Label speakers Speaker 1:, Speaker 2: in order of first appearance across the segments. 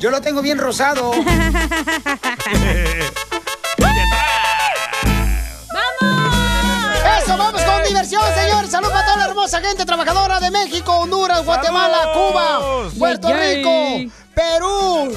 Speaker 1: Yo lo tengo bien rosado.
Speaker 2: ¡Eso, vamos con diversión, señores! ¡Salud para toda la hermosa gente trabajadora de México, Honduras, Guatemala, Cuba, Puerto
Speaker 3: Yay, yay.
Speaker 2: Rico, Perú!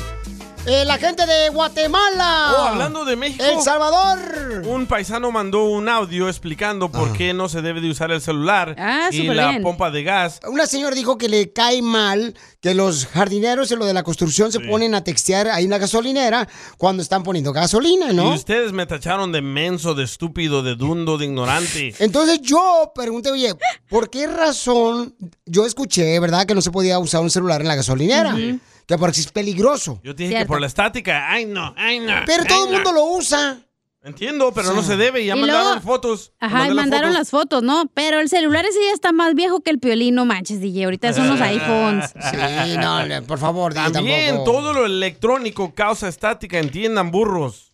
Speaker 2: eh, la gente de Guatemala.
Speaker 4: Oh, hablando de México.
Speaker 2: Ah. El Salvador.
Speaker 4: Un paisano mandó un audio explicando por qué no se debe de usar el celular
Speaker 2: Ah,
Speaker 4: y
Speaker 2: súper
Speaker 4: la
Speaker 2: bien.
Speaker 4: pompa de gas.
Speaker 2: Una señora dijo que le cae mal que los jardineros y lo de la construcción se ponen a textear ahí en la gasolinera cuando están poniendo gasolina,
Speaker 4: Y
Speaker 2: ¿no?
Speaker 4: ustedes me tacharon de menso, de estúpido, de dundo, de ignorante.
Speaker 2: Entonces yo pregunté, oye, ¿por qué razón yo escuché, verdad, que no se podía usar un celular en la gasolinera?
Speaker 4: Ujú.
Speaker 2: Que porque es peligroso.
Speaker 4: Yo te dije que por la estática, ay no, ay no.
Speaker 2: Pero
Speaker 4: ay,
Speaker 2: todo el
Speaker 4: no.
Speaker 2: mundo lo usa.
Speaker 4: Entiendo, pero no se debe. Ya
Speaker 5: Y
Speaker 4: mandaron
Speaker 5: luego-
Speaker 4: fotos.
Speaker 5: Ajá, y mandaron las fotos, ¿no? Pero el celular ese ya está más viejo que el piolín, no manches, DJ. Ahorita son los iPhones.
Speaker 2: Sí, no, no, por favor, DJ,
Speaker 4: Ah. También
Speaker 2: tampoco.
Speaker 4: todo lo electrónico causa estática, entiendan burros.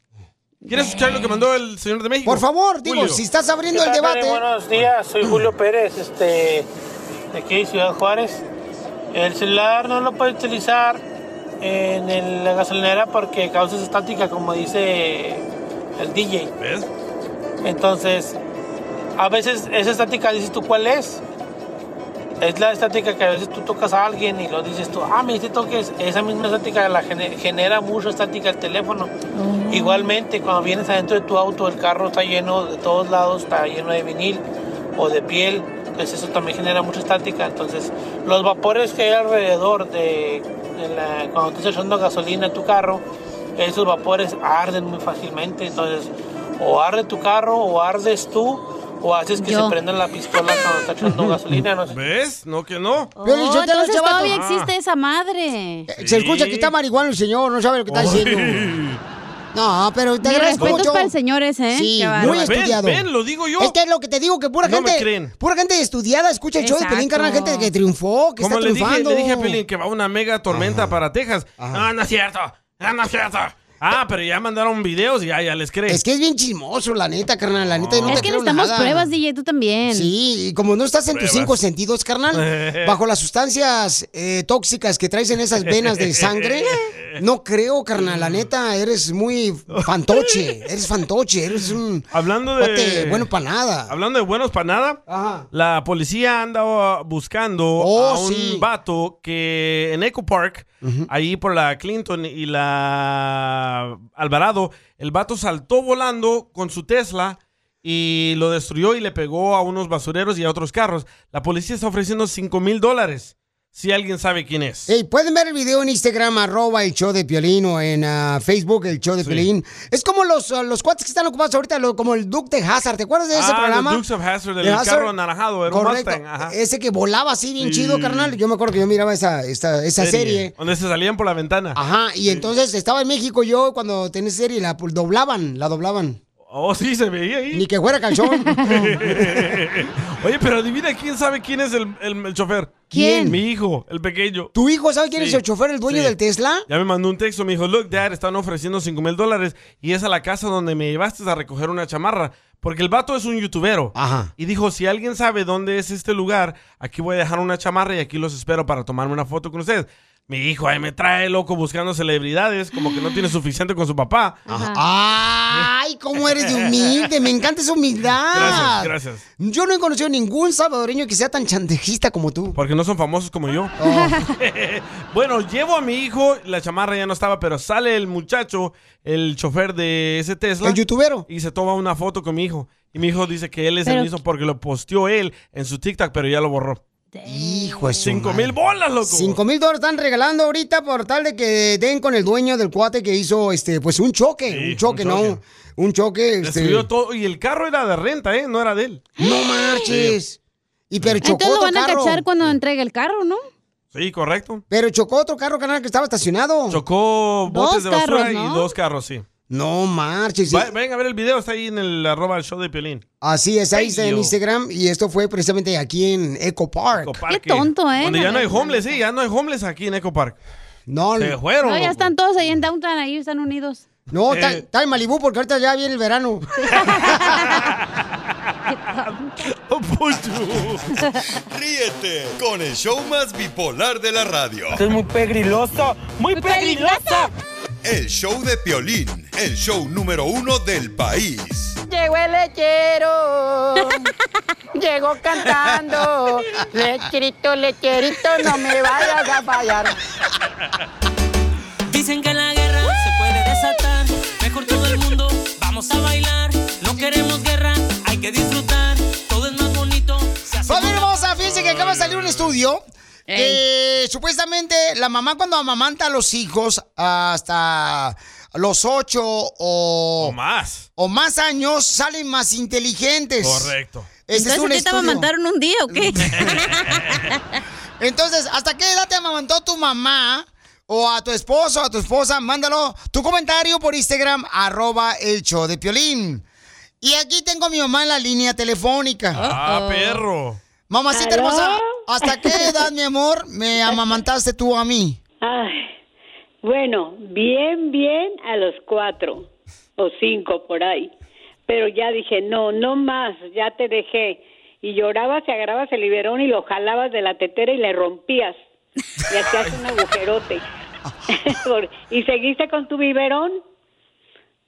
Speaker 4: ¿Quieres escuchar lo que mandó el señor de México?
Speaker 2: Por favor, digo,
Speaker 4: Julio.
Speaker 2: si estás abriendo el
Speaker 6: ¿Qué
Speaker 2: debate.
Speaker 6: tal,
Speaker 2: Mm.
Speaker 6: Piolín? Buenos días, soy Julio Pérez, este, de aquí, Ciudad Juárez. El celular no lo puedes utilizar en el- la gasolinera porque causas estática, como dice el DJ.
Speaker 4: ¿Ves?
Speaker 6: Entonces, a veces esa estática dices tú cuál es. Es la estática que a veces tú tocas a alguien y lo dices tú, ah, me hiciste toques. Esa misma estática la gene- genera mucha estática el teléfono.
Speaker 2: Mm.
Speaker 6: Igualmente, cuando vienes adentro de tu auto, el carro está lleno de todos lados, está lleno de vinil o de piel, pues eso también genera mucha estática. Entonces, los vapores que hay alrededor de, de la- cuando estás echando gasolina en tu carro, esos vapores arden muy fácilmente. Entonces, o arde tu carro, o ardes tú, o haces que
Speaker 4: Yo.
Speaker 6: se prenda la pistola cuando estás echando gasolina. No sé.
Speaker 4: ¿Ves? No que no.
Speaker 5: Oh,
Speaker 2: Piolín, yo te lo he
Speaker 5: entonces
Speaker 2: hecho, vato.
Speaker 5: todavía
Speaker 2: Ah. eh,
Speaker 5: existe esa madre.
Speaker 2: Se escucha que está marihuano el señor, no sabe lo que está diciendo. No, pero te
Speaker 5: Mis
Speaker 2: agradezco
Speaker 5: respetos
Speaker 2: mucho.
Speaker 5: para el señor ese, ¿eh?
Speaker 2: Sí,
Speaker 5: Qué
Speaker 2: muy
Speaker 5: bárbaro.
Speaker 2: estudiado.
Speaker 4: lo digo yo.
Speaker 2: Es que es lo que te digo, que pura
Speaker 4: No me
Speaker 2: gente.
Speaker 4: creen.
Speaker 2: Pura gente estudiada, escucha el show de
Speaker 4: Exacto.
Speaker 2: Pelín, carnal, gente que triunfó, que
Speaker 4: Como
Speaker 2: está
Speaker 4: le dije,
Speaker 2: triunfando.
Speaker 4: le dije a Pelín que va una mega tormenta para Texas. Ah, no es cierto. Ah, no es cierto. Ah, pero ya mandaron videos y ya, ya les crees.
Speaker 2: Es que es bien chismoso, la neta, carnal, la neta, yo no
Speaker 5: es
Speaker 2: te
Speaker 5: que
Speaker 2: creo
Speaker 5: necesitamos
Speaker 2: nada.
Speaker 5: pruebas, DJ, tú también.
Speaker 2: Sí, y como no estás en tus
Speaker 5: Pruebas.
Speaker 2: cinco sentidos, carnal, bajo las sustancias eh, tóxicas que traes en esas venas de sangre, no creo, carnal, la neta, eres muy fantoche, eres fantoche, eres un...
Speaker 4: Hablando de-
Speaker 2: cuate bueno para nada.
Speaker 4: Hablando de buenos para nada, la policía andaba buscando a un
Speaker 2: Oh, sí.
Speaker 4: vato que en Eco Park, ahí por la Clinton y la Alvarado, el vato saltó volando con su Tesla y lo destruyó y le pegó a unos basureros y a otros carros. La policía está ofreciendo 5 mil dólares si alguien sabe quién es.
Speaker 2: Ey, pueden ver el video en Instagram, arroba el show de Piolín, o en ah, Facebook, el show de Piolín. Es como los, ah, los cuates que están ocupados ahorita, lo- como el Duke de Hazard, ¿te acuerdas de ese
Speaker 4: Ah, los
Speaker 2: programa?
Speaker 4: Dukes of Hazzard, el
Speaker 2: De Hazzard.
Speaker 4: carro anaranjado, era un
Speaker 2: Correcto.
Speaker 4: Mustang, ajá.
Speaker 2: Ese que volaba así bien
Speaker 4: Sí.
Speaker 2: chido, carnal. Yo me acuerdo que yo miraba esa, esa, esa serie.
Speaker 4: Donde se salían por la ventana.
Speaker 2: Ajá, y entonces estaba en México yo cuando tenía serie, la pu- doblaban, la doblaban.
Speaker 4: Oh, sí, se veía ahí.
Speaker 2: Ni que fuera calzón.
Speaker 4: Oye, pero adivina quién sabe quién es el, el- el chofer.
Speaker 2: ¿Quién?
Speaker 4: Mi hijo, el pequeño.
Speaker 2: ¿Tu hijo sabe quién
Speaker 4: Sí.
Speaker 2: es el chofer, el dueño
Speaker 4: Sí.
Speaker 2: del Tesla?
Speaker 4: Ya me mandó un texto, me dijo, look, dad, están ofreciendo 5 mil dólares y es a la casa donde me llevaste a recoger una chamarra. Porque el vato es un youtubero.
Speaker 2: Ajá.
Speaker 4: Y dijo, si alguien sabe dónde es este lugar, aquí voy a dejar una chamarra y aquí los espero para tomarme una foto con ustedes. Mi hijo ahí me trae loco buscando celebridades, como que no tiene suficiente con su papá.
Speaker 2: Ay, cómo eres de humilde, me encanta esa humildad.
Speaker 4: Gracias, gracias.
Speaker 2: Yo no he conocido ningún salvadoreño que sea tan chantejista como tú.
Speaker 4: Porque no son famosos como yo. Oh. bueno, llevo a mi hijo, la chamarra ya no estaba, pero sale el muchacho, el chofer de ese Tesla.
Speaker 2: El youtubero.
Speaker 4: Y se toma una foto con mi hijo. Y mi hijo dice que él es el
Speaker 2: Pero-
Speaker 4: mismo porque lo posteó él en su TikTok, pero ya lo borró.
Speaker 2: Hijo de su
Speaker 4: Cinco
Speaker 2: madre.
Speaker 4: mil bolas, loco.
Speaker 2: Cinco mil dólares están regalando ahorita por tal de que den con el dueño del cuate que hizo este, pues un choque, un choque,
Speaker 4: un
Speaker 2: ¿no? Un choque,
Speaker 4: Le
Speaker 2: este.
Speaker 4: subió todo. Y el carro era de renta, ¿eh? No era de él.
Speaker 2: No marches. Y pero chocó
Speaker 5: Entonces lo
Speaker 2: otro
Speaker 5: van a
Speaker 2: carro.
Speaker 5: cachar cuando entregue el carro, ¿no?
Speaker 4: Sí, correcto.
Speaker 2: Pero chocó otro carro, canal, que estaba estacionado.
Speaker 4: Chocó botes de basura y dos carros, sí.
Speaker 2: No marches. sí.
Speaker 4: Va- venga a ver el video, está ahí en el arroba el show de Piolín.
Speaker 2: Así es, ahí está
Speaker 4: Ey,
Speaker 2: en
Speaker 4: yo.
Speaker 2: Instagram. Y esto fue precisamente aquí en Eco Park.
Speaker 4: Parque. Donde ya no hay homeless, sí, ya no hay homeless aquí en Eco Park.
Speaker 2: No,
Speaker 4: Se fueron.
Speaker 5: No, ya
Speaker 4: loco.
Speaker 5: están todos ahí en Downtown, ahí están unidos.
Speaker 2: No,
Speaker 4: Eh.
Speaker 2: está, está en Malibú porque ahorita ya viene el verano.
Speaker 4: Oh, pues
Speaker 1: Ríete este, con el show más bipolar de la radio.
Speaker 6: es muy pegriloso, muy pegriloso.
Speaker 1: El show de Piolín, el show número uno del país.
Speaker 3: Llegó el lechero. Llegó cantando. Lecherito, lecherito, no me vayas a fallar.
Speaker 7: Dicen que la guerra se puede desatar. Mejor todo el mundo, vamos a bailar. No queremos guerra, hay que disfrutar. Todo es más bonito. Se hace
Speaker 2: Familia hermosa, fíjense que acaba de salir un estudio que supuestamente la mamá cuando amamanta a los hijos hasta los ocho o,
Speaker 4: más
Speaker 2: o más años salen más inteligentes.
Speaker 4: Correcto.
Speaker 2: Este es
Speaker 5: Entonces,
Speaker 2: un
Speaker 5: ¿qué te
Speaker 2: estudio.
Speaker 5: amamantaron un día o qué?
Speaker 2: Entonces, ¿hasta qué edad te amamantó tu mamá? O a tu esposo, a tu esposa, mándalo tu comentario por Instagram, arroba el show de Piolín. Y aquí tengo a mi mamá en la línea telefónica.
Speaker 4: Ah, perro.
Speaker 2: Mamacita
Speaker 8: ¿Aló?
Speaker 2: hermosa, ¿hasta qué edad, mi amor, me amamantaste tú a mí?
Speaker 8: Ay, bueno, bien, bien a los cuatro o cinco por ahí. Pero ya dije, no, no más, ya te dejé. Y llorabas y agarrabas el liberón y lo jalabas de la tetera y le rompías. Y hacías un agujerote. Por- y seguiste con tu biberón.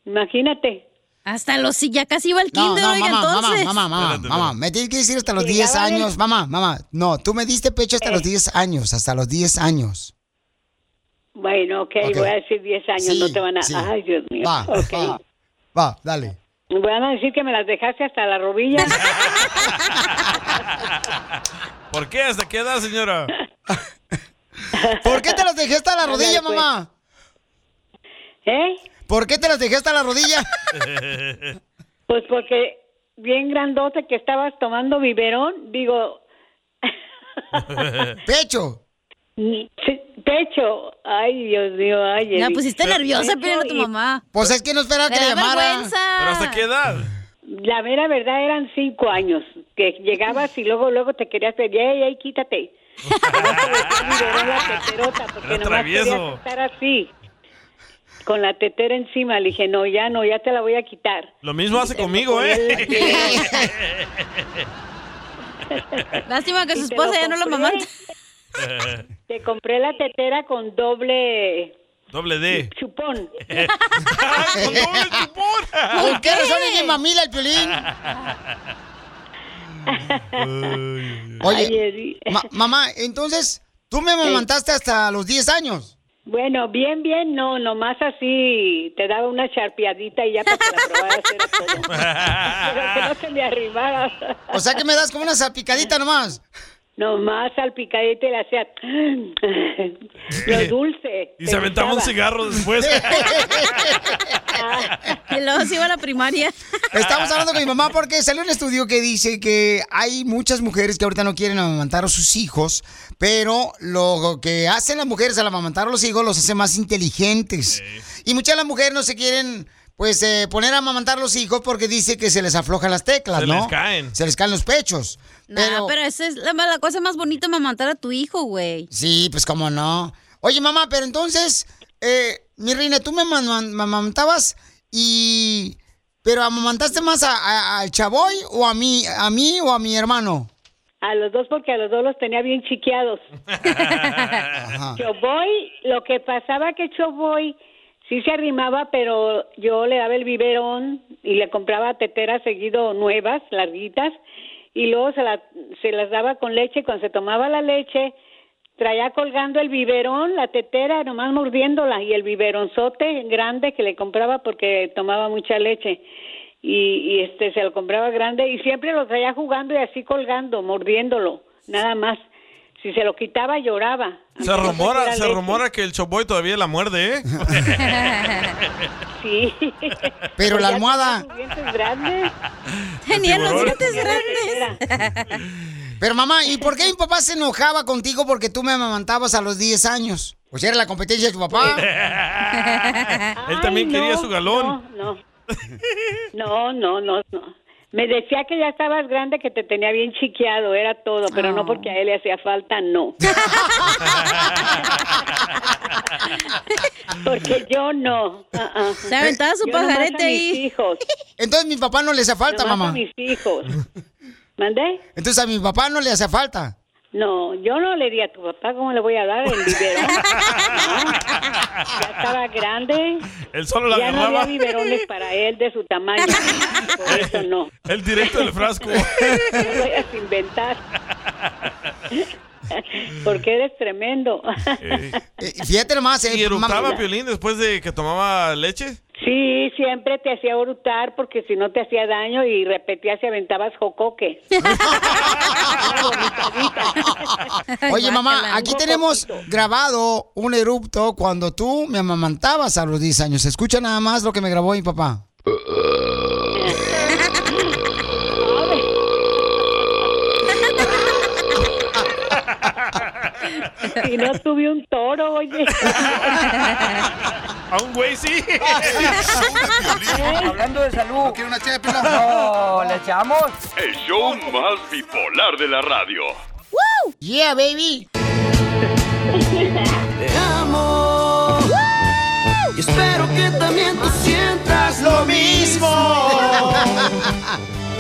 Speaker 8: Imagínate.
Speaker 5: Hasta los sí, ya casi iba al
Speaker 2: No,
Speaker 5: kinder,
Speaker 2: no,
Speaker 5: oiga,
Speaker 2: mamá, mamá,
Speaker 5: entonces.
Speaker 2: mamá, mamá, mamá, me tienes que decir hasta los 10
Speaker 8: Llegaba el-
Speaker 2: años, mamá, mamá. No, tú me diste pecho hasta los 10 años, hasta los 10 años.
Speaker 8: Bueno, ok,
Speaker 2: Ok.
Speaker 8: voy a decir 10 años,
Speaker 2: Sí,
Speaker 8: no te van a...
Speaker 2: sí.
Speaker 8: Ay, Dios mío.
Speaker 2: Va,
Speaker 8: ok.
Speaker 2: va, va, dale.
Speaker 8: Van a decir que me las dejaste hasta la rodilla.
Speaker 4: ¿Por qué? ¿Hasta qué edad, señora?
Speaker 2: ¿Por qué te las dejé hasta la
Speaker 8: Ándale,
Speaker 2: rodilla,
Speaker 8: pues.
Speaker 2: mamá?
Speaker 8: ¿Eh?
Speaker 2: ¿Por qué te las dejé hasta la rodilla?
Speaker 8: Pues porque bien grandote que estabas tomando biberón, digo,
Speaker 2: Pecho.
Speaker 8: ni- sí, pecho. Ay, Dios mío, ay.
Speaker 5: La
Speaker 8: Eddie.
Speaker 5: pusiste nerviosa
Speaker 8: Eso
Speaker 5: primero a tu
Speaker 8: y-
Speaker 5: mamá.
Speaker 2: Pues es que no esperaba
Speaker 5: Me
Speaker 2: que le
Speaker 5: da
Speaker 2: llamara.
Speaker 5: vergüenza.
Speaker 4: ¿Pero hasta
Speaker 8: Ah.
Speaker 4: qué edad?
Speaker 8: La mera verdad eran cinco años, que llegabas y luego, luego te querías pedir, ey, ey, quítate. Luego te metí biberón la teterota, porque
Speaker 4: Era
Speaker 8: nomás querías
Speaker 4: travieso.
Speaker 8: estar así, con la tetera encima. Le dije, no, ya no, ya te la voy a quitar.
Speaker 4: Lo mismo hace
Speaker 8: Te
Speaker 4: conmigo,
Speaker 8: ponía
Speaker 4: ¿eh?
Speaker 8: el-
Speaker 5: Lástima que su
Speaker 8: Y te
Speaker 5: esposa ya no lo
Speaker 8: compré.
Speaker 5: mamanta.
Speaker 8: Te compré la tetera con doble
Speaker 4: Doble D.
Speaker 8: chupón.
Speaker 4: ¡Ah, con doble chupón!
Speaker 2: ¿Por qué razón es mi mamila el piolín?
Speaker 8: Ay,
Speaker 2: Oye,
Speaker 8: Eddie.
Speaker 2: ma- mamá, entonces, tú me amamantaste hasta los 10 años.
Speaker 8: Bueno, bien, bien, no, nomás así te daba una charpeadita y ya para que la probaras era todo. Pero que no se le arribara.
Speaker 2: O sea que me das como una salpicadita nomás.
Speaker 8: Nomás al picadete le hacía lo dulce.
Speaker 4: Eh, Y se aventaba un cigarro después.
Speaker 5: Y luego se iba a la primaria.
Speaker 2: Estamos hablando con mi mamá porque salió un estudio que dice que hay muchas mujeres que ahorita no quieren amamantar a sus hijos, pero lo que hacen las mujeres al amamantar a los hijos los hace más inteligentes. Y muchas de las mujeres no se quieren pues eh, poner a amamantar a los hijos porque dice que se les aflojan las teclas,
Speaker 4: Se
Speaker 2: ¿no?
Speaker 4: les caen.
Speaker 2: Se les caen los pechos.
Speaker 5: No, pero, esa es la, la cosa más bonita, mamantar a tu hijo, güey.
Speaker 2: Sí, pues cómo no. Oye, mamá, pero entonces, eh, mi reina, tú me ma- ma- ma- amamantabas y... ¿Pero amamantaste más a- a- al chavoy o a mí, a mí o a mi hermano?
Speaker 8: A los dos, porque a los dos los tenía bien chiqueados.
Speaker 2: Ajá.
Speaker 8: Choboy, lo que pasaba que Choboy sí se arrimaba, pero yo le daba el biberón y le compraba teteras seguido nuevas, larguitas, y luego se, la- se las daba con leche. Cuando se tomaba la leche, traía colgando el biberón, la tetera, nomás mordiéndola, y el biberonzote grande que le compraba porque tomaba mucha leche. Y, y, este se lo compraba grande y siempre lo traía jugando y así colgando, mordiéndolo, nada más. Si se lo quitaba, lloraba.
Speaker 4: Se
Speaker 8: Aunque no
Speaker 4: rumora,
Speaker 8: trajera
Speaker 4: se
Speaker 8: leche.
Speaker 4: rumora que el Choboy todavía la muerde, ¿eh?
Speaker 8: Sí. Pues
Speaker 2: Pero la
Speaker 8: ya
Speaker 2: almohada.
Speaker 8: tenía sus dientes grandes.
Speaker 5: Tenía los
Speaker 4: tiburón.
Speaker 5: dientes grandes.
Speaker 8: Era.
Speaker 2: Pero mamá, ¿y por qué mi papá se enojaba contigo porque tú me amamantabas a los 10 años? Pues era la competencia de tu papá.
Speaker 4: Él también
Speaker 8: Ay,
Speaker 4: quería
Speaker 8: no,
Speaker 4: su galón.
Speaker 8: No, no. No, no, no, no. Me decía que ya estabas grande, que te tenía bien chiqueado, era todo, pero
Speaker 5: Oh.
Speaker 8: no porque a él le hacía falta, no. porque yo no. Ah, ah.
Speaker 5: Se aventaba su
Speaker 8: Yo nomás
Speaker 5: pajarete
Speaker 8: a mis
Speaker 5: ahí.
Speaker 8: hijos.
Speaker 2: Entonces mi papá no le hace falta,
Speaker 8: nomás a
Speaker 2: mamá.
Speaker 8: mis hijos. ¿Mandé?
Speaker 2: Entonces a mi papá no le hace falta.
Speaker 8: No, yo no le di a tu papá cómo le voy a dar el biberón. No, ya estaba grande.
Speaker 4: Él solo la
Speaker 8: ya no había
Speaker 4: agarraba.
Speaker 8: biberones para él de su tamaño. Por eso no.
Speaker 4: El directo del frasco.
Speaker 8: No vayas a inventar. Porque eres tremendo.
Speaker 2: Eh, fíjate nomás, eh,
Speaker 4: ¿Y eructaba
Speaker 2: mam-
Speaker 4: Piolín después de que tomaba leche?
Speaker 8: Sí, siempre te hacía brutar porque si no te hacía daño y repetías y aventabas jocoque.
Speaker 2: Oye, mamá,
Speaker 5: Guácala.
Speaker 2: aquí tenemos grabado un erupto cuando tú me amamantabas a los 10 años. Escucha nada más lo que me grabó mi papá.
Speaker 8: Y no tuve un toro, oye.
Speaker 4: A un güey sí.
Speaker 1: El show de Piolín.
Speaker 9: Hablando de salud. ¿No una No, ¿le echamos?
Speaker 10: El show más bipolar de la radio.
Speaker 2: Yeah, baby.
Speaker 7: Te amo. Y espero que también tú sientas lo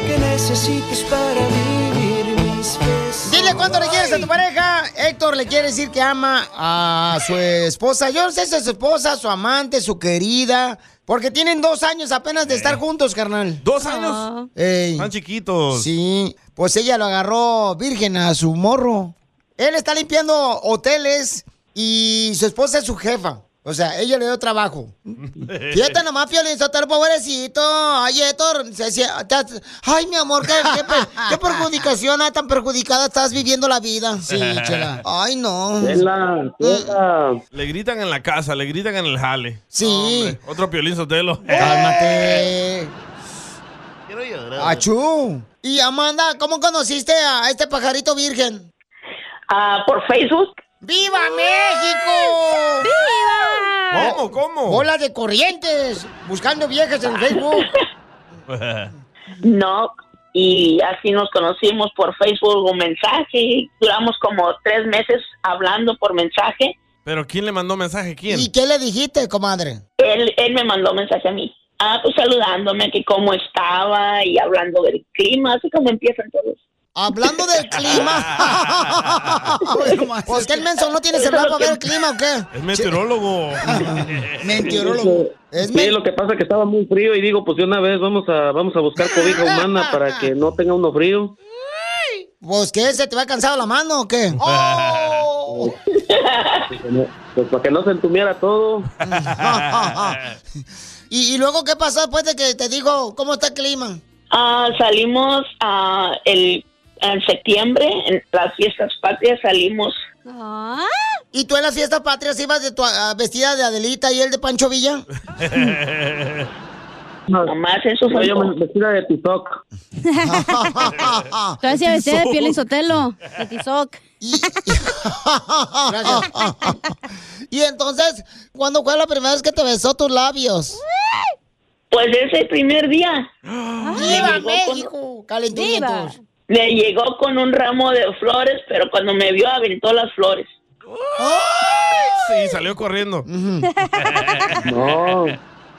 Speaker 7: que necesites para vivir mis besos.
Speaker 2: Dile cuánto le quieres a tu pareja. Héctor le quiere decir que ama a su esposa. Yo no sé si es su esposa, su amante, su querida. Porque tienen dos años apenas
Speaker 4: Eh.
Speaker 2: de estar juntos, carnal.
Speaker 4: Dos años.
Speaker 2: Ey,
Speaker 4: Están chiquitos.
Speaker 2: sí, pues ella lo agarró virgen a su morro. Él está limpiando hoteles y su esposa es su jefa. O sea, ella le dio trabajo. Fíjate nomás, Piolín Sotelo, pobrecito. Ay, Héctor, se- se- te- ay, mi amor, qué, qué per- qué perjudicación ah, tan perjudicada estás viviendo la vida. Sí, chela. Ay, no.
Speaker 9: Chela, chela.
Speaker 4: Le gritan en la casa, le gritan en el jale.
Speaker 2: Sí.
Speaker 4: Otro Piolín Sotelo.
Speaker 2: Mm. Cálmate. Ah, Achú. Y Amanda, ¿cómo conociste a este pajarito virgen?
Speaker 11: Ah, por Facebook.
Speaker 2: ¡Viva México!
Speaker 4: ¿Cómo? ¿Cómo?
Speaker 2: Bola de corrientes, buscando viejas en Facebook.
Speaker 11: No, y así nos conocimos por Facebook, un mensaje. Duramos como tres meses hablando por mensaje.
Speaker 4: Pero ¿quién le mandó mensaje? ¿Quién?
Speaker 2: ¿Y qué le dijiste, comadre?
Speaker 11: Él, él me mandó mensaje a mí. Ah, pues saludándome, que cómo estaba y hablando del clima, así como empiezan todos.
Speaker 2: Hablando del clima. pues que el menso no tiene celular para ver el clima o qué.
Speaker 4: Es meteorólogo.
Speaker 2: Meteorólogo. Es
Speaker 9: Sí,
Speaker 2: men-
Speaker 9: lo que pasa es que estaba muy frío y digo, pues de una vez vamos a vamos a buscar cobija humana para que no tenga uno frío.
Speaker 2: Pues que se te va cansado la mano o qué. Oh.
Speaker 9: Pues para que no se entumiera todo.
Speaker 2: ¿Y, y luego qué pasó después de que te dijo cómo está el clima?
Speaker 11: Ah, salimos ah, el, en septiembre, en las fiestas patrias, salimos.
Speaker 5: Ah,
Speaker 2: ¿Y tú en las fiestas patrias ibas de tu, ah, vestida de Adelita y él de Pancho Villa?
Speaker 11: Nomás eso
Speaker 9: No,
Speaker 11: fue
Speaker 9: yo
Speaker 11: todo.
Speaker 9: me vestida de tizoc.
Speaker 5: tú hacías vestir de piel en sotelo, de tizoc.
Speaker 2: Y... y entonces, ¿cuándo fue la primera vez que te besó tus labios?
Speaker 11: Pues ese primer día
Speaker 2: ¡Viva
Speaker 11: llegó con-
Speaker 2: México! Calenturientos.
Speaker 11: me llegó con un ramo de flores, pero cuando me vio aventó las flores.
Speaker 4: Sí, salió corriendo.
Speaker 9: No.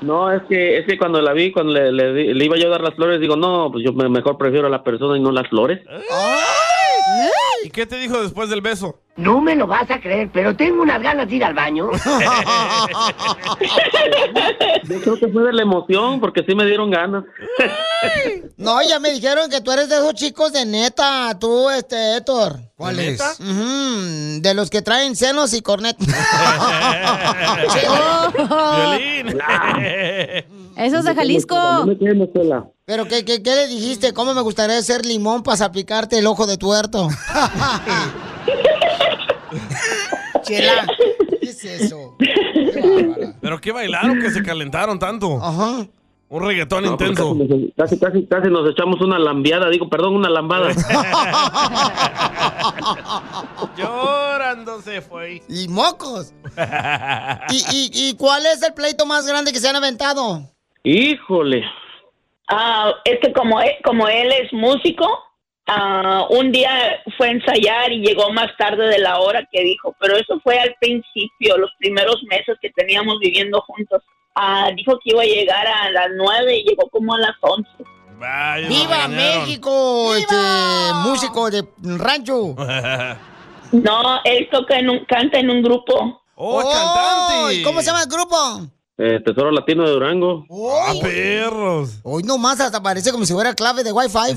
Speaker 9: No, es que, es que cuando la vi, cuando le, le di- le iba yo a dar las flores, digo, no, pues yo me- mejor prefiero a la persona y no las flores.
Speaker 4: ¿Y qué te dijo después del beso?
Speaker 7: No me lo vas a creer, pero tengo unas ganas de ir al baño.
Speaker 9: Yo creo que fue de la emoción, porque sí me dieron ganas.
Speaker 2: No, ya me dijeron que tú eres de esos chicos de neta, tú, este, Héctor. ¿Cuál es? de los que traen senos y cornet.
Speaker 4: Violín.
Speaker 5: Eso es de
Speaker 9: No
Speaker 5: Jalisco.
Speaker 9: Ah. me quedé en la escuela.
Speaker 2: Pero, ¿qué, qué, qué le dijiste? ¿Cómo me gustaría ser limón para salpicarte el ojo de tuerto? Chela, ¿qué es eso? Qué bárbara.
Speaker 4: Pero qué bailaron que se calentaron tanto.
Speaker 2: Ajá.
Speaker 4: Un reggaetón
Speaker 9: No, pues
Speaker 4: intenso.
Speaker 9: casi nos- Casi, casi, casi nos echamos una lambiada, digo, perdón, una lambada.
Speaker 4: Llorando se fue.
Speaker 2: Y mocos. ¿Y, y, y cuál es el pleito más grande que se han aventado?
Speaker 9: Híjole.
Speaker 11: Ah, es que como él, como él es músico, ah, un día fue a ensayar y llegó más tarde de la hora que dijo, pero eso fue al principio, los primeros meses que teníamos viviendo juntos. Ah, dijo que iba a llegar a las nueve y llegó como a las once.
Speaker 4: Vaya, lo
Speaker 2: ¡Viva
Speaker 4: regañaron.
Speaker 2: México! Este músico de rancho.
Speaker 11: No, él toca en un, canta en un grupo.
Speaker 4: ¡Oh,
Speaker 2: cantante! ¿Cómo se llama el grupo?
Speaker 12: Eh, Tesoro Latino de Durango.
Speaker 2: ¡Ah,
Speaker 4: perros!
Speaker 2: Hoy nomás hasta parece como si fuera clave de Wi-Fi.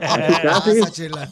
Speaker 12: Casi.
Speaker 2: Pasa, chela.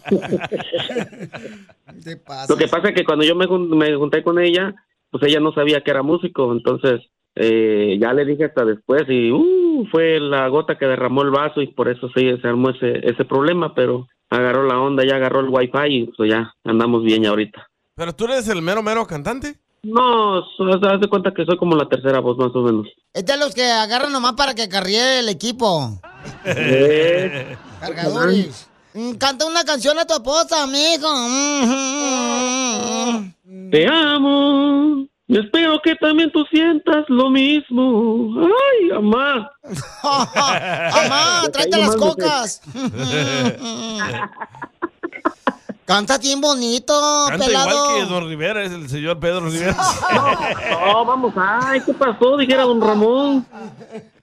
Speaker 2: Te pasa.
Speaker 12: Lo que pasa es que cuando yo me, jun- me junté con ella, pues ella no sabía que era músico, entonces eh, ya le dije hasta después y uh, fue la gota que derramó el vaso y por eso se, se armó ese, ese problema, pero agarró la onda, ya agarró el wifi y pues ya andamos bien ya ahorita.
Speaker 4: Pero tú eres el mero, mero cantante.
Speaker 12: No, so- haz de cuenta que soy como la tercera voz más o menos.
Speaker 2: Es de los que agarran nomás para que carríe el equipo.
Speaker 12: Eh,
Speaker 2: Cargadores. Mm, Canta una canción a tu esposa, amigo. Mm, mm, mm.
Speaker 12: Te amo. y Espero que también tú sientas lo mismo. Ay, mamá.
Speaker 2: Amá, tráete las cocas. Mm, Canta bien bonito,
Speaker 4: Canta
Speaker 2: pelado.
Speaker 4: igual que Don Rivera, es el señor Pedro Rivera.
Speaker 12: No, vamos, ay, ¿qué pasó? Dijera don Ramón.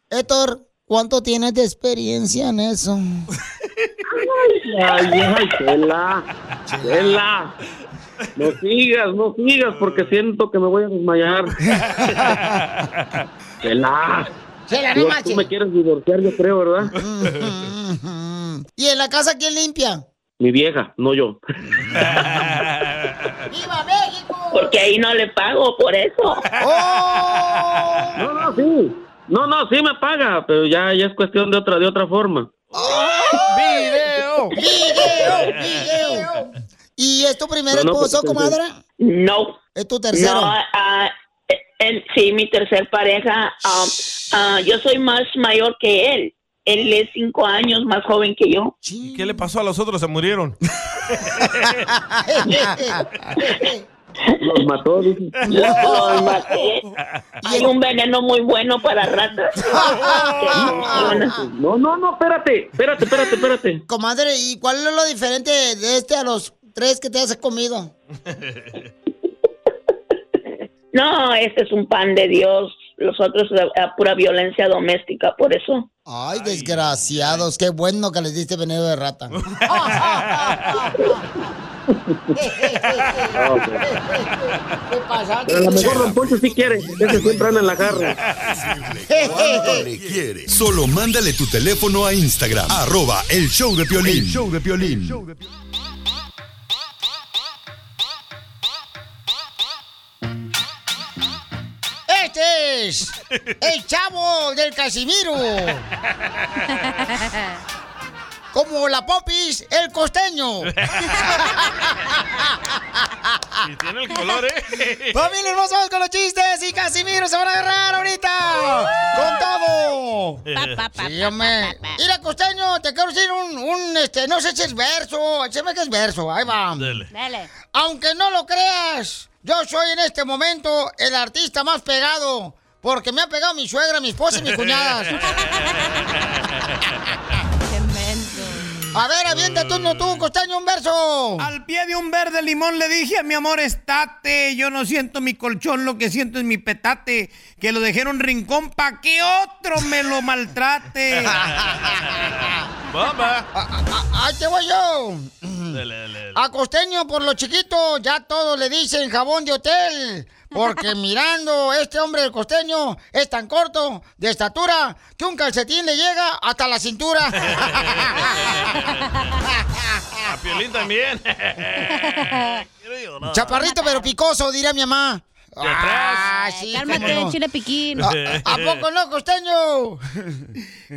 Speaker 2: Héctor, ¿cuánto tienes de experiencia en eso?
Speaker 12: Ay, ay, Chela. Chela. No sigas, no sigas, porque siento que me voy a desmayar. Chela.
Speaker 2: Chela, no
Speaker 12: Tú-
Speaker 2: manches.
Speaker 12: Tú me quieres divorciar, yo creo, ¿verdad?
Speaker 2: ¿Y en la casa quién limpia?
Speaker 12: Mi vieja, no yo.
Speaker 2: ¡Viva México!
Speaker 11: Porque ahí no le pago por eso.
Speaker 2: Oh,
Speaker 12: No, no, sí. No, no, sí me paga, pero ya, ya es cuestión de otra, de otra forma.
Speaker 2: ¡Video! ¡Video! ¡Video! ¿Y es tu primer
Speaker 12: No, no,
Speaker 2: esposo,
Speaker 12: porque-
Speaker 2: comadre?
Speaker 11: No.
Speaker 2: ¿Es tu tercero?
Speaker 11: No, ah, eh, él- sí, mi tercer pareja. ah, ah, yo soy más mayor que él. Él es cinco años más joven que yo.
Speaker 4: ¿Y qué le pasó a los otros? Se murieron.
Speaker 12: Los mató, dice.
Speaker 11: Los maté. Hay un veneno muy bueno para ratas.
Speaker 12: No, no, no, espérate, espérate, espérate, espérate.
Speaker 2: Comadre, ¿y cuál es lo diferente de este a los tres que te has comido?
Speaker 11: No, este es un pan de Dios. Los otros a, a pura violencia doméstica, por eso.
Speaker 2: Ay, desgraciados, qué bueno que les diste veneno de rata. ¿Qué pasa?
Speaker 12: Pero a lo mejor Don Poncho sí quiere, ese siempre anda en la jarra.
Speaker 1: ¿Cuánto le quieres? Solo mándale tu teléfono a Instagram. Arroba el show de Piolín. show de Piolín.
Speaker 2: Este es el chavo del Casimiro. Como la popis, el costeño.
Speaker 4: Y tiene el color, ¿eh?
Speaker 2: Familia hermosa, vamos con los chistes y Casimiro se van a agarrar ahorita. Con todo. Sí, hombre. Mira, costeño, te quiero decir un, un, este, no sé si es verso, se ve que es verso, ahí va.
Speaker 6: Dale.
Speaker 2: Aunque no lo creas, yo soy en este momento el artista más pegado. Porque me ha pegado mi suegra, mi esposa y mis cuñadas. A ver, aviéntate uno tú, costeño, un verso.
Speaker 13: Mm. Al pie de un verde limón le dije a mi amor, estate. Yo no siento mi colchón, lo que siento es mi petate. Que lo dejé en un rincón pa' que otro me lo maltrate.
Speaker 2: Ah, Ahí te voy yo.
Speaker 4: Dale, dale, dale.
Speaker 2: A costeño por lo chiquito, ya todos le dicen jabón de hotel. Porque mirando este hombre del costeño es tan corto, de estatura, que un calcetín le llega hasta la cintura.
Speaker 4: A Piolín también. Quiero llorar.
Speaker 2: Chaparrito pero picoso, dirá mi mamá.
Speaker 4: De atrás.
Speaker 2: Ah, sí,
Speaker 13: cálmate,
Speaker 2: cómo no.
Speaker 13: chile piquín.
Speaker 2: ¿A, a poco no, costeño?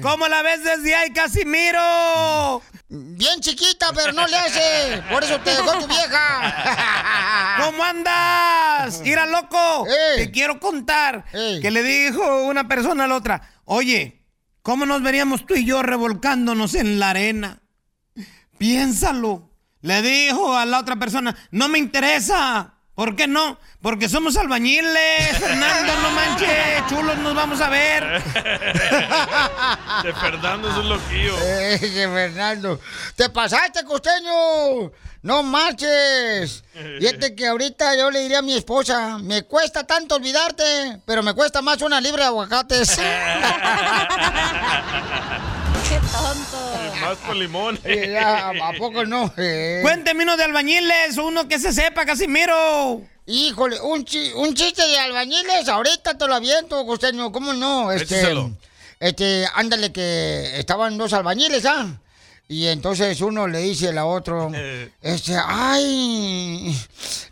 Speaker 13: ¿Cómo la ves desde ahí, Casimiro?
Speaker 2: Bien chiquita, pero no le hace. Por eso te dejó tu vieja. Eh.
Speaker 13: ¿Cómo andas? Mira, loco. Te quiero contar que le dijo una persona a la otra, oye, ¿cómo nos veríamos tú y yo revolcándonos en la arena? Piénsalo. Le dijo a la otra persona, no me interesa. ¿Por qué no? Porque somos albañiles, Fernando, no manches, chulos, nos vamos a ver.
Speaker 4: De Fernando es un loquillo.
Speaker 2: Ese Fernando. ¡Te pasaste, costeño! ¡No marches! Fíjate que ahorita yo le diría a mi esposa, me cuesta tanto olvidarte, pero me cuesta más una libra de aguacates.
Speaker 4: ¡Qué tonto! Más con limón.
Speaker 2: Ya, ¿A poco no? Eh.
Speaker 13: Cuénteme uno de albañiles, uno que se sepa, Casimiro.
Speaker 2: Híjole, un, chi- un chiste de albañiles, ahorita te lo aviento, costeño, ¿cómo no? Este,
Speaker 13: Échaselo.
Speaker 2: este, ándale que estaban dos albañiles, ¿ah? Y entonces uno le dice al otro, este, ay,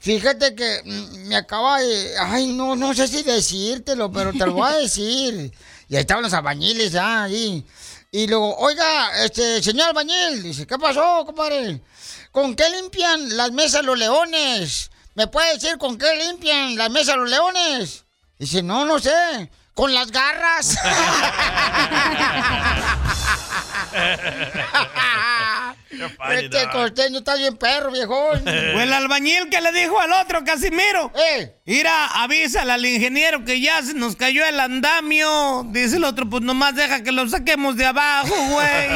Speaker 2: fíjate que mm, me acaba de, ay, no, no sé si decírtelo, pero te lo voy a decir. Y ahí estaban los albañiles, ah, ahí. Y luego, oiga, este, señor albañil, dice, ¿qué pasó, compadre? ¿Con qué limpian las mesas los leones? ¿Me puede decir con qué limpian las mesas los leones? Dice, no, no sé, con las garras. Este costeño está bien perro, viejón.
Speaker 13: O Pues el albañil que le dijo al otro, Casimiro.
Speaker 2: Eh.
Speaker 13: Mira, avísale al ingeniero que ya se nos cayó el andamio. Dice el otro, pues nomás deja que lo saquemos de abajo, güey.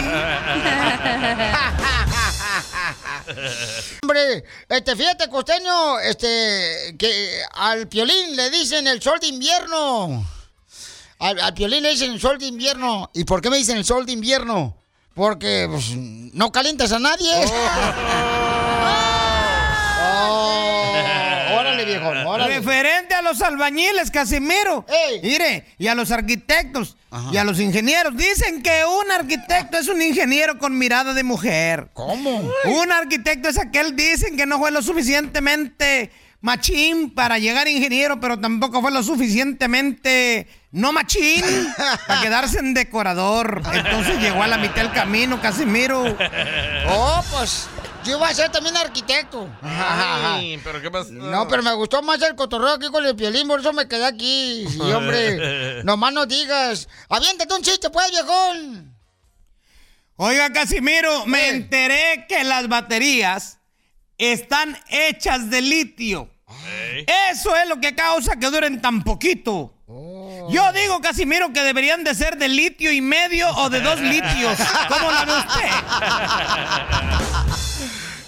Speaker 2: Hombre, este, fíjate, costeño, este, que al piolín le dicen el sol de invierno. Al, al piolín le dicen el sol de invierno. ¿Y por qué me dicen el sol de invierno? Porque pues, no calientas a nadie. Oh, órale, viejo, órale.
Speaker 13: Referente a los albañiles, Casimiro. Mire, y a los arquitectos y a los ingenieros. Dicen que un arquitecto es un ingeniero con mirada de mujer.
Speaker 2: ¿Cómo?
Speaker 13: Un arquitecto es aquel, dicen que no fue lo suficientemente machín para llegar ingeniero, pero tampoco fue lo suficientemente no machín para quedarse en decorador. Entonces llegó a la mitad del camino, Casimiro.
Speaker 2: Oh, pues yo iba a ser también arquitecto.
Speaker 4: Ay, pero qué pasa.
Speaker 2: No, pero me gustó más el cotorreo aquí con el piolín, por eso me quedé aquí. Sí, hombre, nomás no digas. Aviéntate un chiste, pues, viejón.
Speaker 13: Oiga, Casimiro, me enteré que las baterías están hechas de litio. Eso es lo que causa que duren tan poquito.
Speaker 2: Oh.
Speaker 13: Yo digo, Casimiro, que deberían de ser de litio y medio o de dos litios. ¿Cómo la ve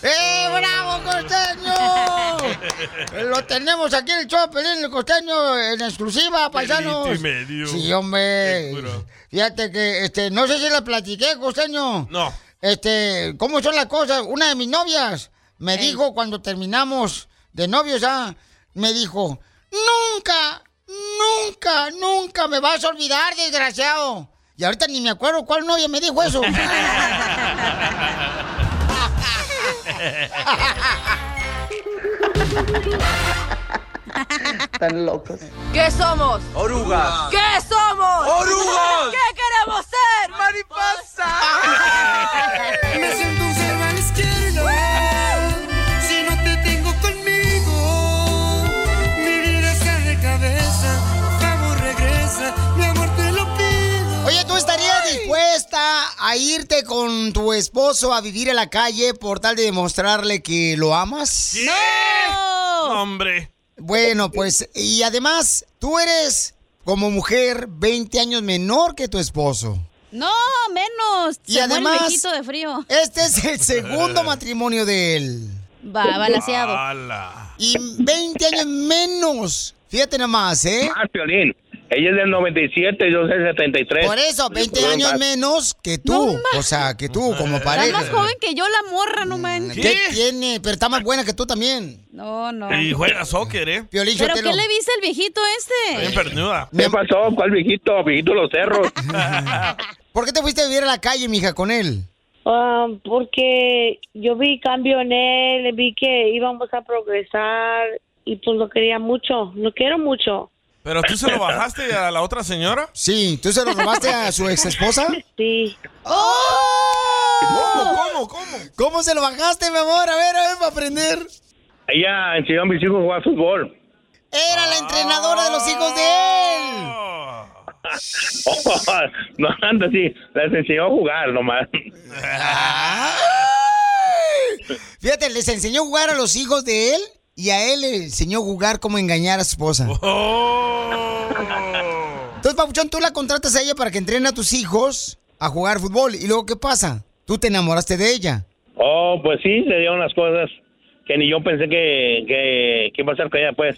Speaker 2: ¡Eh, bravo, costeño! Lo tenemos aquí en el show, Pelín, el costeño, en exclusiva, paisanos.
Speaker 4: Litro y medio.
Speaker 2: Sí, hombre.
Speaker 4: Te juro.
Speaker 2: Fíjate que, este, no sé si la platiqué, costeño.
Speaker 4: No.
Speaker 2: Este, ¿cómo son las cosas? Una de mis novias me dijo cuando terminamos de novios, ah, me dijo, nunca, nunca, nunca me vas a olvidar, desgraciado. Y ahorita ni me acuerdo cuál novia me dijo eso.
Speaker 12: Están locos.
Speaker 14: ¿Qué somos?
Speaker 12: Orugas.
Speaker 14: ¿Qué somos?
Speaker 12: Orugas.
Speaker 14: ¿Qué queremos ser? Mariposa.
Speaker 12: Me siento un cero a la izquierda. Si no te tengo conmigo, mi vida está de cabeza. Vamos, regresa. Mi amor, te lo pido.
Speaker 2: Oye, ¿tú estarías dispuesta a irte con tu esposo a vivir en la calle por tal de demostrarle que lo amas?
Speaker 4: No, hombre.
Speaker 2: Bueno, pues, y además, tú eres como mujer 20 años menor que tu esposo.
Speaker 5: No, menos.
Speaker 2: Y
Speaker 5: Se muere el
Speaker 2: además,
Speaker 5: viejito de frío.
Speaker 2: Este es el segundo matrimonio de él.
Speaker 5: Va, balanceado.
Speaker 4: ¡Hala!
Speaker 2: Y 20 años menos. Fíjate nomás, ¿eh?
Speaker 15: Más, Piolín. Ella es del 97, yo soy del 73.
Speaker 2: Por eso, 20 años menos que tú. o sea, que tú como
Speaker 5: Está
Speaker 2: pareja.
Speaker 5: más joven que yo, la morra, no manches.
Speaker 2: Mm, ¿Qué tiene? Pero está más buena que tú también.
Speaker 5: No, no.
Speaker 4: Y juega soccer, ¿eh?
Speaker 2: Piolín,
Speaker 5: ¿Pero
Speaker 2: Sotelo.
Speaker 5: qué le viste al viejito
Speaker 4: Bien
Speaker 5: este?
Speaker 4: pernuda.
Speaker 15: ¿Qué pasó? ¿Cuál viejito? Viejito los cerros.
Speaker 2: ¿Por qué te fuiste a vivir a la calle, mija, con él?
Speaker 12: Ah, porque yo vi cambio en él, vi que íbamos a progresar y pues lo quería mucho, lo quiero mucho.
Speaker 4: ¿Pero tú se lo bajaste a la otra señora?
Speaker 2: Sí, ¿tú se lo robaste a su ex esposa?
Speaker 12: Sí.
Speaker 4: ¿Cómo, cómo, cómo?
Speaker 2: ¡Oh! ¿Cómo se lo bajaste, mi amor? A ver, a ver, para aprender.
Speaker 15: Ella enseñó a mis hijos a jugar fútbol.
Speaker 2: Era la entrenadora de los hijos de él.
Speaker 15: no anda así. Les enseñó a jugar nomás.
Speaker 2: Fíjate, les enseñó a jugar a los hijos de él y a él le enseñó a jugar cómo engañar a su esposa.
Speaker 4: Oh.
Speaker 2: Entonces, Papuchón, tú la contratas a ella para que entrene a tus hijos a jugar fútbol. ¿Y luego qué pasa? Tú te enamoraste de ella.
Speaker 15: Oh, pues sí, se dieron las cosas que ni yo pensé que, que, que iba a ser con ella, pues.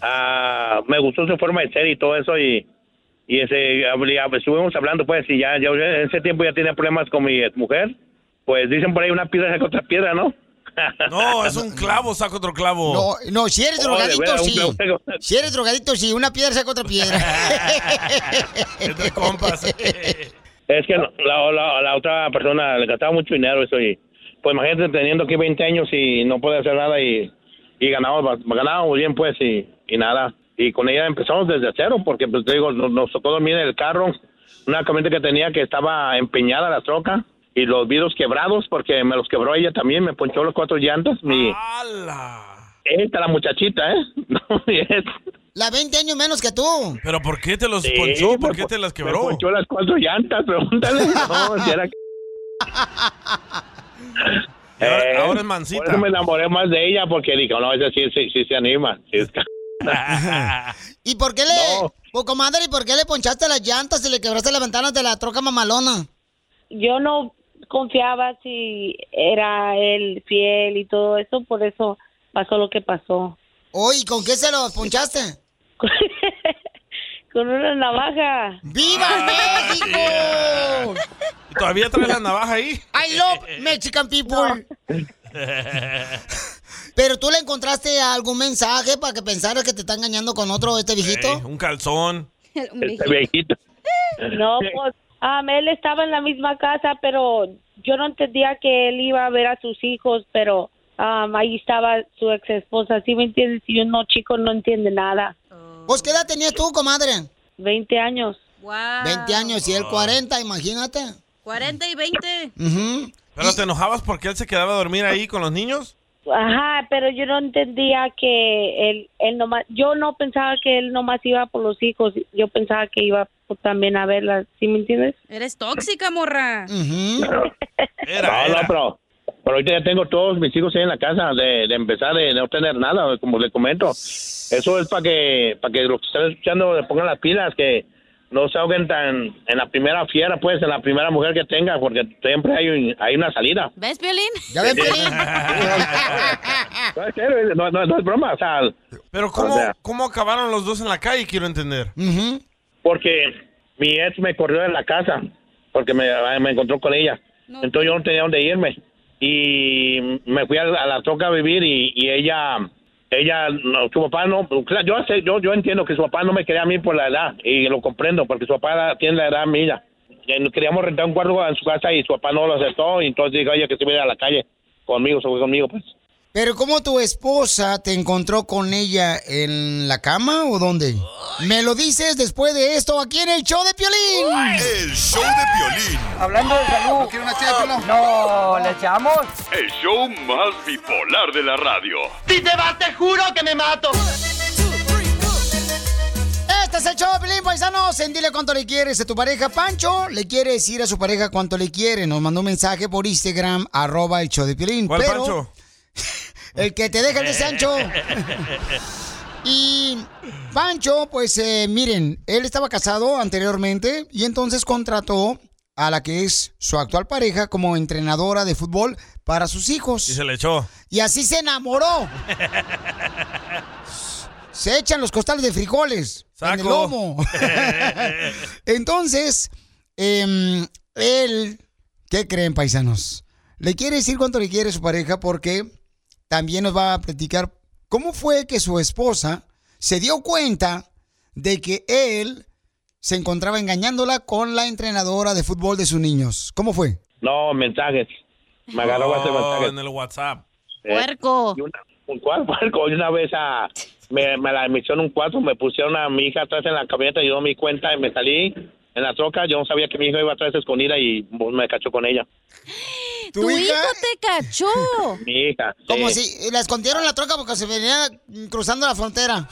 Speaker 15: Ah, me gustó su forma de ser y todo eso y, y ese, habl- hab- estuvimos hablando, pues, y ya, ya en ese tiempo ya tenía problemas con mi mujer. Pues dicen por ahí una piedra saca otra piedra, ¿no?
Speaker 4: No, es un clavo, saca otro clavo.
Speaker 2: No, no, si eres
Speaker 4: Oh, de
Speaker 2: drogadito,
Speaker 4: veras, un
Speaker 2: sí.
Speaker 4: clavo.
Speaker 2: Si eres drogadito, sí. Una piedra saca otra piedra.
Speaker 15: Es que no, la, la, la otra persona le gastaba mucho dinero eso y pues imagínate teniendo aquí 20 años y no puede hacer nada y, y ganamos, ba- ganábamos bien pues y, y nada. Y con ella empezamos desde cero porque pues te digo, nos, nos tocó dormir en el carro, una camioneta que tenía que estaba empeñada la troca y los vidrios quebrados porque me los quebró ella también, me ponchó los cuatro llantas. Mi,
Speaker 2: Ah.
Speaker 15: Esta la muchachita, ¿eh? No, y es-
Speaker 2: La 20 años menos que tú.
Speaker 4: ¿Pero por qué te los
Speaker 15: Sí, pues,
Speaker 4: ponchó? ¿Por,
Speaker 15: por-
Speaker 4: qué te las
Speaker 15: me
Speaker 4: quebró?
Speaker 15: ponchó las cuatro llantas, pregúntale. No, si era
Speaker 4: Y ahora- ahora es
Speaker 15: Eh, Por eso me enamoré más de ella porque dije, no, esa sí, sí, sí se anima. sí es ca-
Speaker 2: ¿Y por qué le... Oh, comadre, ¿y por qué le ponchaste las llantas y le quebraste las ventanas de la troca mamalona?
Speaker 16: Yo no confiaba si era él fiel y todo eso, por eso pasó lo que pasó.
Speaker 2: Oye, ¿y con qué se lo ponchaste?
Speaker 16: Con una navaja. Ah.
Speaker 2: ¡Viva México!
Speaker 15: pues.
Speaker 4: ¿Y ¿Todavía traes la navaja ahí?
Speaker 2: I love Mexican people. Pero tú le encontraste algún mensaje para que pensara que te está engañando con otro este viejito.
Speaker 4: Ey, un calzón.
Speaker 15: Este viejito.
Speaker 16: No, pues am, él estaba en la misma casa, pero yo no entendía que él iba a ver a sus hijos, pero am, ahí estaba su ex esposa. ¿Sí me entiendes? Y yo no, chico, no entiende nada.
Speaker 2: ¿Pues qué edad tenías tú, comadre?
Speaker 16: 20 años.
Speaker 5: Wow.
Speaker 2: 20 años y él
Speaker 4: Ah.
Speaker 2: 40, imagínate.
Speaker 5: 40 y 20.
Speaker 4: ¿Pero te enojabas porque él se quedaba a dormir ahí con los niños?
Speaker 16: Ajá, pero yo no entendía que él, él nomás, yo no pensaba que él nomás iba por los hijos, yo pensaba que iba pues, también a verla, ¿sí me entiendes?
Speaker 5: Eres tóxica, morra.
Speaker 15: no, no, pero, pero ahorita ya tengo todos mis hijos ahí en la casa de, de empezar de no tener nada, como les comento. Eso es para que, para que los que están escuchando le pongan las pilas, que no se ahoguen tan en la primera fiera, pues, en la primera mujer que tenga, porque siempre hay, un- hay una salida.
Speaker 5: ¿Ves, Piolín?
Speaker 2: ¿Ya
Speaker 15: ves, Piolín? No, es serio, no, no- no es broma, o sea,
Speaker 4: Pero ¿cómo,
Speaker 15: O sea.
Speaker 4: ¿cómo acabaron los dos en la calle? Quiero entender.
Speaker 15: porque mi ex me corrió de la casa porque me, me encontró con ella. Entonces yo no tenía dónde irme y me fui a, la- a la troca a vivir y, y ella ella no, su papá no claro, yo sé- yo yo entiendo que su papá no me quería a mí por la edad y lo comprendo porque su papá era- tiene la edad mía. Y nos Queríamos rentar un cuarto en su casa y su papá no lo aceptó y entonces dijo oye que se viera a la calle conmigo, se fue conmigo pues.
Speaker 2: Pero ¿cómo tu esposa te encontró con ella en la cama o dónde? Me lo dices después de esto aquí en el show de Piolín.
Speaker 1: El show de Piolín.
Speaker 3: Hablando de salud. ¿No quiere una No, ¿le echamos?
Speaker 10: El show más bipolar de la radio.
Speaker 3: Si te vas, te juro que me mato.
Speaker 2: Este es el show de Piolín, paisanos. En Dile cuánto le quieres a tu pareja. Pancho le quiere decir a su pareja cuánto le quiere. Nos mandó un mensaje por Instagram, arroba el show de Piolín.
Speaker 4: ¿Cuál
Speaker 2: Pero-
Speaker 4: Pancho?
Speaker 2: El que te deja el de Sancho. Y Pancho, pues eh, miren, él estaba casado anteriormente y entonces contrató a la que es su actual pareja como entrenadora de fútbol para sus hijos.
Speaker 4: Y se le echó.
Speaker 2: Y así se enamoró. Se echan los costales de frijoles en el
Speaker 4: Saco.
Speaker 2: lomo. Entonces, em, él, ¿qué creen, paisanos? Le quiere decir cuánto le quiere su pareja porque también nos va a platicar cómo fue que su esposa se dio cuenta de que él se encontraba engañándola con la entrenadora de fútbol de sus niños. ¿Cómo fue?
Speaker 15: No, mensajes. Me agarró bastante
Speaker 4: oh,
Speaker 15: mensajes.
Speaker 4: en el WhatsApp.
Speaker 15: Eh, y una- un cuarto, puerco. Y una vez a, me, me la metieron un cuarto, me pusieron a mi hija atrás en la camioneta, yo no me di cuenta y me salí en la troca. Yo no sabía que mi hija iba atrás escondida y pues, me cachó con ella.
Speaker 2: ¿Tu, hijo
Speaker 5: te cachó?
Speaker 15: Mi hija. sí.
Speaker 2: Como si la escondieron en la troca porque se venía mm, cruzando la frontera.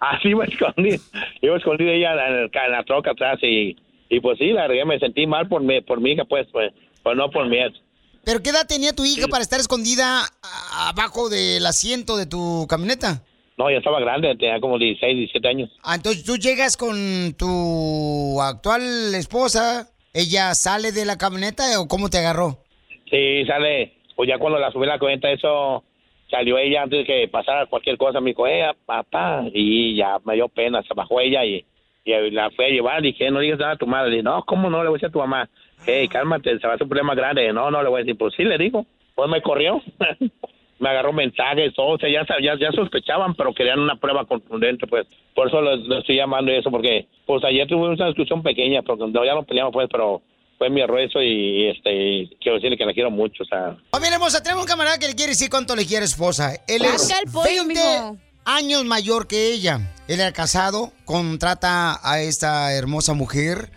Speaker 15: Así me escondí. Iba escondida ella en, el ca- en la troca atrás y, y pues sí, la regué, me sentí mal por mi, por mi hija, pues, pues, pues no por mi ex.
Speaker 2: ¿Pero qué edad tenía tu hija para estar escondida a- abajo del asiento de tu camioneta?
Speaker 15: No, ya estaba grande, tenía como 16, 17 años.
Speaker 2: Ah, entonces tú llegas con tu actual esposa, ¿ella sale de la camioneta o cómo te agarró?
Speaker 15: Sí, sale. Pues ya cuando la subí a la cuenta, eso salió ella antes de que pasara cualquier cosa. Me dijo, eh, papá. Y ya me dio pena, se bajó ella y, y la fue a llevar. Dije, no le digas nada a tu madre. Le dije, no, ¿cómo no? Le voy a decir a tu mamá. Hey, cálmate, se va a hacer un problema grande. No, no, le voy a decir, pues sí, le digo. Pues me corrió. me agarró mensajes, todo. O sea, ya, sab- ya, ya sospechaban, pero querían una prueba contundente, pues. Por eso lo, lo estoy llamando y eso, porque pues ayer tuvimos una discusión pequeña, porque no, ya no peleamos, pues, pero fue mi error eso y, y, este y quiero decirle que la quiero mucho, o sea.
Speaker 2: Oh, mira, hermosa, tenemos un camarada que le quiere decir cuánto le quiere a su esposa. Él es
Speaker 5: Saca Ah, el pollo,
Speaker 2: 20
Speaker 5: mijo.
Speaker 2: años mayor que ella. Él era casado, contrata a esta hermosa mujer,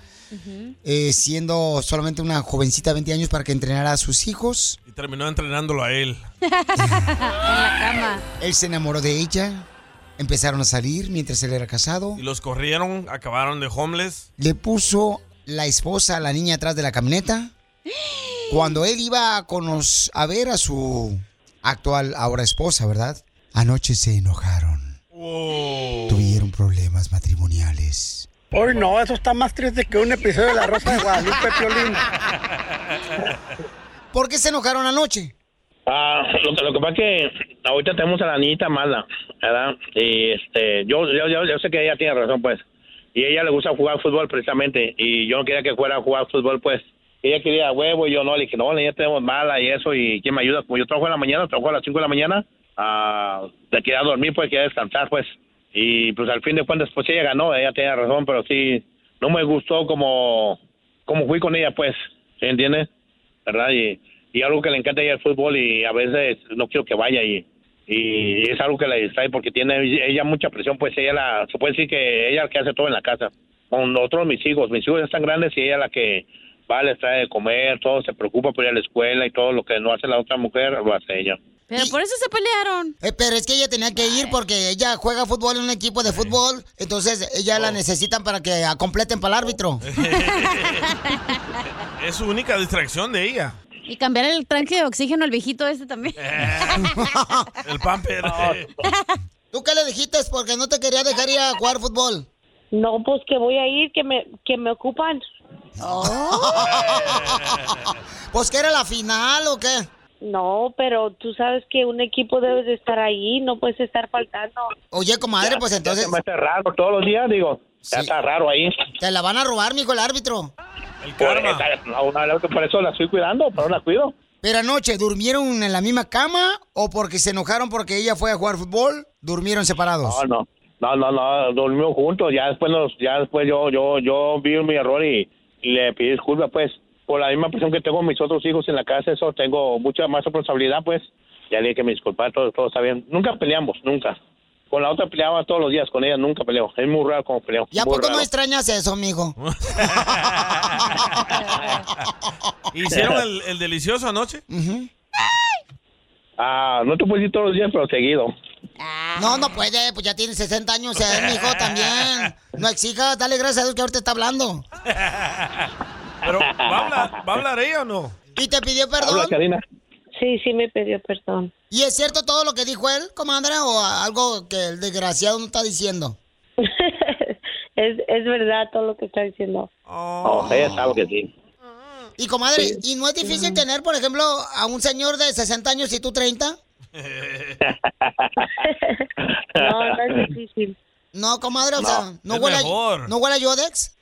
Speaker 2: eh, siendo solamente una jovencita de 20 años para que entrenara a sus hijos.
Speaker 4: Y terminó entrenándolo a él.
Speaker 2: Él se enamoró de ella, empezaron a salir mientras él era casado.
Speaker 4: Y los corrieron, acabaron de homeless.
Speaker 2: Le puso la esposa a la niña atrás de la camioneta. Cuando él iba a, conos- a ver a su actual ahora esposa, ¿verdad? Anoche se enojaron. Tuvieron problemas matrimoniales.
Speaker 17: Hoy no, eso está más triste que un episodio de La Rosa de Guadalupe, Piolín.
Speaker 2: ¿Por qué se enojaron anoche?
Speaker 15: Ah, lo, que- lo que pasa es que ahorita tenemos a la niñita mala, ¿verdad? Y este, yo, yo, yo, yo sé que ella tiene razón, pues. Y a ella le gusta jugar fútbol precisamente. Y yo no quería que fuera a jugar fútbol, pues. Ella quería huevo y yo no. Le dije, no, la niña tenemos mala y eso. ¿Y quién me ayuda? Como yo trabajo en la mañana, trabajo a las 5 de la mañana. Ah, le quería dormir, pues, quería descansar, pues. Y pues al fin de cuentas, pues ella ganó. Ella tenía razón, pero sí, no me gustó como, como fui con ella, pues. ¿Sí entiendes? ¿verdad? Y, y algo que le encanta ella el fútbol y a veces no quiero que vaya y, y es algo que le distrae porque tiene ella mucha presión, pues ella la, se puede decir que ella es la que hace todo en la casa. Con otros mis hijos, mis hijos ya están grandes y ella es la que va, les trae de comer, todo, se preocupa por ir a la escuela y todo lo que no hace la otra mujer lo hace ella.
Speaker 5: Pero por eso se pelearon.
Speaker 2: Eh, pero es que ella tenía que ir porque ella juega fútbol en un equipo de fútbol, entonces ella
Speaker 17: Oh.
Speaker 2: la necesitan para que ah, completen para el árbitro.
Speaker 4: Es su única distracción de ella.
Speaker 5: Y cambiar el tranque de oxígeno al viejito este también.
Speaker 4: El pamper.
Speaker 2: ¿Tú qué le dijiste? Porque no te quería dejar ir a jugar fútbol.
Speaker 16: No, pues que voy a ir, que me, que me ocupan.
Speaker 2: pues que era la final o qué?
Speaker 16: No, pero tú sabes que un equipo debe de estar ahí, no puedes estar faltando.
Speaker 2: Oye, comadre,
Speaker 15: Ya-
Speaker 2: pues
Speaker 15: ya
Speaker 2: entonces
Speaker 15: se me hace raro todos los días, digo. Ya está raro ahí.
Speaker 2: te la van a robar, mijo, el árbitro.
Speaker 15: Por, esa- no, no, por eso la estoy cuidando, pero la cuido.
Speaker 2: Pero anoche, ¿durmieron en la misma cama o porque se enojaron porque ella fue a jugar fútbol? ¿Durmieron separados?
Speaker 15: No, no. No, no, no, dormimos juntos. Ya después nos, ya después yo, yo, yo vi mi error y, y le pedí disculpas, pues. Por la misma presión que tengo mis otros hijos en la casa, eso tengo mucha más responsabilidad, pues. Ya le dije que me disculpa, todo, todo está bien. Nunca peleamos, nunca. Con la otra peleaba todos los días, con ella nunca peleo. Es muy raro como peleo.
Speaker 2: ¿Y a
Speaker 15: muy
Speaker 2: poco no
Speaker 15: raro.
Speaker 2: extrañas eso, mijo?
Speaker 4: ¿Hicieron el, el delicioso anoche?
Speaker 15: Ah, no te puedo decir todos los días, pero seguido.
Speaker 16: Ah.
Speaker 2: No, no puede, pues ya tiene 60 años, o sea, mijo, también. No exijas, dale gracias a Dios que ahorita está hablando.
Speaker 4: Pero, ¿va a hablar, va a hablar ella o no?
Speaker 2: ¿Y te pidió perdón?
Speaker 15: Habla, Karina.
Speaker 16: Sí, sí me pidió perdón.
Speaker 2: ¿Y es cierto todo lo que dijo él, comandante, o algo que el desgraciado no está diciendo?
Speaker 16: Es, es verdad Ah, todo lo que está diciendo.
Speaker 15: Oh, ella sabe que sí.
Speaker 2: Y comadre, ¿y no es difícil tener, por ejemplo, a un señor de 60 años y tú 30?
Speaker 16: No, no es difícil.
Speaker 2: No, comadre, o
Speaker 16: No,
Speaker 2: sea, no
Speaker 16: es
Speaker 2: huele, a,
Speaker 15: mejor.
Speaker 2: no huele a Yodex.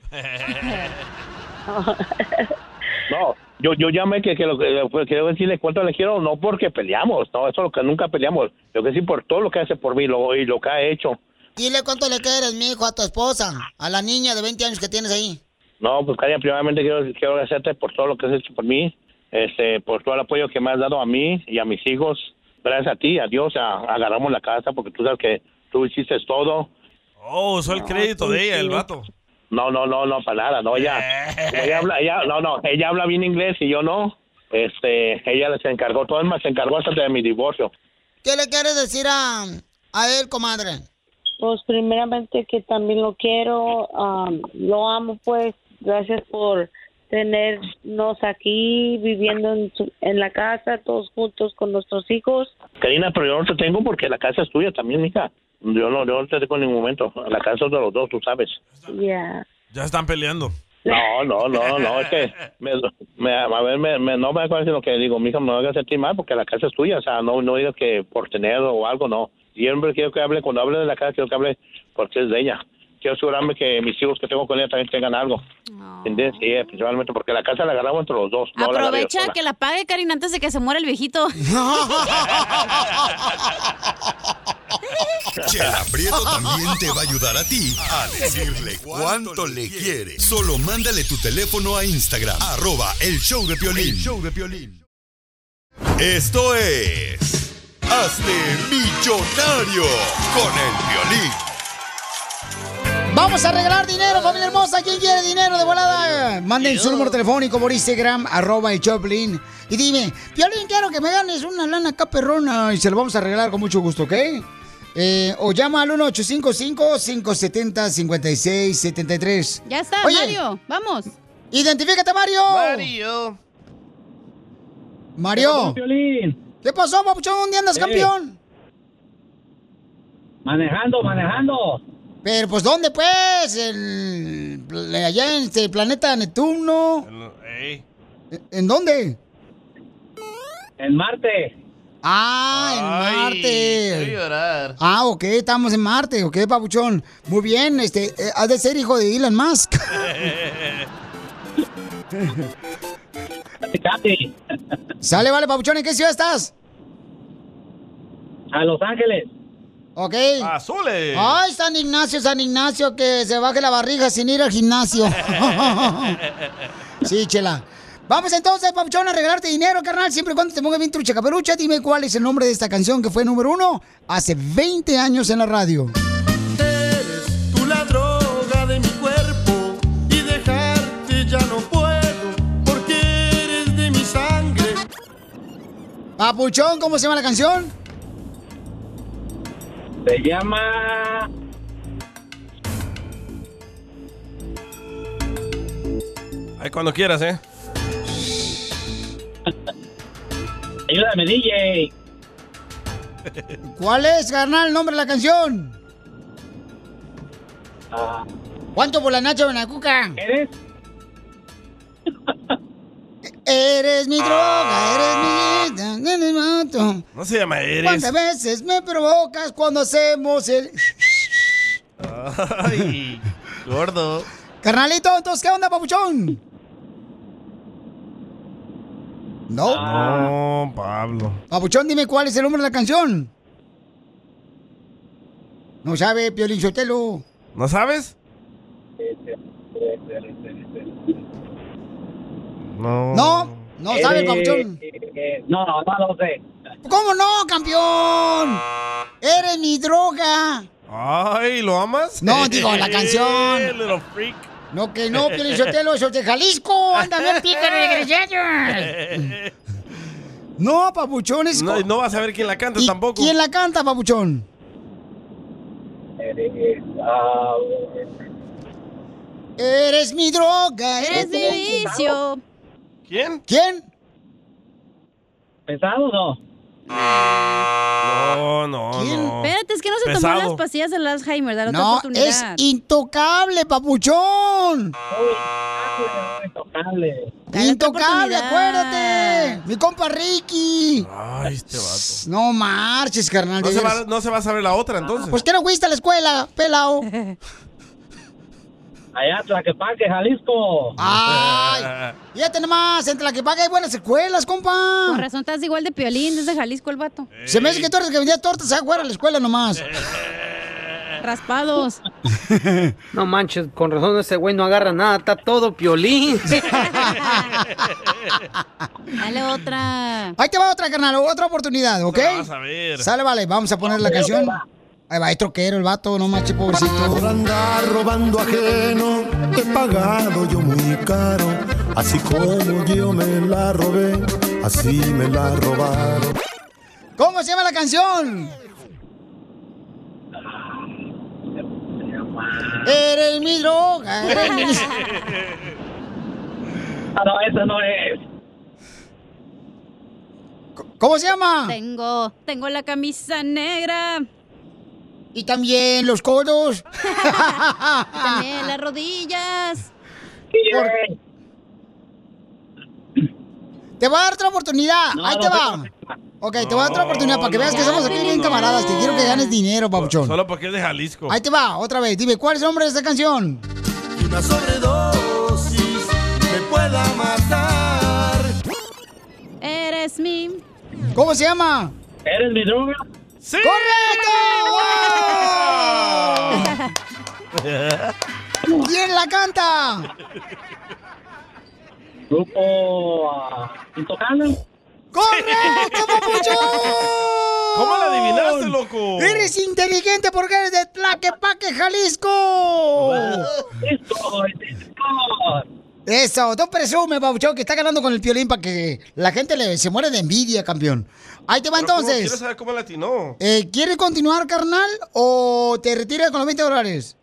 Speaker 15: No, yo, yo llamé que, que lo que pues, quiero decirle cuánto le quiero, no porque peleamos, no, eso es lo que nunca peleamos, lo que sí por todo lo que hace por mí lo, y lo que ha hecho.
Speaker 2: Dile cuánto le quieres, mijo, a tu esposa, a la niña de 20 años que tienes ahí.
Speaker 15: No, pues Karina, primeramente quiero, quiero agradecerte por todo lo que has hecho por mí, este, por todo el apoyo que me has dado a mí y a mis hijos. Gracias a ti, a Dios, a- agarramos la casa porque tú sabes que tú hiciste todo.
Speaker 4: Oh, usó el crédito de ella, el vato. Eh.
Speaker 15: No, no, no, no, para nada, no, ella, como ella habla, ella, no, no, ella habla bien inglés y yo no. Este, ella se encargó, todo el más se encargó hasta de mi divorcio.
Speaker 2: ¿Qué le quieres decir a, a él, comadre?
Speaker 16: Pues primeramente que también lo quiero, am, lo amo pues, gracias por tenernos aquí viviendo en, su- en la casa todos juntos con nuestros hijos.
Speaker 15: Karina, pero yo no te tengo porque la casa es tuya también, hija. Yo no, yo no te tengo en ningún momento. La casa es de los dos, tú sabes.
Speaker 16: Ya.
Speaker 4: Ya están peleando.
Speaker 15: No, no, no, no, es que me, me- a ver, me, me- no me acuerdo lo que digo, mija, no me hagas sentir mal porque la casa es tuya, o sea, no, no digas que por tener o algo, no. Siempre quiero que hable, cuando hable de la casa, quiero que hable porque es de ella. Quiero asegurarme que mis hijos que tengo con ella también tengan algo. ¿Entiendes? Sí, principalmente porque la casa la agarramos entre los dos. no la agarré yo
Speaker 5: Aprovecha
Speaker 15: sola.
Speaker 5: que la pague, Karina, antes de que se muera el viejito.
Speaker 1: Chela Prieto también te va a ayudar a ti a decirle cuánto le quiere. Solo mándale tu teléfono a Instagram, arroba el show de Piolín.
Speaker 12: El
Speaker 1: show de Esto es... Hazte millonario con el violín.
Speaker 2: Vamos a regalar dinero, familia hermosa. ¿Quién quiere dinero de volada? Manden su número telefónico por Instagram, arroba el Choplin. Y dime, Piolín, quiero que me ganes una lana acá perrona. Y se lo vamos a regalar con mucho gusto, ¿ok? Eh, o llama al 1-855-570-5673.
Speaker 5: Ya está, Mario, vamos.
Speaker 2: ¡Identifícate, Mario!
Speaker 5: Mario.
Speaker 2: Mario.
Speaker 18: ¿Qué pasó,
Speaker 2: ¿Qué pasó, papuchón? ¿Dónde andas,
Speaker 18: Eh.
Speaker 2: campeón?
Speaker 18: Manejando, manejando.
Speaker 2: Pero, pues, ¿dónde, pues? El, allá en este planeta Neptuno. ¿En dónde?
Speaker 18: En Marte.
Speaker 2: Ah, en
Speaker 18: Ay,
Speaker 2: Marte.
Speaker 18: quiero llorar.
Speaker 2: Ah, ok, estamos en Marte, ok, papuchón. Muy bien, este, eh, has de ser hijo de Elon Musk. Sale, vale, papuchón, ¿en qué ciudad estás?
Speaker 18: A Los Ángeles.
Speaker 2: Ok.
Speaker 18: Azules.
Speaker 2: Ay, San Ignacio, San Ignacio, que se baje la barriga sin ir al gimnasio. sí, chela. Vamos entonces, papuchón, a regalarte dinero, carnal, siempre y cuando te ponga bien trucha caperucha. Dime cuál es el nombre de esta canción que fue número uno hace 20 años en la radio.
Speaker 12: Eres tú la droga de mi cuerpo y dejarte ya no puedo porque eres de mi sangre.
Speaker 2: Papuchón, ¿cómo se llama la canción?
Speaker 18: Se llama.
Speaker 4: Ahí cuando quieras, ¿eh?
Speaker 18: Ayúdame, DJ.
Speaker 2: ¿Cuál es, carnal, el nombre de la canción?
Speaker 18: Ah,
Speaker 2: ¿Cuánto por la Nacho Benacuca?
Speaker 18: ¿Eres?
Speaker 2: Eres mi droga, eres mi vida, eres mi mato.
Speaker 4: Ah. No se llama Eres.
Speaker 2: ¿Cuántas veces me provocas cuando hacemos el...
Speaker 18: Ay, gordo.
Speaker 2: Carnalito, entonces, ¿qué onda, papuchón? No.
Speaker 4: No, Pablo.
Speaker 2: Papuchón, dime cuál es el nombre de la canción. No sabe, Piolín Sotelo.
Speaker 4: ¿No sabes? No.
Speaker 2: No, no sabe el papuchón.
Speaker 12: eh,
Speaker 18: no, no lo sé.
Speaker 2: ¿Cómo no, campeón? Eres mi droga.
Speaker 4: Ay, ¿lo amas?
Speaker 2: No, digo, la canción.
Speaker 4: Little freak.
Speaker 2: No, que no, Piolín Sotelo, eso es de Jalisco. Anda bien, pícaro de Grecia. No, papuchón, es...
Speaker 4: No, y no vas a ver quién la canta tampoco.
Speaker 2: ¿Quién la canta, papuchón?
Speaker 19: eh,
Speaker 18: Ah,
Speaker 2: Eres mi droga, eres mi vicio.
Speaker 4: ¿Quién?
Speaker 2: ¿Quién?
Speaker 18: ¿Pesado o
Speaker 4: No, no, no.
Speaker 5: Espérate, es que no se
Speaker 4: Pesado.
Speaker 5: tomó las pastillas del Alzheimer, dale otra
Speaker 2: No, es
Speaker 5: oportunidad.
Speaker 2: intocable, papuchón. Intocable,
Speaker 5: oportunidad.
Speaker 2: acuérdate. Mi compa Ricky.
Speaker 4: Ay, este vato.
Speaker 2: No marches, carnal.
Speaker 4: No
Speaker 2: de
Speaker 4: se, va,
Speaker 2: veras.
Speaker 4: no se va a saber la otra entonces.
Speaker 2: Pues que no fuiste a la escuela, pelao.
Speaker 18: Allá, Tlaquepaque, Jalisco.
Speaker 2: Ay. Fíjate nomás, entre la que paga hay buenas escuelas, compa.
Speaker 5: Con razón estás igual de piolín desde Jalisco el vato.
Speaker 2: Se me hace que tú eres el que vendía tortas afuera de la escuela nomás.
Speaker 5: Raspados.
Speaker 17: No manches, con razón ese güey no agarra nada, está todo piolín.
Speaker 5: Dale otra.
Speaker 2: Ahí te va otra, carnal, otra oportunidad, ¿ok?
Speaker 5: la vas a ver.
Speaker 2: Sale, vale, vamos a poner la canción. Ahí va, es troquero el vato, no manches, pobrecito.
Speaker 12: Por andar robando ajeno, he pagado yo muy caro. Así como yo me la robé, así me la robaron.
Speaker 2: ¿Cómo se llama la canción? Eh, Eres mi droga. eres mi-
Speaker 18: Ah, no, eso no es.
Speaker 2: ¿Cómo se llama?
Speaker 5: Tengo, tengo la camisa negra.
Speaker 2: Y también los codos.
Speaker 5: también las rodillas.
Speaker 2: Te voy a dar otra oportunidad.
Speaker 5: No,
Speaker 2: Ahí
Speaker 5: no,
Speaker 2: te
Speaker 5: no,
Speaker 2: va. Ok, te voy a dar otra oportunidad para que veas que somos aquí bien camaradas. Te quiero que ganes dinero, papuchón.
Speaker 4: Solo porque es de Jalisco.
Speaker 2: Ahí te va, otra vez. Dime, ¿cuál es el nombre de esta canción?
Speaker 12: Una sobredosis me pueda matar.
Speaker 5: Eres mi.
Speaker 2: ¿Cómo se llama?
Speaker 18: ¿Eres mi droga?
Speaker 4: ¡Sí! Ah.
Speaker 2: ¡Correcto! ¡Wow! ¿Quién la canta?
Speaker 18: Grupo ah, Intocable.
Speaker 2: ¡Correcto, papuchón!
Speaker 4: ¿Cómo la adivinaste, loco?
Speaker 2: ¡Eres inteligente porque eres de Tlaquepaque, Jalisco! Eso, tú presume, Pabuchón, que está ganando con el piolín para que la gente le, se muere de envidia, campeón. Ahí te va
Speaker 4: Pero ¿cómo? Quiero
Speaker 2: entonces.
Speaker 4: saber cómo latinó.
Speaker 2: Eh, ¿Quieres continuar, carnal, o te retiras con los 20 dólares?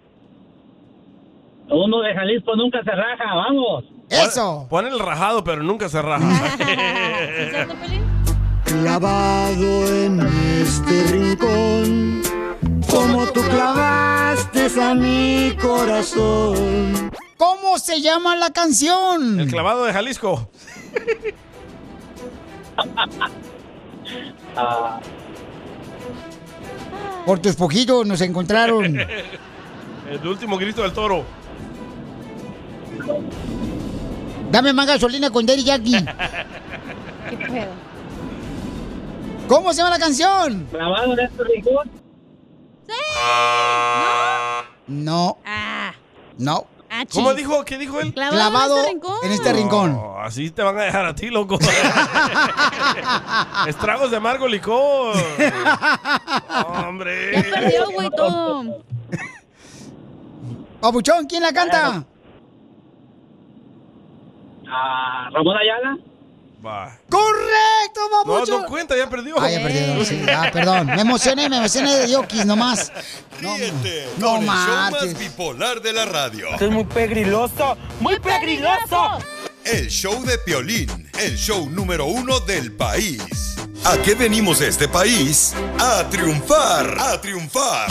Speaker 18: Uno de Jalisco nunca se raja, vamos.
Speaker 2: Eso.
Speaker 4: Pon el rajado, pero nunca se raja.
Speaker 12: Clavado en este rincón, como tú clavaste a mi corazón.
Speaker 2: ¿Cómo se llama la canción?
Speaker 4: el clavado de Jalisco.
Speaker 18: Ah,
Speaker 2: Por tus poquitos nos encontraron.
Speaker 4: el último grito del toro.
Speaker 2: Dame más gasolina con Daddy Jackie. ¿Cómo se llama la canción?
Speaker 18: clavado en este rincón.
Speaker 2: No.
Speaker 5: Ah.
Speaker 2: No.
Speaker 4: ¿Cómo dijo? ¿Qué dijo él?
Speaker 2: Ah, Clavado en este rincón.
Speaker 4: Oh, así te van a dejar a ti, loco. Estragos de amargo licor. Hombre.
Speaker 5: Ya perdió, güey, todo.
Speaker 2: Papuchón, ¿quién la canta?
Speaker 18: Ah, Ramón Ayala.
Speaker 4: Va.
Speaker 2: ¡Correcto,
Speaker 4: No,
Speaker 2: papuchón!
Speaker 4: no cuenta, ya perdió.
Speaker 2: Ah, ya perdieron, sí. Ah, perdón. Me emocioné, me emocioné de Yokis nomás.
Speaker 1: Ríete
Speaker 2: no
Speaker 1: con el show
Speaker 2: marches.
Speaker 1: más bipolar de la radio.
Speaker 2: Esto es
Speaker 1: muy pegriloso,
Speaker 2: muy pegriloso.
Speaker 1: El show de Piolín, el show número uno del país. ¿A qué venimos a este país? A triunfar, a triunfar.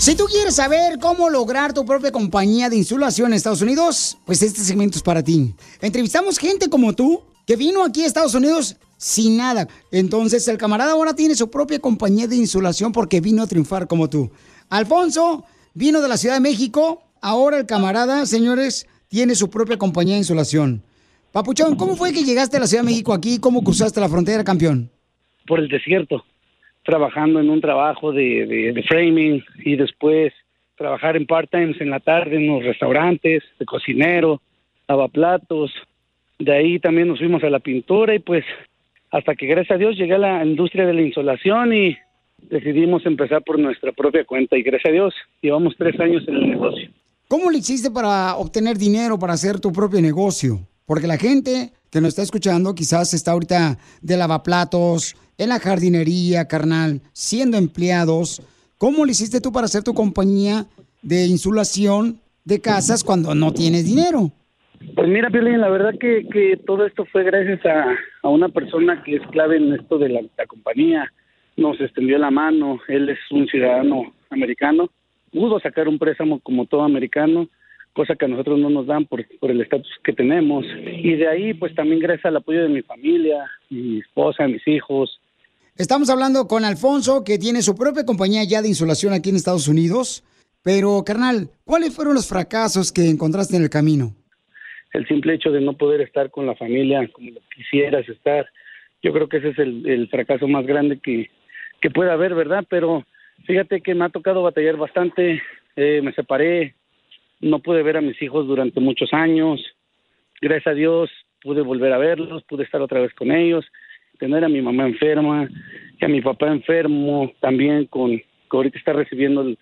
Speaker 2: Si tú quieres saber cómo lograr tu propia compañía de insulación en Estados Unidos, pues este segmento es para ti. Entrevistamos gente como tú que vino aquí a Estados Unidos sin nada. Entonces el camarada ahora tiene su propia compañía de insulación porque vino a triunfar como tú. Alfonso vino de la Ciudad de México. Ahora el camarada, señores, tiene su propia compañía de insulación. Papuchón, ¿cómo fue que llegaste a la Ciudad de México aquí? ¿Cómo cruzaste la frontera, campeón?
Speaker 19: por el desierto, trabajando en un trabajo de, de- de framing y después trabajar en part-times en la tarde en los restaurantes, de cocinero, lavaplatos. De ahí también nos fuimos a la pintura y pues hasta que gracias a Dios llegué a la industria de la insolación y decidimos empezar por nuestra propia cuenta y gracias a Dios llevamos tres años en el negocio.
Speaker 2: ¿Cómo le hiciste para obtener dinero para hacer tu propio negocio? Porque la gente que nos está escuchando quizás está ahorita de lavaplatos, en la jardinería, carnal, siendo empleados. ¿Cómo le hiciste tú para hacer tu compañía de insulación de casas cuando no tienes dinero?
Speaker 19: Pues mira, Piolín, la verdad que, que todo esto fue gracias a, a una persona que es clave en esto de la, la compañía. Nos extendió la mano, él es un ciudadano americano, pudo sacar un préstamo como todo americano, cosa que a nosotros no nos dan por, por el estatus que tenemos. Y de ahí, pues también gracias al apoyo de mi familia, mi esposa, mis hijos,
Speaker 2: Estamos hablando con Alfonso, que tiene su propia compañía ya de insulación aquí en Estados Unidos. Pero, carnal, ¿cuáles fueron los fracasos que encontraste en el camino?
Speaker 19: el simple hecho de no poder estar con la familia como lo quisieras estar. Yo creo que ese es el, el fracaso más grande que, que pueda haber, ¿verdad? Pero fíjate que me ha tocado batallar bastante, eh, me separé, no pude ver a mis hijos durante muchos años, gracias a Dios pude volver a verlos, pude estar otra vez con ellos, tener a mi mamá enferma y a mi papá enfermo también con que ahorita está recibiendo el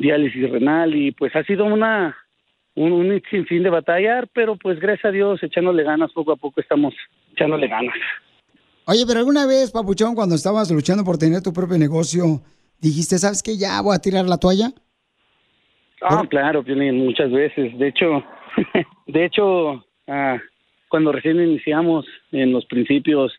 Speaker 19: diálisis renal y pues ha sido una un, un sinfín de batallar, pero pues gracias a Dios echándole ganas poco a poco estamos echándole ganas.
Speaker 2: Oye, pero alguna vez, Papuchón, cuando estabas luchando por tener tu propio negocio, dijiste, ¿sabes qué? Ya voy a tirar la toalla.
Speaker 19: Ah, claro, Piolín, muchas veces. De hecho, de hecho, ah, cuando recién iniciamos en los principios,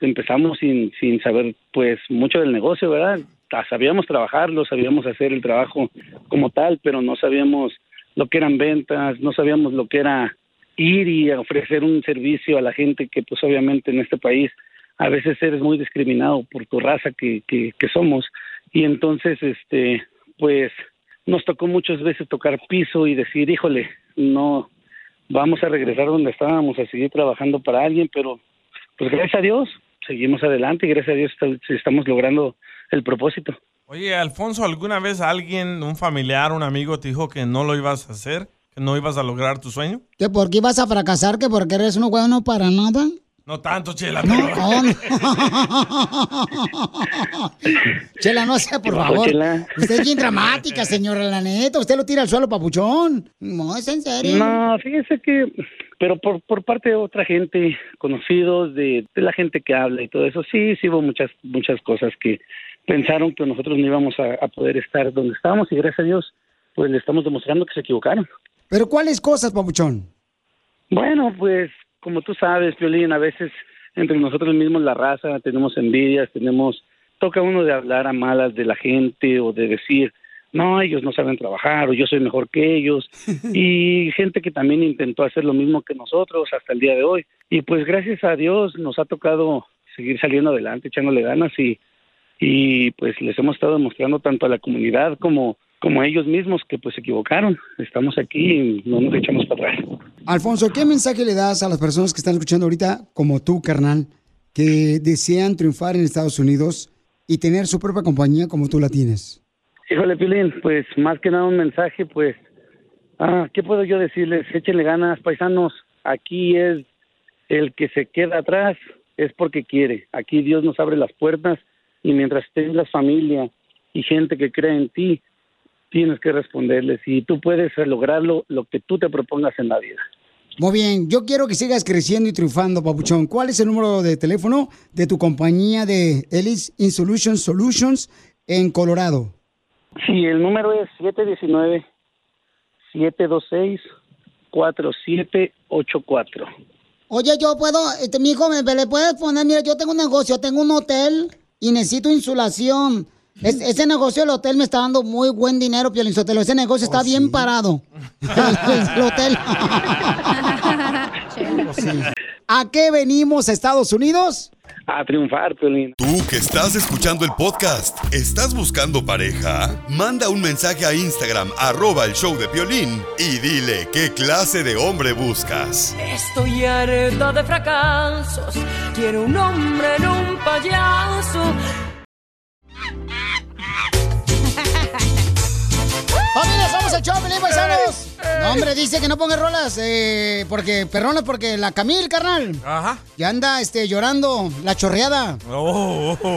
Speaker 19: empezamos sin, sin saber pues mucho del negocio, ¿verdad? Ta- Sabíamos trabajarlo, sabíamos hacer el trabajo como tal, pero no sabíamos lo que eran ventas, no sabíamos lo que era ir y ofrecer un servicio a la gente que pues obviamente en este país a veces eres muy discriminado por tu raza que, que, que somos y entonces este pues nos tocó muchas veces tocar piso y decir híjole no vamos a regresar donde estábamos a seguir trabajando para alguien pero pues gracias a Dios seguimos adelante y gracias a Dios está- estamos logrando el propósito
Speaker 4: Oye, Alfonso, ¿alguna vez alguien, un familiar, un amigo, te dijo que no lo ibas a hacer? ¿Que no ibas a lograr tu sueño?
Speaker 2: ¿Que por qué ibas a fracasar? ¿Que porque eres un bueno para nada?
Speaker 4: No tanto, Chela.
Speaker 2: Oh, no. Chela, no sea, por
Speaker 4: ¿Qué pasó,
Speaker 2: favor.
Speaker 4: Chela?
Speaker 2: Usted es bien dramática, señora, la neta. Usted lo tira al suelo, papuchón. No, es en serio.
Speaker 19: No, fíjese que, pero por, por parte de otra gente, conocidos, de, de la gente que habla y todo eso, sí, sí hubo muchas, muchas cosas que pensaron que nosotros no íbamos a, a poder estar donde estábamos y gracias a Dios, pues le estamos demostrando que se equivocaron.
Speaker 2: ¿Pero cuáles cosas, papuchón?
Speaker 19: Bueno, pues como tú sabes, Violín, a veces entre nosotros mismos la raza, tenemos envidias, tenemos, toca uno de hablar a malas de la gente o de decir, no, ellos no saben trabajar o yo soy mejor que ellos. y gente que también intentó hacer lo mismo que nosotros hasta el día de hoy. Y pues gracias a Dios nos ha tocado seguir saliendo adelante, echándole ganas y, y pues les hemos estado demostrando tanto a la comunidad como, como a ellos mismos que pues se equivocaron. Estamos aquí y no nos echamos para atrás.
Speaker 2: Alfonso, ¿qué mensaje le das a las personas que están escuchando ahorita, como tú, carnal, que desean triunfar en Estados Unidos y tener su propia compañía como tú la tienes?
Speaker 19: Híjole, Pilín, pues más que nada un mensaje, pues, ah, ¿qué puedo yo decirles? Échenle ganas, paisanos. Aquí es el que se queda atrás, es porque quiere. Aquí Dios nos abre las puertas y mientras tengas familia y gente que cree en ti, tienes que responderles y tú puedes lograrlo lo que tú te propongas en la vida.
Speaker 2: Muy bien, yo quiero que sigas creciendo y triunfando, Papuchón. ¿Cuál es el número de teléfono de tu compañía de Ellis Insolution Solutions en Colorado?
Speaker 19: Sí, el número es 719-726-4784.
Speaker 20: Oye, yo puedo, este, mijo, ¿me, me le puedes poner? Mira, yo tengo un negocio, tengo un hotel y necesito insulación. Es- ese negocio del hotel me está dando muy buen dinero, Piolinzotelo. Ese negocio
Speaker 2: Oh,
Speaker 20: está bien parado. el hotel.
Speaker 2: ¿A qué venimos a Estados Unidos?
Speaker 19: A triunfar, Pilín.
Speaker 1: Tú que estás escuchando el podcast, ¿estás buscando pareja? Manda un mensaje a Instagram, arroba el show de Piolín, y dile qué clase de hombre buscas.
Speaker 7: Estoy harta de fracasos. Quiero un hombre en un payaso.
Speaker 20: ¡Familia, somos el show, Pelín, paisanos! No, hombre, dice que no ponga rolas, eh, porque, perronas, porque la Camil, carnal.
Speaker 4: Ajá.
Speaker 20: Ya anda, este, llorando, la chorreada.
Speaker 4: Oh, oh, oh.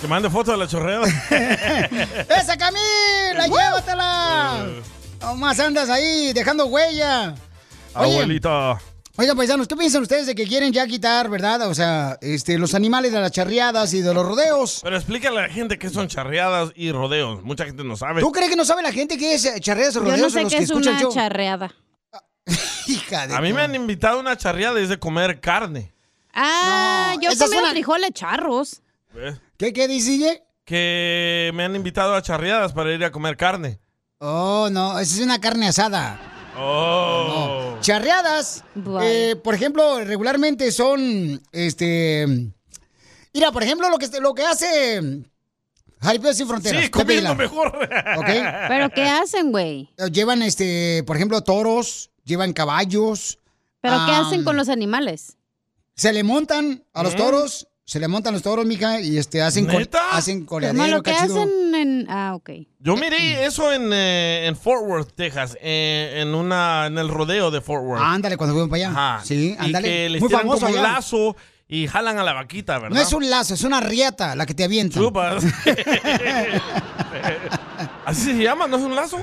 Speaker 4: Que mande fotos de la chorreada.
Speaker 20: ¡Esa Camila, llévatela!
Speaker 4: Eh.
Speaker 20: Nomás andas ahí dejando huella. Oye,
Speaker 4: Abuelita.
Speaker 2: Oigan, paisanos, ¿qué piensan ustedes de que quieren ya quitar, verdad? O sea, este, los animales de las charreadas y de los rodeos.
Speaker 4: Pero explícale a la gente qué son charreadas y rodeos. Mucha gente no sabe.
Speaker 2: ¿Tú crees que no sabe la gente qué es eh, charreadas
Speaker 5: Yo
Speaker 2: o rodeos?
Speaker 5: no
Speaker 2: o
Speaker 5: sé
Speaker 2: los
Speaker 5: qué
Speaker 2: que
Speaker 5: es
Speaker 2: escuchan
Speaker 5: una
Speaker 2: yo?
Speaker 5: charreada.
Speaker 4: A mí me han invitado a una charreada y es de comer carne.
Speaker 5: Ah, yo
Speaker 20: esa es
Speaker 5: comí
Speaker 20: una-
Speaker 5: frijoles charros.
Speaker 4: ¿Ves?
Speaker 2: ¿Qué, qué dice,
Speaker 4: Que me han invitado a charreadas para ir a comer carne.
Speaker 2: Oh, no, esa es una carne asada.
Speaker 4: Oh.
Speaker 2: Charreadas, eh, por ejemplo, regularmente son, este, mira, por ejemplo, lo que este, lo que hace Jaripeo sin fronteras.
Speaker 5: Sí, comiendo
Speaker 4: mejor.
Speaker 5: ¿Pero qué hacen, güey?
Speaker 2: Llevan, este, por ejemplo, toros, llevan caballos.
Speaker 5: ¿Pero qué
Speaker 2: am,
Speaker 5: hacen con los animales?
Speaker 2: Se le montan a los
Speaker 5: ¿Mm?
Speaker 2: toros, se le montan los toros, mija, y este, hacen col- hacen
Speaker 5: Como
Speaker 2: coleadero,
Speaker 5: lo que
Speaker 2: cachido.
Speaker 5: hacen en... Ah, ok.
Speaker 4: Yo miré eso en, eh, en Fort Worth, Texas, eh, en una en el rodeo de Fort Worth.
Speaker 2: Ah, Ándale, cuando fuimos para allá.
Speaker 4: Ajá.
Speaker 2: Sí,
Speaker 4: Y que
Speaker 2: ándale.
Speaker 4: les
Speaker 2: Muy
Speaker 4: tiran
Speaker 2: famoso
Speaker 4: como un
Speaker 2: allá.
Speaker 4: lazo y jalan a la vaquita, ¿verdad?
Speaker 2: No es un lazo, es una riata la que te avienta.
Speaker 4: ¿Así se llama? ¿No es un lazo?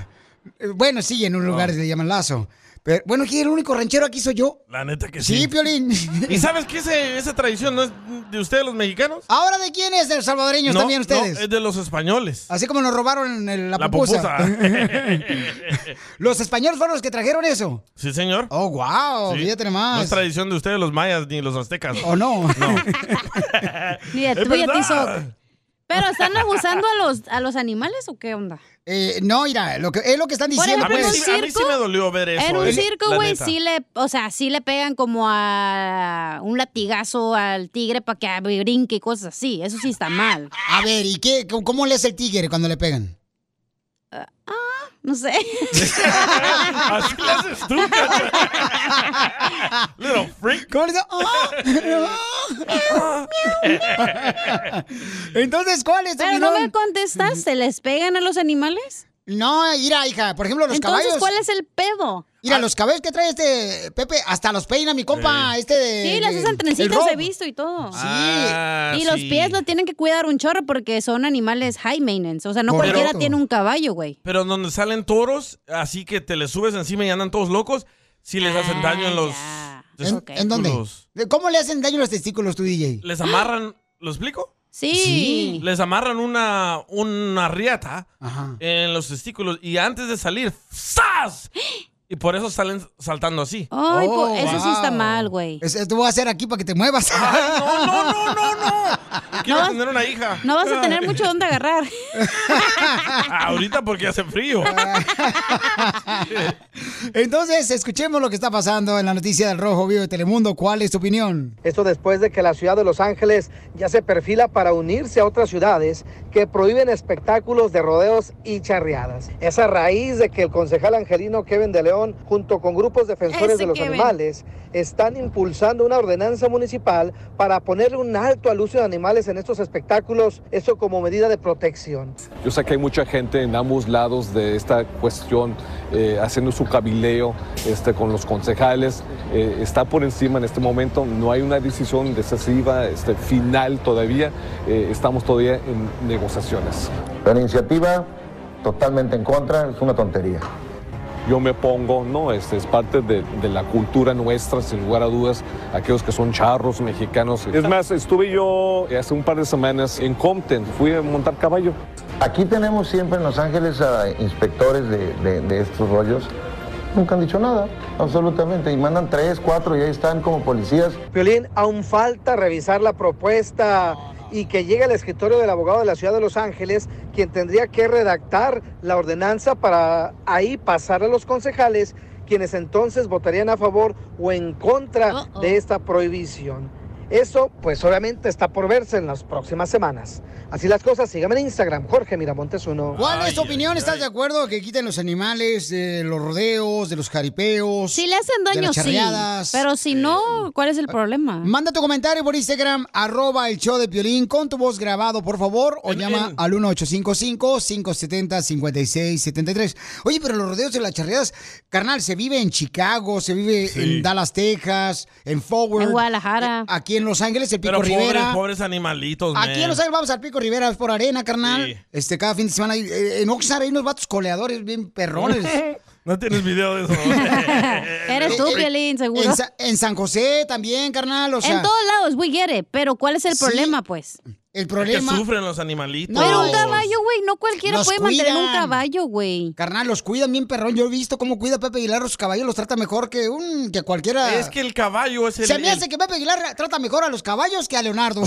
Speaker 2: Eh, Bueno, sí, en un lugar le llaman lazo. Pero, bueno, aquí el único ranchero aquí soy yo.
Speaker 4: La neta que sí.
Speaker 2: Sí, Piolín.
Speaker 4: ¿Y sabes qué ese- esa tradición no es de ustedes los mexicanos?
Speaker 2: ¿Ahora de quién es? ¿De los salvadoreños
Speaker 4: No,
Speaker 2: también ustedes?
Speaker 4: No, es de los españoles.
Speaker 2: Así como nos robaron el- la,
Speaker 4: La
Speaker 2: pupusa.
Speaker 4: pupusa.
Speaker 2: los españoles fueron los que trajeron eso.
Speaker 4: sí, señor.
Speaker 2: Oh, wow,
Speaker 4: Sí.
Speaker 2: fíjate
Speaker 4: No es
Speaker 2: más.
Speaker 4: tradición de ustedes los mayas ni los aztecas.
Speaker 2: ¿O no?
Speaker 5: Ni de
Speaker 4: Es
Speaker 5: tú, Este ya te
Speaker 4: verdad.
Speaker 5: hizo- Pero están abusando a los, a los animales o qué onda?
Speaker 2: Eh, no, mira, lo que, es lo que están
Speaker 5: Por
Speaker 2: diciendo.
Speaker 5: ejemplo, en
Speaker 2: pues.
Speaker 5: un circo,
Speaker 4: dolió ver eso,
Speaker 5: en un
Speaker 4: eh,
Speaker 5: circo,
Speaker 4: la
Speaker 5: güey,
Speaker 4: neta.
Speaker 5: sí le, o sea, sí le pegan como a un latigazo al tigre para que brinque y cosas así. Eso sí está mal.
Speaker 2: A ver, ¿y qué, cómo- cómo le hace el tigre cuando le pegan?
Speaker 5: No sé.
Speaker 4: Así le haces tú,
Speaker 12: cacha.
Speaker 4: Little freak.
Speaker 2: ¿Cómo le dice? ¡Ah! ¡Ah! Entonces, ¿cuál es tu
Speaker 5: Pero no
Speaker 2: opinión?
Speaker 5: me contestas, ¿se les pegan a los animales?
Speaker 2: No, mira, hija, por ejemplo, los caballos.
Speaker 5: Entonces, ¿cuál es el pedo?
Speaker 4: Ah.
Speaker 2: Mira, los cabellos que trae este Pepe, hasta los peina mi compa, este de.
Speaker 5: Sí, las
Speaker 2: de-
Speaker 5: usan
Speaker 2: el
Speaker 5: trencitas,
Speaker 2: Rob.
Speaker 5: he visto y todo.
Speaker 2: Sí. Ah,
Speaker 5: y los
Speaker 2: sí.
Speaker 5: pies los tienen que cuidar un chorro porque son animales high maintenance. O sea, no
Speaker 4: Correcto.
Speaker 5: cualquiera tiene un caballo, güey.
Speaker 4: Pero donde salen toros, así que te les subes encima y andan todos locos, sí les
Speaker 5: Ah,
Speaker 4: hacen daño en los
Speaker 2: ¿En, en dónde?
Speaker 4: testículos.
Speaker 2: ¿De ¿Cómo le hacen daño los testículos tu DJ?
Speaker 4: Les amarran, ¿lo explico?
Speaker 5: Sí.
Speaker 2: Sí.
Speaker 4: Les amarran una, una riata en los testículos y antes de salir, ¡zas! Y por eso salen saltando así.
Speaker 5: Ay, po-
Speaker 2: Oh,
Speaker 5: eso sí está
Speaker 2: wow.
Speaker 5: mal, güey.
Speaker 2: Es- Esto voy a hacer aquí para que te muevas.
Speaker 4: no, no, no, no, no. Quiero
Speaker 5: vas-
Speaker 4: tener una hija.
Speaker 5: No vas a tener mucho donde agarrar.
Speaker 4: Ahorita porque hace frío.
Speaker 2: Eh, Entonces, escuchemos lo que está pasando en la noticia del Rojo Vivo de Telemundo. ¿Cuál es tu opinión?
Speaker 21: Esto después de que la ciudad de Los Ángeles ya se perfila para unirse a otras ciudades que prohíben espectáculos de rodeos y charreadas. Es a raíz de que el concejal angelino Kevin de León, junto con grupos defensores
Speaker 22: Ese
Speaker 21: de los
Speaker 22: Kevin.
Speaker 21: animales, están impulsando una ordenanza municipal para ponerle un alto al uso de animales en estos espectáculos, esto como medida de protección.
Speaker 23: Yo sé que hay mucha gente en ambos lados de esta cuestión eh, haciendo su cabileo este, con los concejales. Eh, está por encima en este momento, no hay una decisión decisiva este, final todavía. Eh, estamos todavía en negociaciones.
Speaker 24: La iniciativa totalmente en contra es una tontería.
Speaker 23: Yo me pongo, ¿no? Este es parte de, de la cultura nuestra, sin lugar a dudas, aquellos que son charros mexicanos. Es más, estuve yo hace un par de semanas en Compton, fui a montar caballo.
Speaker 24: Aquí tenemos siempre en Los Ángeles a inspectores de, de- de estos rollos. Nunca han dicho nada, absolutamente. Y mandan tres, cuatro y ahí están como policías.
Speaker 21: Violín, aún falta revisar la propuesta y que llegue al escritorio del abogado de la ciudad de Los Ángeles, quien tendría que redactar la ordenanza para ahí pasar a los concejales, quienes entonces votarían a favor o en contra de esta prohibición. Eso, pues obviamente está por verse en las próximas semanas. Así las cosas, síganme en Instagram, Jorge Miramontes uno.
Speaker 2: ¿Cuál es tu opinión? ¿Estás de acuerdo que quiten los animales de los rodeos, de los jaripeos?
Speaker 5: Si le hacen
Speaker 2: de
Speaker 5: daño,
Speaker 2: las
Speaker 5: sí.
Speaker 2: charreadas? Ah,
Speaker 5: Pero si no, ¿cuál es el problema?
Speaker 2: Manda tu comentario por Instagram, arroba el show de Piolín, con tu voz grabado, por favor, o llama al 1855-570-5673. Oye, pero los rodeos de las charreadas, carnal, se vive en Chicago, se vive
Speaker 4: Sí.
Speaker 2: en Dallas, Texas, en Forward. En Guadalajara. Aquí en Los Ángeles, el Pico
Speaker 4: Pero pobres,
Speaker 2: Rivera.
Speaker 4: pobres animalitos,
Speaker 2: Aquí en
Speaker 4: man.
Speaker 2: Los Ángeles vamos al Pico Rivera por arena, carnal.
Speaker 4: Sí.
Speaker 2: Este, cada fin de semana. hay- eh, En Oxnard hay unos vatos coleadores bien perrones.
Speaker 4: No tienes video de eso.
Speaker 5: Eres tú,
Speaker 2: Eh, eh,
Speaker 5: Piolín, seguro.
Speaker 2: En, Sa- en San José también, carnal. O sea,
Speaker 5: en todos lados, we get it, Pero ¿cuál es el
Speaker 2: Sí.
Speaker 5: problema, pues?
Speaker 2: el
Speaker 4: que
Speaker 2: problema.
Speaker 4: sufren los animalitos.
Speaker 5: Pero un caballo, güey, no cualquiera
Speaker 2: Los
Speaker 5: puede mantener un
Speaker 2: cuidan.
Speaker 5: caballo, güey.
Speaker 2: Carnal, los cuidan bien perrón. Yo he visto cómo cuida Pepe Aguilar a sus caballos, los trata mejor que un que cualquiera.
Speaker 4: Es que el caballo es el.
Speaker 2: Se me
Speaker 4: el-
Speaker 2: hace que Pepe Aguilar trata mejor a los caballos que a Leonardo.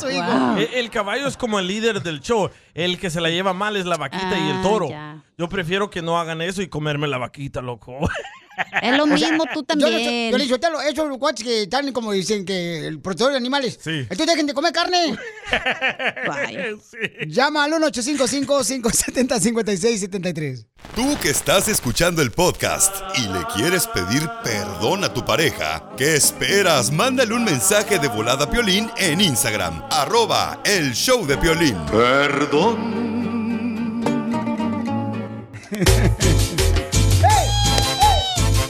Speaker 2: Su hijo.
Speaker 4: El, el caballo es como el líder del show. El que se la lleva mal es la vaquita y el
Speaker 5: Ah,
Speaker 4: toro.
Speaker 5: ya.
Speaker 4: Yo prefiero que no hagan eso y comerme la vaquita, loco.
Speaker 5: Es lo
Speaker 2: O sea,
Speaker 5: mismo, tú también.
Speaker 2: Yo, le- yo le digo, "Telo, esos guaches que están como dicen que el protector de animales.
Speaker 4: Sí.
Speaker 2: Entonces dejen de comer carne. Llama al 1-855-570-5673.
Speaker 1: Tú que estás escuchando el podcast y le quieres pedir perdón a tu pareja, ¿qué esperas? Mándale un mensaje de volada a Piolín en Instagram, arroba el show de Piolín. Perdón.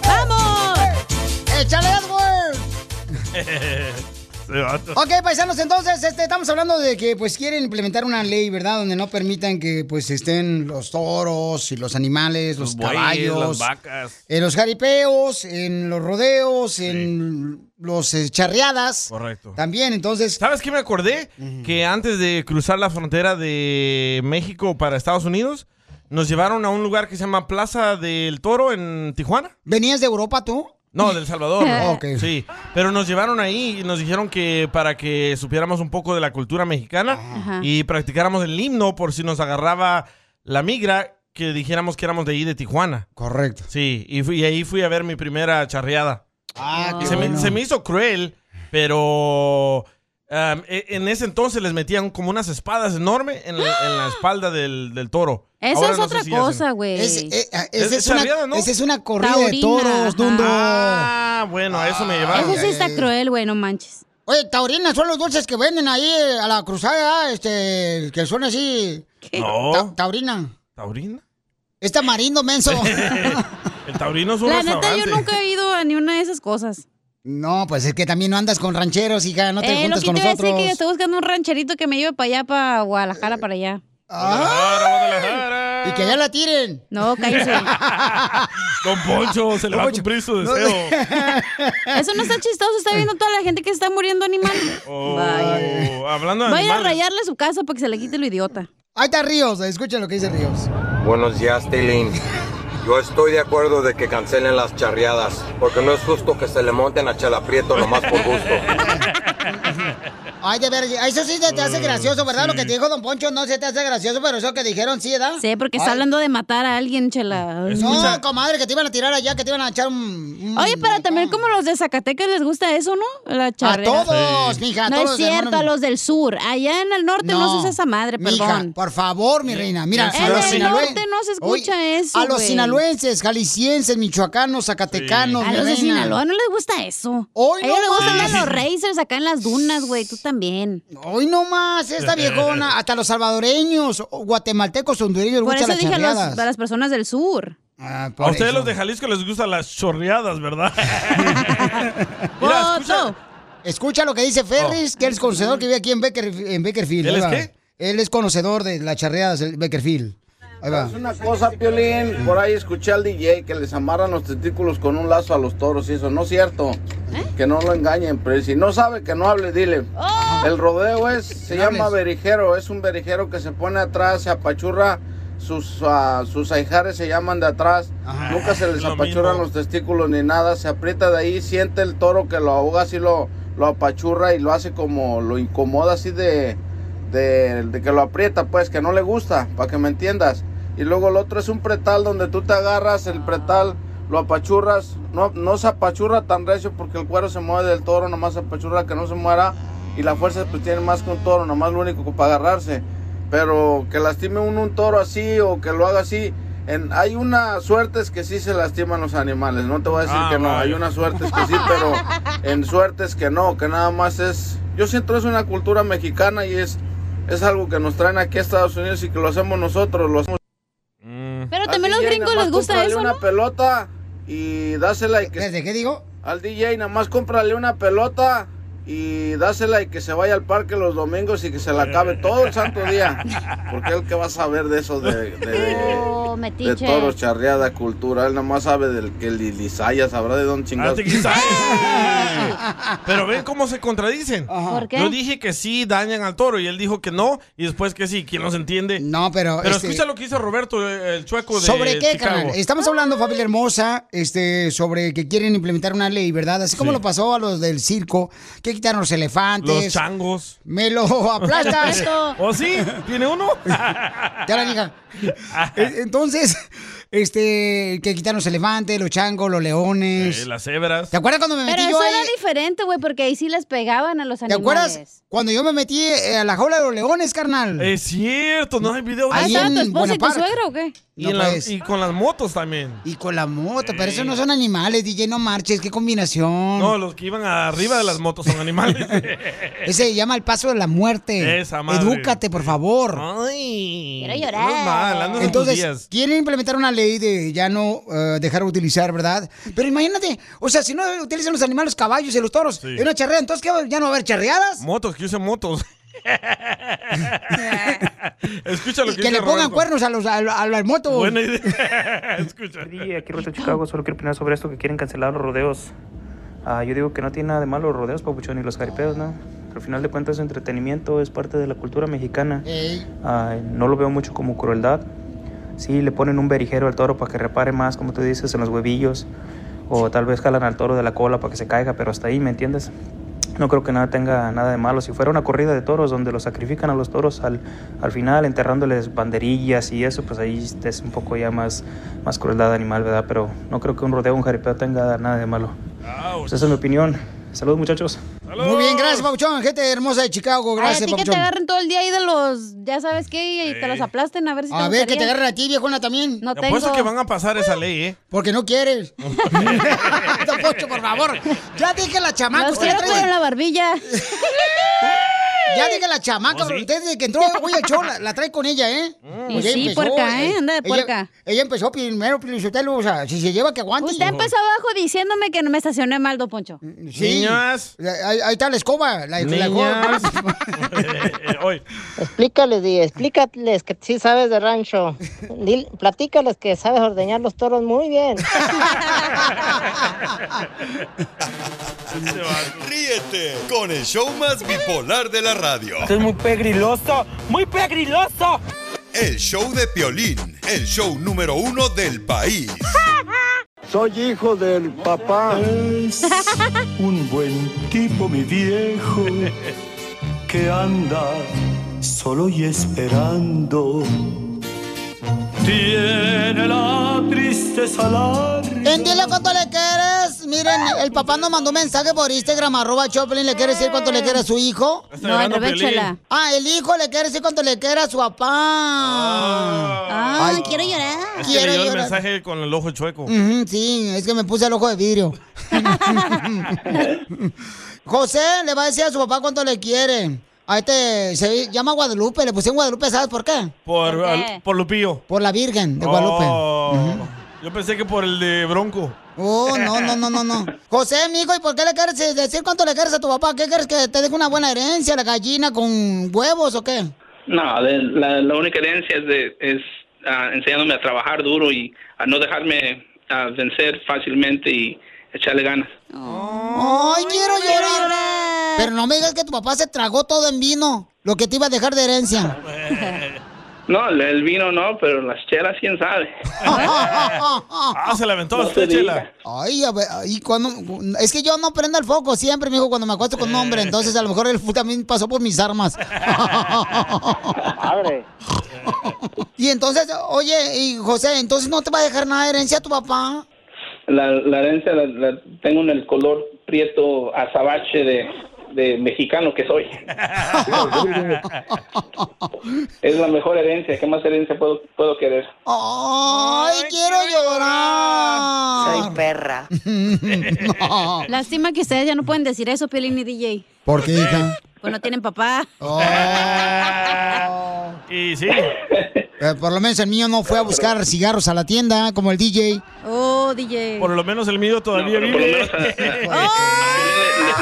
Speaker 5: ¡Vamos!
Speaker 2: ¡Échale, Edward!
Speaker 4: este vato.
Speaker 2: Ok, paisanos, entonces este, estamos hablando de que pues quieren implementar una ley, ¿verdad? Donde no permitan que pues estén los toros y los animales, los,
Speaker 4: bueyes,
Speaker 2: caballos,
Speaker 4: las vacas.
Speaker 2: en los jaripeos, en los rodeos, en los eh, charreadas.
Speaker 4: Correcto.
Speaker 2: También, entonces...
Speaker 4: ¿Sabes qué me acordé? Que antes de cruzar la frontera de México para Estados Unidos, nos llevaron a un lugar que se llama Plaza del Toro en Tijuana.
Speaker 2: ¿Venías de Europa tú?
Speaker 4: No, del Salvador.
Speaker 2: Ah, ok.
Speaker 4: Sí, pero nos llevaron ahí y nos dijeron que para que supiéramos un poco de la cultura mexicana
Speaker 5: Ajá.
Speaker 4: y practicáramos el himno por si nos agarraba la migra, que dijéramos que éramos de ahí de Tijuana.
Speaker 2: Correcto.
Speaker 4: Sí, y, fui- y ahí fui a ver mi primera charreada.
Speaker 2: Ah,
Speaker 4: se, me, se me hizo cruel, pero um, e- en ese entonces les metían como unas espadas enormes en, la- en la espalda del, del toro.
Speaker 5: Esa
Speaker 4: Ahora
Speaker 5: es
Speaker 4: no sé
Speaker 5: otra
Speaker 4: si hacen.
Speaker 5: cosa, güey.
Speaker 2: Es- eh, ah, esa
Speaker 4: Es
Speaker 2: es, una,
Speaker 4: charreada, ¿no?
Speaker 2: esa es una corrida de
Speaker 5: Taurina,
Speaker 2: toros,
Speaker 5: ajá.
Speaker 2: Dundo. eh.
Speaker 4: Ah, bueno, a eso me llevaron.
Speaker 5: Eso sí está cruel, güey, no manches.
Speaker 2: Oye, taurina son los dulces que venden ahí eh, a la cruzada, este, que son así.
Speaker 4: No.
Speaker 2: Ta- taurina.
Speaker 4: ¿Taurina?
Speaker 2: Es tamarindo, menso.
Speaker 4: El taurino es un
Speaker 5: La neta,
Speaker 4: restaurante.
Speaker 5: yo nunca he ido a ni una de esas cosas.
Speaker 2: no, pues es que también no andas con rancheros, hija, no te
Speaker 5: eh, lo
Speaker 2: juntas
Speaker 5: que
Speaker 2: con
Speaker 5: te iba a decir
Speaker 2: nosotros.
Speaker 5: que yo estoy buscando un rancherito que me lleve para allá, para Guadalajara, para allá.
Speaker 2: Y que allá la tiren.
Speaker 5: No, cállese.
Speaker 4: Don
Speaker 2: Ah,
Speaker 4: Poncho, se le va a cumplir su deseo.
Speaker 5: Eso no está chistoso, está viendo toda la gente que está muriendo animal.
Speaker 4: Oh,
Speaker 5: Vaya.
Speaker 4: hablando de
Speaker 5: Va a ir a
Speaker 4: animales.
Speaker 5: rayarle su casa para que se le quite lo idiota.
Speaker 2: Ahí está Ríos, escuchen lo que dice Ríos.
Speaker 15: Buenos días, Tilín. Yo estoy de acuerdo de que cancelen las charreadas, porque no es justo que se le monten a Chalaprieto nomás por gusto.
Speaker 2: Ay, de ver, eso sí te, te
Speaker 4: Eh,
Speaker 2: hace gracioso, ¿verdad? Lo que te dijo Don Poncho no se te hace gracioso, pero eso que dijeron sí, ¿verdad?
Speaker 5: Sí, porque está hablando de matar a alguien, chela.
Speaker 2: No, comadre, que te iban a tirar allá, que te iban a echar un...
Speaker 5: Oye, pero también como los de Zacatecas les gusta eso, ¿no? La charrera.
Speaker 2: todos, Sí. mija, a
Speaker 5: No
Speaker 2: todos los
Speaker 5: es cierto,
Speaker 2: hermanos.
Speaker 5: a los del sur. Allá en el norte no, se usa esa madre,
Speaker 2: Mija,
Speaker 5: perdón.
Speaker 2: por favor, mi reina. Mira,
Speaker 5: En el norte no se escucha eso,
Speaker 2: A los
Speaker 5: güey.
Speaker 2: sinaloenses, jaliscienses, michoacanos, zacatecanos,
Speaker 5: A
Speaker 2: mi
Speaker 5: los de
Speaker 2: reina.
Speaker 5: Sinaloa no les gusta eso. Hoy a ellos
Speaker 2: no
Speaker 5: les gustan
Speaker 2: más.
Speaker 5: más los racers acá en las dunas, güey. Tú también.
Speaker 2: Hoy no más, esta viejona, hasta los salvadoreños, o guatemaltecos, hondureños,
Speaker 5: Por
Speaker 2: muchas
Speaker 5: eso
Speaker 2: las
Speaker 5: dije a, los-
Speaker 2: charreadas.
Speaker 5: a las personas del sur.
Speaker 4: A
Speaker 2: Ah, Por
Speaker 4: ustedes
Speaker 2: eso.
Speaker 4: los de Jalisco les gustan las chorreadas, ¿verdad?
Speaker 2: escucha. lo que dice
Speaker 4: Oh.
Speaker 2: Ferris, que él es conocedor que vive aquí en, Baker- en Beckerfield.
Speaker 25: ¿Él
Speaker 2: Ahí
Speaker 25: es
Speaker 2: va.
Speaker 25: qué?
Speaker 2: Él es conocedor de las charreadas del Beckerfield. Ahí va.
Speaker 25: Es una cosa, Piolín, por ahí escuché al DJ que les amarran los testículos con un lazo a los toros y eso, no es cierto. Que no lo engañen, pero si no sabe que no hable, dile. El rodeo es, se
Speaker 2: No
Speaker 25: llama
Speaker 2: hables.
Speaker 25: berijero, es un berijero que se pone atrás, se apachurra, sus, ah, sus ahijares se llaman de atrás, nunca se les
Speaker 4: lo
Speaker 25: apachurran
Speaker 4: mismo.
Speaker 25: los testículos ni nada, se aprieta de ahí, siente el toro que lo ahoga, así lo, lo apachurra y lo hace como, lo incomoda así de, de, de que lo aprieta, pues, que no le gusta, para que me entiendas. Y luego el otro es un pretal donde tú te agarras el pretal, lo apachurras, no, no se apachurra tan recio porque el cuero se mueve del toro, nomás se apachurra que no se muera y la fuerza pues tiene más que un toro, nomás lo único que para agarrarse. Pero que lastime uno un toro así o que lo haga así, en, hay unas suertes que sí se lastiman los animales, no te voy a decir
Speaker 4: Ah,
Speaker 25: que no,
Speaker 4: vaya.
Speaker 25: hay unas suertes que sí, pero en suertes que no, que nada más es, yo siento es una cultura mexicana y es, es algo que nos traen aquí a Estados Unidos y que lo hacemos nosotros, lo hacemos
Speaker 5: Pero
Speaker 25: al
Speaker 5: también los
Speaker 25: DJ
Speaker 5: gringos
Speaker 25: nomás
Speaker 5: les gusta
Speaker 25: cómprale
Speaker 5: eso,
Speaker 25: una
Speaker 5: ¿no?
Speaker 25: pelota y dásela y que...
Speaker 2: ¿Desde qué digo?
Speaker 25: Al DJ nada más cómprale una pelota y dásela y que se vaya al parque los domingos y que se la acabe todo el santo día. Porque él que va a saber de eso de, de, de,
Speaker 5: Oh,
Speaker 25: de
Speaker 5: metiche.
Speaker 25: toros, charreada, cultura. Él nada más sabe del que Lilizaya sabrá de dónde chingados.
Speaker 4: Pero ven cómo se contradicen.
Speaker 5: ¿Por qué?
Speaker 4: Yo dije que sí dañan al toro y él dijo que no y después que sí. ¿Quién los entiende?
Speaker 2: No, pero...
Speaker 4: Pero
Speaker 2: este,
Speaker 4: escucha lo que hizo Roberto, eh, el chueco de
Speaker 2: ¿Sobre qué,
Speaker 4: Chicago.
Speaker 2: carnal? Este Estamos hablando, familia hermosa, este, sobre que quieren implementar una ley, ¿verdad? Así como lo pasó a los del circo, que quitaron los elefantes.
Speaker 4: Los changos.
Speaker 2: Me lo aplastas.
Speaker 4: ¿O sí? ¿Tiene uno?
Speaker 2: Ya la hija. E, Entonces, este, que quitaron los elefantes, los changos, los leones.
Speaker 4: Eh, las cebras.
Speaker 2: ¿Te acuerdas cuando me
Speaker 5: Pero
Speaker 2: metí yo
Speaker 5: eso
Speaker 2: ahí?
Speaker 5: era diferente, güey, porque ahí sí les pegaban a los
Speaker 2: ¿Te
Speaker 5: animales.
Speaker 2: acuerdas cuando yo me metí eh, a la jaula de los leones, carnal?
Speaker 4: Es cierto, no hay video
Speaker 5: Ah,
Speaker 2: Ahí
Speaker 5: ¿estaba
Speaker 2: en
Speaker 5: tu esposa y tu
Speaker 2: Buenaparte.
Speaker 5: suegra o qué?
Speaker 4: Y,
Speaker 26: No,
Speaker 4: en la-
Speaker 26: pues.
Speaker 4: y con las motos también. Eh.
Speaker 26: Y con la moto, pero esos no son animales, DJ, no marches, qué combinación.
Speaker 4: No, los que iban arriba de las motos son animales.
Speaker 26: Ese se llama el paso de la muerte.
Speaker 4: Esa madre.
Speaker 26: Edúcate, por favor.
Speaker 4: Ay.
Speaker 5: Quiero
Speaker 4: menos mal, andas en tus
Speaker 26: Entonces,
Speaker 4: días.
Speaker 26: quieren implementar una ley de ya no eh, dejar de utilizar, ¿verdad? Pero imagínate, o sea, si no utilizan los animales, los caballos y los toros en una charrea, entonces ¿qué? ¿Ya no va a haber charreadas?
Speaker 4: Motos, que usen motos. Escucha lo
Speaker 26: Y
Speaker 4: que,
Speaker 26: que
Speaker 4: dice
Speaker 26: le pongan
Speaker 4: Roberto.
Speaker 26: cuernos a los, a, lo- a las motos.
Speaker 4: Buena idea. Escucha.
Speaker 9: aquí Roberto Chicago, solo quiero opinar sobre esto que quieren cancelar los rodeos. Ah, yo digo que no tiene nada de malo los rodeos, papuchón, y los jaripeos, ¿no? Al final de cuentas, entretenimiento es parte de la cultura mexicana. Ah, no lo veo mucho como crueldad. Sí, le ponen un berijero al toro para que repare más, como tú dices, en los huevillos. O tal vez jalan al toro de la cola para que se caiga, pero hasta ahí, ¿me entiendes? No creo que nada tenga nada de malo. Si fuera una corrida de toros donde los sacrifican a los toros al, al final, enterrándoles banderillas y eso, pues ahí es un poco ya más, más crueldad animal, ¿verdad? Pero no creo que un rodeo, un jaripeo tenga nada de malo. Pues esa es mi opinión. Saludos, muchachos.
Speaker 26: Muy bien, gracias, Pabuchón. Gente hermosa de Chicago,
Speaker 5: Ay, a
Speaker 26: gracias,
Speaker 5: ti que te
Speaker 26: Pabuchón.
Speaker 5: agarren todo el día ahí de los, ya sabes qué, y te los aplasten a ver si
Speaker 26: A ver, que te
Speaker 5: gustaría.
Speaker 26: agarren a ti, viejona, también.
Speaker 5: No
Speaker 4: Te apuesto
Speaker 5: tengo.
Speaker 4: que van a pasar esa ley, ¿eh?
Speaker 26: Porque no quieres. Don Poncho, por favor. Ya dije la chamaca.
Speaker 5: Los quiero, pero en la
Speaker 26: barbilla. Ya dije la chamaca,
Speaker 5: ¿Oh, sí?
Speaker 26: desde que entró hoy al show, la, la trae con ella, ¿eh?
Speaker 5: Y sí, puerca, ¿eh? Anda de puerca.
Speaker 26: Ella, ella empezó primero, Pilisotelo, o sea, si se lleva que aguante.
Speaker 5: Usted empezó abajo diciéndome que no me estacioné mal, don Poncho.
Speaker 26: Sí. Ahí, ahí está la escoba, la, la escoba.
Speaker 20: Explícales, Di, explícales que sí sabes de rancho. Dil- platícales que sabes ordeñar los toros muy bien.
Speaker 1: Ríete con el show más bipolar de la radio.
Speaker 13: Esto es muy pegriloso, muy pegriloso.
Speaker 1: El show de Piolín, el show número uno del país.
Speaker 12: Soy hijo del papá. Es un buen tipo, mi viejo, que anda solo y esperando. Tiene la tristeza larga.
Speaker 2: En dile cuánto le quieres. Miren, el papá nos mandó un mensaje por Instagram, arroba Choplin. ¿Le quiere decir cuánto le quiere a su hijo?
Speaker 5: Está No, al llorando revés, Piolín. chela.
Speaker 2: Ah, el hijo le quiere decir cuánto le quiere a su papá.
Speaker 5: Ah, quiero llorar.
Speaker 4: Es que
Speaker 2: Quiero
Speaker 4: leyó el
Speaker 2: llorar.
Speaker 4: mensaje con el ojo chueco.
Speaker 2: Ujú, sí, es que me puse el ojo de vidrio. José le va a decir a su papá cuánto le quiere. A este se llama Guadalupe, le puse en Guadalupe, ¿sabes por qué?
Speaker 4: Por,
Speaker 2: ¿Por qué?
Speaker 4: al- por Lupillo.
Speaker 2: Por la Virgen de Guadalupe.
Speaker 4: Oh. Yo pensé que por el de Bronco.
Speaker 2: Oh, no, no, no, no, no. José, mijo, ¿y por qué le quieres decir cuánto le quieres a tu papá? ¿Qué quieres que te deje una buena herencia, la gallina con huevos o qué?
Speaker 18: No, de- la, la única herencia es, de, es ah, enseñándome a trabajar duro y a no dejarme ah, vencer fácilmente y echarle ganas.
Speaker 2: Ay, Oh, quiero llorar. Pero no me digas que tu papá se tragó todo en vino, lo que te iba a dejar de herencia.
Speaker 18: No, el- el vino no, pero las chelas quién sabe.
Speaker 4: Ah, se la aventó
Speaker 18: No
Speaker 4: usted,
Speaker 18: se diga.
Speaker 4: Chela.
Speaker 2: Ay, a ver, y cuando es que yo no prendo el foco siempre, mijo, cuando me acuesto con un hombre, entonces a lo mejor él fu- también pasó por mis armas. y entonces, oye, y José, entonces no te va a dejar nada de herencia a tu papá.
Speaker 18: La, la herencia la, la tengo en el color prieto azabache de, de mexicano que soy. es la mejor herencia. ¿Qué más herencia puedo, puedo querer?
Speaker 2: Ay, quiero llorar.
Speaker 18: Soy
Speaker 5: perra. Lástima que ustedes ya no pueden decir eso, Piolín y DJ.
Speaker 26: ¿Por qué, hija?
Speaker 5: Pues no tienen papá.
Speaker 4: Y sí.
Speaker 26: Eh, por lo menos el mío no fue a buscar cigarros a la tienda, como el DJ.
Speaker 5: Oh, DJ.
Speaker 4: Por lo menos el mío todavía
Speaker 18: pero por lo
Speaker 4: vive.
Speaker 18: menos, Le,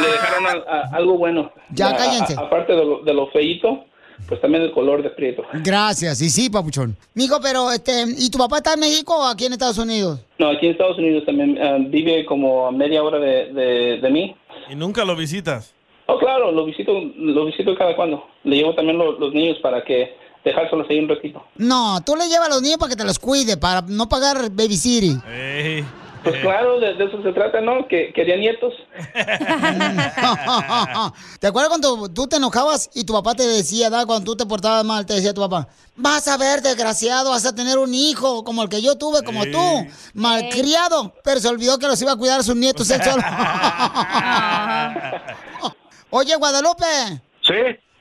Speaker 18: le dejaron a- a- algo bueno.
Speaker 26: Ya, cállense.
Speaker 18: a- aparte de lo, de lo feíto, pues también el color de prieto.
Speaker 26: Gracias, y sí, papuchón.
Speaker 2: Mijo, pero este, ¿y tu papá está en México o aquí en Estados Unidos?
Speaker 18: No, aquí en Estados Unidos también ah, vive como a media hora de, de, de mí.
Speaker 4: Y nunca lo visitas.
Speaker 18: Oh, claro, lo visito, lo visito cada cuando. Le llevo también lo- los niños para que dejárselos ahí un ratito.
Speaker 2: No, tú le llevas a los niños para que te los cuide, para no pagar baby city.
Speaker 18: Pues claro, de, de eso se trata, ¿no? Que quería nietos.
Speaker 2: ¿Te acuerdas cuando tú te enojabas y tu papá te decía, da, cuando tú te portabas mal, te decía tu papá, vas a ver, desgraciado, vas a tener un hijo como el que yo tuve, como tú, malcriado, pero se olvidó que los iba a cuidar sus nietos él solo. Oye, Guadalupe.
Speaker 27: Sí.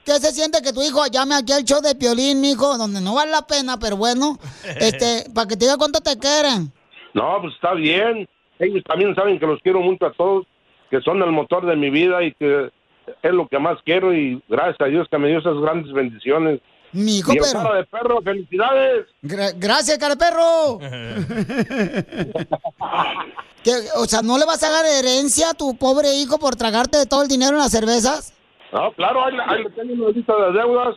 Speaker 2: ¿Qué se siente que tu hijo llame aquí al show de Piolín, mijo? Donde no vale la pena, pero bueno. Este, para que te diga cuánto te quieren.
Speaker 3: No, pues está bien. Ellos también saben que los quiero mucho a todos, que son el motor de mi vida y que es lo que más quiero y gracias a Dios que me dio esas grandes bendiciones.
Speaker 2: Mi hijo,
Speaker 3: y el
Speaker 2: pero-
Speaker 3: cara de perro, felicidades.
Speaker 2: Gra- gracias, cara de perro. ¿Qué, o sea, ¿no le vas a dar herencia a tu pobre hijo por tragarte todo el dinero en las cervezas?
Speaker 3: No, claro, ahí, ahí le tengo una lista de deudas.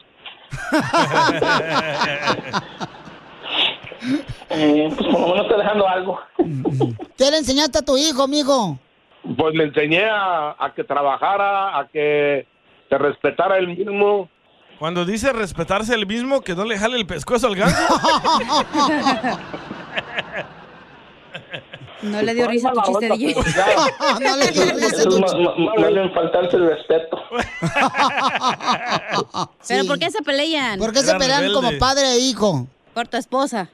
Speaker 18: Eh, pues por lo menos está dejando algo.
Speaker 2: ¿Qué le enseñaste a tu hijo, mijo?
Speaker 3: Pues le enseñé a, a que trabajara, a que se respetara él mismo.
Speaker 4: Cuando dice respetarse el mismo, que no le jale el pescuezo al ganso.
Speaker 5: No le dio risa tu chiste de
Speaker 2: no le dio risa
Speaker 18: Eso es más, más- más bien faltarse el respeto.
Speaker 5: ¿Pero por qué se pelean?
Speaker 2: ¿Por qué se pelean como padre e hijo?
Speaker 5: Por tu esposa.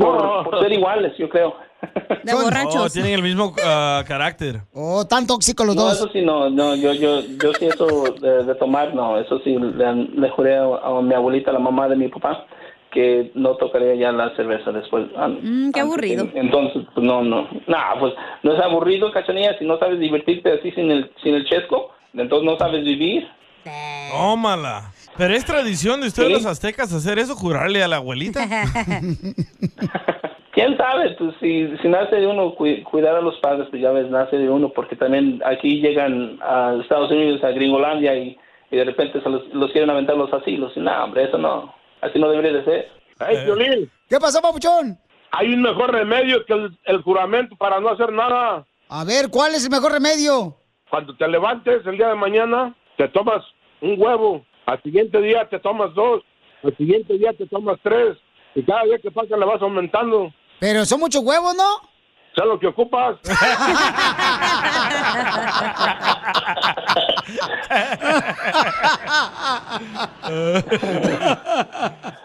Speaker 18: Por, por ser iguales, yo creo.
Speaker 5: De borrachos.
Speaker 4: Oh, tienen el mismo ah, carácter.
Speaker 2: Oh, tan tóxicos los
Speaker 18: No,
Speaker 2: dos.
Speaker 18: eso sí, no, no, yo, yo, yo sí eso de, de tomar, no, eso sí, le, le juré a, a mi abuelita, la mamá de mi papá, que no tocaría ya la cerveza después. ah,
Speaker 5: Mm, qué aburrido.
Speaker 18: Entonces, pues no, no, nada, pues no es aburrido, cachanilla, si no sabes divertirte así sin el, sin el chesco, entonces no sabes vivir.
Speaker 4: Tómala. Pero es tradición de ustedes
Speaker 18: Sí.
Speaker 4: los aztecas hacer eso, jurarle a la abuelita.
Speaker 18: ¿Quién sabe? Pues si, si nace de uno, cui- cuidar a los padres, pues ya ves, nace de uno, porque también aquí llegan a Estados Unidos, a Gringolandia, y, y de repente se los, los quieren aventar los asilos. Y no, hombre, eso no, así no debería de ser.
Speaker 3: Ay, Piolín.
Speaker 2: ¿Qué pasó, papuchón?
Speaker 3: Hay un mejor remedio que el, el juramento para no hacer nada.
Speaker 2: A ver, ¿cuál es el mejor remedio?
Speaker 3: Cuando te levantes el día de mañana, te tomas un huevo. Al siguiente día te tomas dos. Al siguiente día te tomas tres. Y cada día que pasa le vas aumentando.
Speaker 2: Pero son muchos huevos, ¿no?
Speaker 3: ¿Sabes lo que ocupas?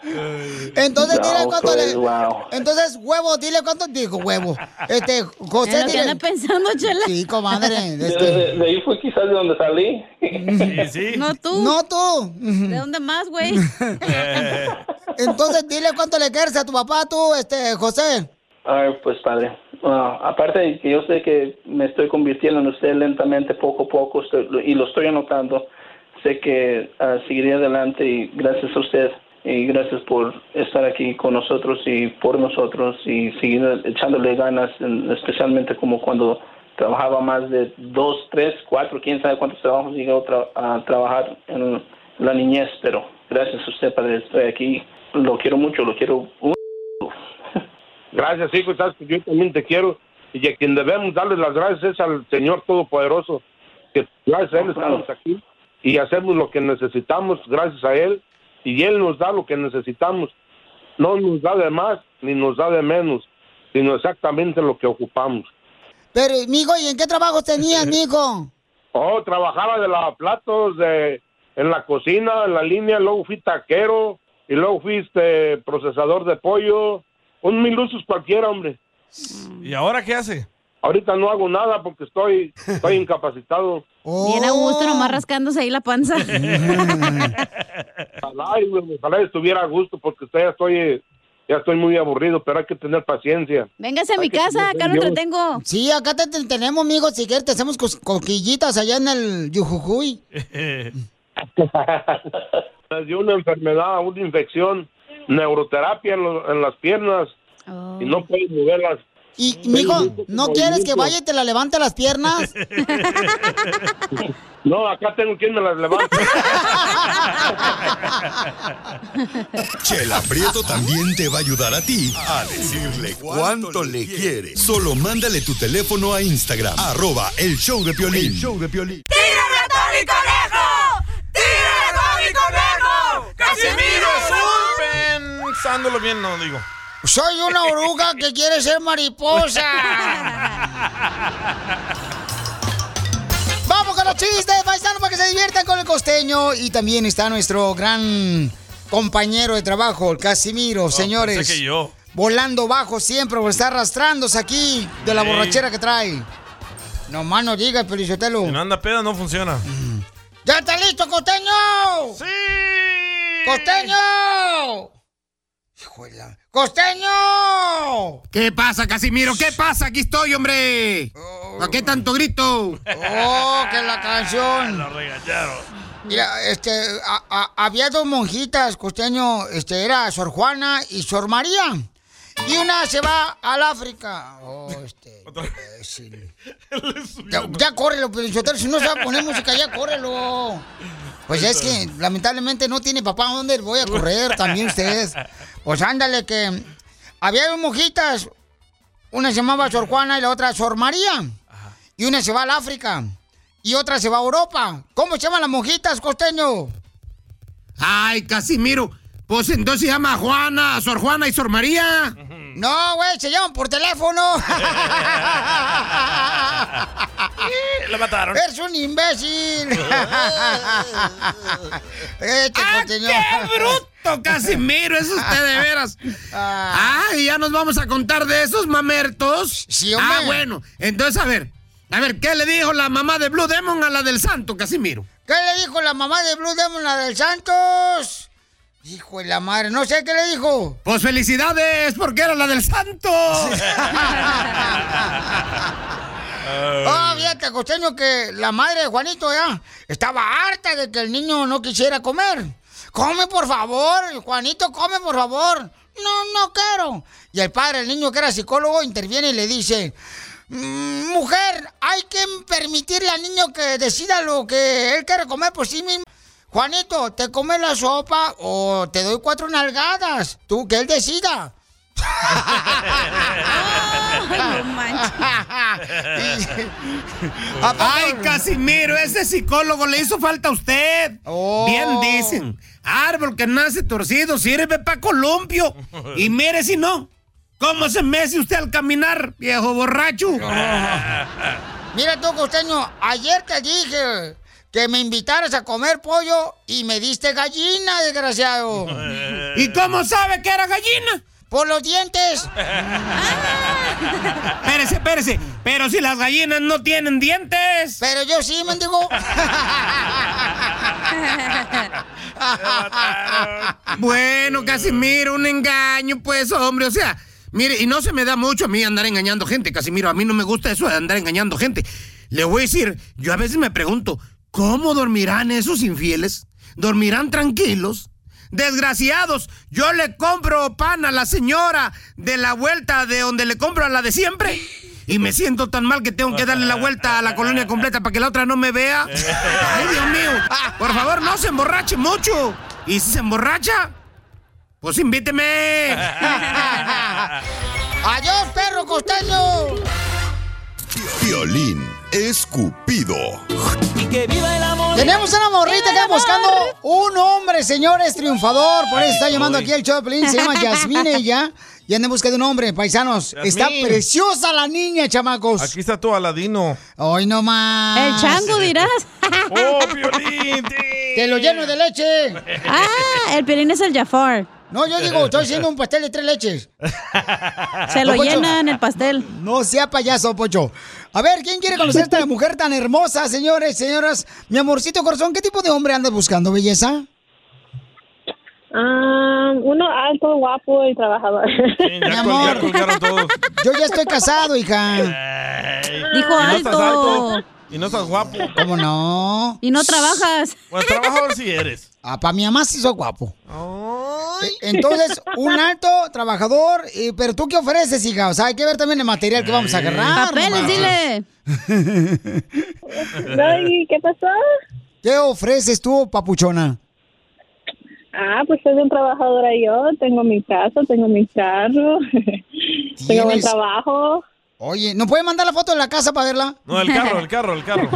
Speaker 2: Entonces
Speaker 12: No,
Speaker 2: dile cuánto
Speaker 12: pues,
Speaker 2: le...
Speaker 12: wow.
Speaker 2: Entonces, huevo, dile cuánto... Digo, huevo. Este, José,
Speaker 5: En lo que
Speaker 2: dile-
Speaker 5: anda pensando, chela.
Speaker 2: Sí, comadre.
Speaker 18: De, de- de ahí fue quizás de donde salí.
Speaker 4: sí.
Speaker 5: No tú.
Speaker 2: No tú.
Speaker 5: ¿De dónde más, güey?
Speaker 2: Entonces, dile cuánto le quieres a tu papá, tú, este, José.
Speaker 18: Ay, pues padre. Ah, aparte de que yo sé que me estoy convirtiendo en usted lentamente, poco a poco, estoy- y lo estoy anotando. Sé que ah, seguiré adelante y gracias a usted y gracias por estar aquí con nosotros y por nosotros y seguir echándole ganas, en- especialmente como cuando trabajaba más de dos, tres, cuatro, quién sabe cuántos trabajos llegué a, tra- a trabajar en la niñez, pero gracias a usted, padre, estoy aquí. Lo quiero mucho, lo quiero un-
Speaker 3: Gracias, hijo. Sabes que yo también te quiero. Y a quien debemos darle las gracias es al Señor Todopoderoso. Que gracias a Él estamos aquí y hacemos lo que necesitamos, gracias a Él. Y Él nos da lo que necesitamos. No nos da de más ni nos da de menos, sino exactamente lo que ocupamos.
Speaker 2: Pero, mijo, ¿y en qué trabajos tenías, mijo?
Speaker 3: Oh, trabajaba de lavaplatos, de, en la cocina, en la línea, luego fui taquero y luego fui este, procesador de pollo. Un mil usos cualquiera, hombre.
Speaker 4: ¿Y ahora qué hace?
Speaker 3: Ahorita no hago nada porque estoy, estoy incapacitado.
Speaker 5: Bien
Speaker 2: Oh.
Speaker 5: a gusto, nomás rascándose ahí la panza.
Speaker 3: Ojalá, y, güey, ojalá estuviera a gusto porque ya estoy, eh, ya estoy muy aburrido, pero hay que tener paciencia.
Speaker 5: Véngase a
Speaker 3: Ah,
Speaker 5: mi casa, acá lo entretengo.
Speaker 2: Sí, acá te, te tenemos, mijo, si quieres te hacemos cos- coquillitas allá en el Yujujuy.
Speaker 3: Me dio una enfermedad, una infección, neuroterapia en, lo- en las piernas
Speaker 5: Oh.
Speaker 3: y no puedo moverlas.
Speaker 2: Y, mijo, ¿no quieres que vaya y te la levante las piernas?
Speaker 3: No, acá tengo quien me las levante.
Speaker 1: Chela Prieto también te va a ayudar a ti a decirle cuánto le quiere. Solo mándale tu teléfono a Instagram, arroba el show de Piolín. show de Piolín.
Speaker 12: ¡Tírame a Tony Conejo! ¡Tírame a Tony Conejo! ¡Casimiro es un...
Speaker 4: Pensándolo bien, no digo.
Speaker 2: Soy una oruga que quiere ser mariposa. Vamos con los chistes, paisanos, para que se diviertan con el costeño. Y también está nuestro gran compañero de trabajo, el Casimiro, señores.
Speaker 4: pensé que yo.
Speaker 2: Volando bajo siempre, porque está arrastrándose aquí de la
Speaker 4: Sí.
Speaker 2: borrachera que trae. Nomás no diga, Pelizotelo.
Speaker 4: Si no anda peda, no funciona.
Speaker 2: ¿Ya está listo, costeño? ¡Sí! ¡Costeño! ¡Costeño!
Speaker 13: ¿Qué pasa, Casimiro? ¿Qué pasa? Aquí estoy, hombre. ¿A qué tanto grito?
Speaker 2: ¡Oh, que la canción!
Speaker 13: Lo regañaron.
Speaker 2: Mira, este, a- a- había dos monjitas, costeño, este, era Sor Juana y Sor María. Y una se va al África. Oh, este, imbécil. Ya, ya córrelo, Pio Lizotero, si no se va a poner música, ya córrelo. Pues es que, lamentablemente, no tiene papá, ¿dónde voy a correr también ustedes? Pues ándale, que había dos monjitas, una se llamaba Sor Juana y la otra Sor María. Y una se va al África y otra se va a Europa. ¿Cómo se llaman las monjitas, costeño?
Speaker 13: Ay, Casimiro. Pues entonces se llama Juana, Sor Juana y Sor María.
Speaker 2: No, güey, se llaman por teléfono.
Speaker 4: La mataron.
Speaker 2: ¡Eres un imbécil! Este costeño.
Speaker 13: ¡Qué bruto, Casimiro! Es usted de veras.
Speaker 2: Ah,
Speaker 13: ¡Ay, ya nos vamos a contar de esos mamertos!
Speaker 2: hombre.
Speaker 13: Ah, bueno. Entonces, a ver. A ver, ¿qué le dijo la mamá de Blue Demon a la del santo, Casimiro?
Speaker 2: ¿Qué le dijo la mamá de Blue Demon, la del Santos? Hijo de la madre, no sé qué le dijo.
Speaker 13: Pues felicidades, porque era la del santo.
Speaker 2: Ah, fíjate, costeño, que la madre de Juanito ya estaba harta de que el niño no quisiera comer. Come, por favor, Juanito, come, por favor. No, no quiero. Y el padre, el niño que era psicólogo, interviene y le dice, "Mm, mujer, hay que permitirle al niño que decida lo que él quiere comer por sí mismo. Juanito, ¿te comes la sopa o te doy cuatro nalgadas? Tú, que él decida.
Speaker 5: Ay, no
Speaker 13: ¡Ay, Casimiro! Ese psicólogo le hizo falta a usted. Bien dicen. Árbol que nace torcido sirve para columpio. Y mire si no. ¿Cómo se mece usted al caminar, viejo borracho?
Speaker 2: Mira tú, costeño, ayer te dije que me invitaras a comer pollo y me diste gallina, desgraciado.
Speaker 13: ¿Y cómo sabe que era gallina?
Speaker 2: Por los dientes.
Speaker 13: espérese, espérese. Pero si las gallinas no tienen dientes.
Speaker 2: Pero yo sí, mendigo.
Speaker 13: Bueno, Casimiro, un engaño, pues, hombre, o sea, mire, y no se me da mucho a mí andar engañando gente, Casimiro, a mí no me gusta eso de andar engañando gente. Le voy a decir, yo a veces me pregunto, ¿cómo dormirán esos infieles? ¿Dormirán tranquilos? Desgraciados, yo le compro pan a la señora de la vuelta de donde le compro a la de siempre. Y me siento tan mal que tengo que darle la vuelta a la colonia completa para que la otra no me vea. Ay, Dios mío. Ah, Por favor, no se emborrache mucho. Y si se emborracha, pues invíteme.
Speaker 2: ¡Adiós, perro costeño!
Speaker 1: Violín escupido.
Speaker 2: Tenemos una morrita que está buscando un hombre, señores, triunfador. Por eso está
Speaker 1: Ay,
Speaker 2: llamando
Speaker 1: soy.
Speaker 2: aquí el Choplin. Se llama Yasmine ella. Y anda en busca de un hombre, paisanos.
Speaker 4: Yasmín.
Speaker 2: Está preciosa la niña, chamacos.
Speaker 4: Aquí está tu Aladino.
Speaker 2: Hoy Pues- no más.
Speaker 4: El chango, dirás.
Speaker 12: ¡Oh,
Speaker 2: Te lo lleno de leche.
Speaker 12: Ah, el Piolín es el Jafar.
Speaker 2: No, yo digo, estoy haciendo un pastel de tres leches.
Speaker 12: Se lo
Speaker 2: Don Poncho.
Speaker 12: llenan el pastel.
Speaker 2: No sea payaso, Pocho. A ver, ¿quién quiere conocer a esta mujer tan hermosa, señores, señoras? Mi amorcito corazón, ¿qué tipo de hombre andas buscando, belleza?
Speaker 7: Ah, uno alto, guapo y trabajador.
Speaker 2: Mi amor, yo ya estoy casado, hija.
Speaker 12: Dijo
Speaker 4: Y no estás
Speaker 12: alto.
Speaker 4: alto. Y no estás guapo.
Speaker 2: ¿Cómo no?
Speaker 12: Y no trabajas.
Speaker 4: Pues trabajador sí eres.
Speaker 2: Ah, para mi mamá sí soy guapo. Eh, Entonces, un alto trabajador, eh, pero ¿tú qué ofreces, hija? O sea, hay que ver también el material que vamos a agarrar.
Speaker 12: Papeles, dile.
Speaker 2: dile. ¿Qué pasó? ¿Qué ofreces tú, papuchona?
Speaker 7: ah, pues soy bien trabajadora yo. Tengo mi casa, tengo mi carro, tengo buen
Speaker 2: ¿Tienes?
Speaker 7: trabajo.
Speaker 2: Oye, ¿no puede mandar la foto de la casa para verla?
Speaker 4: No, el carro, el carro, el carro.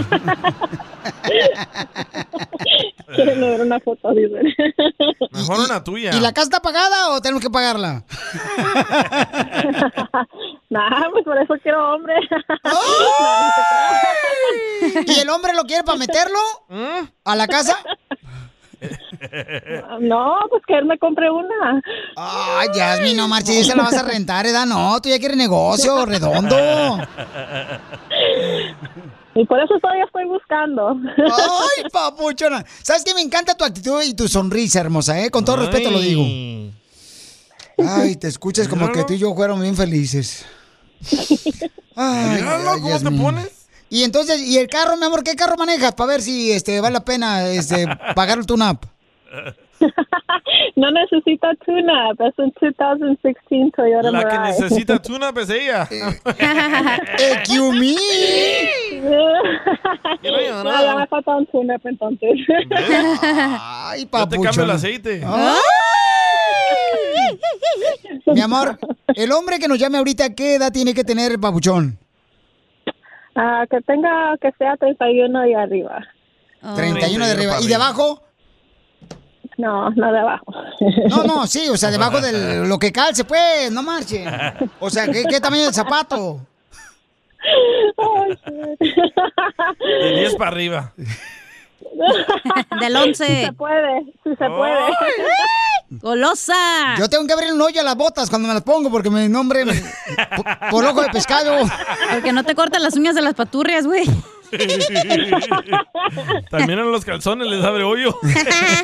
Speaker 7: Quiero ver una foto, dicen.
Speaker 4: Mejor una tuya.
Speaker 2: ¿Y la casa está pagada o tenemos que pagarla?
Speaker 7: Nah, pues por eso quiero hombre.
Speaker 2: ¿Y el hombre lo quiere para meterlo a la casa?
Speaker 7: No, pues que él me compre una.
Speaker 2: Ay, Jasmine, no marches, esa la vas a rentar, ¿eh? No, tú ya quieres negocio redondo.
Speaker 14: Y por eso todavía estoy buscando.
Speaker 2: ¡Ay, papuchona! ¿Sabes qué? Me encanta tu actitud y tu sonrisa, hermosa, ¿eh? Con todo respeto lo digo. Ay, te escuchas como que tú y yo fueron bien felices. Ay, ¿cómo te pones? Y entonces, ¿y el carro, mi amor? ¿Qué carro manejas? Para ver si este, vale la pena este, pagar el tune-up.
Speaker 14: No necesito tune-up, es un 2016 Toyota
Speaker 4: La que
Speaker 14: Mirai.
Speaker 4: necesita Oh, tuna es ella.
Speaker 2: Eh, ¡Yumi!
Speaker 14: No, ya me falta un tune-up entonces.
Speaker 2: Ay,
Speaker 4: Yo te cambio el
Speaker 2: papuchona.
Speaker 4: aceite.
Speaker 2: Ah. Mi amor, el hombre que nos llame ahorita, ¿qué edad tiene que tener el papuchón?
Speaker 14: Ah, que tenga, que sea 31 y arriba.
Speaker 2: 31 de arriba. ¿Y de abajo?
Speaker 14: No, no de abajo.
Speaker 2: No, no, sí, o sea, debajo de lo que calce, pues, no marche. O sea, ¿qué, qué tamaño del zapato?
Speaker 4: De 10 para arriba.
Speaker 5: Del 11.
Speaker 4: Si se
Speaker 14: puede, si se
Speaker 4: puede.
Speaker 5: ¡Golosa!
Speaker 2: Yo tengo que abrir un hoyo a las botas cuando me las pongo porque mi nombre me- por, por ojo de pescado.
Speaker 5: Porque no te cortan las uñas de las paturrias, güey.
Speaker 4: También en los calzones les abre hoyo.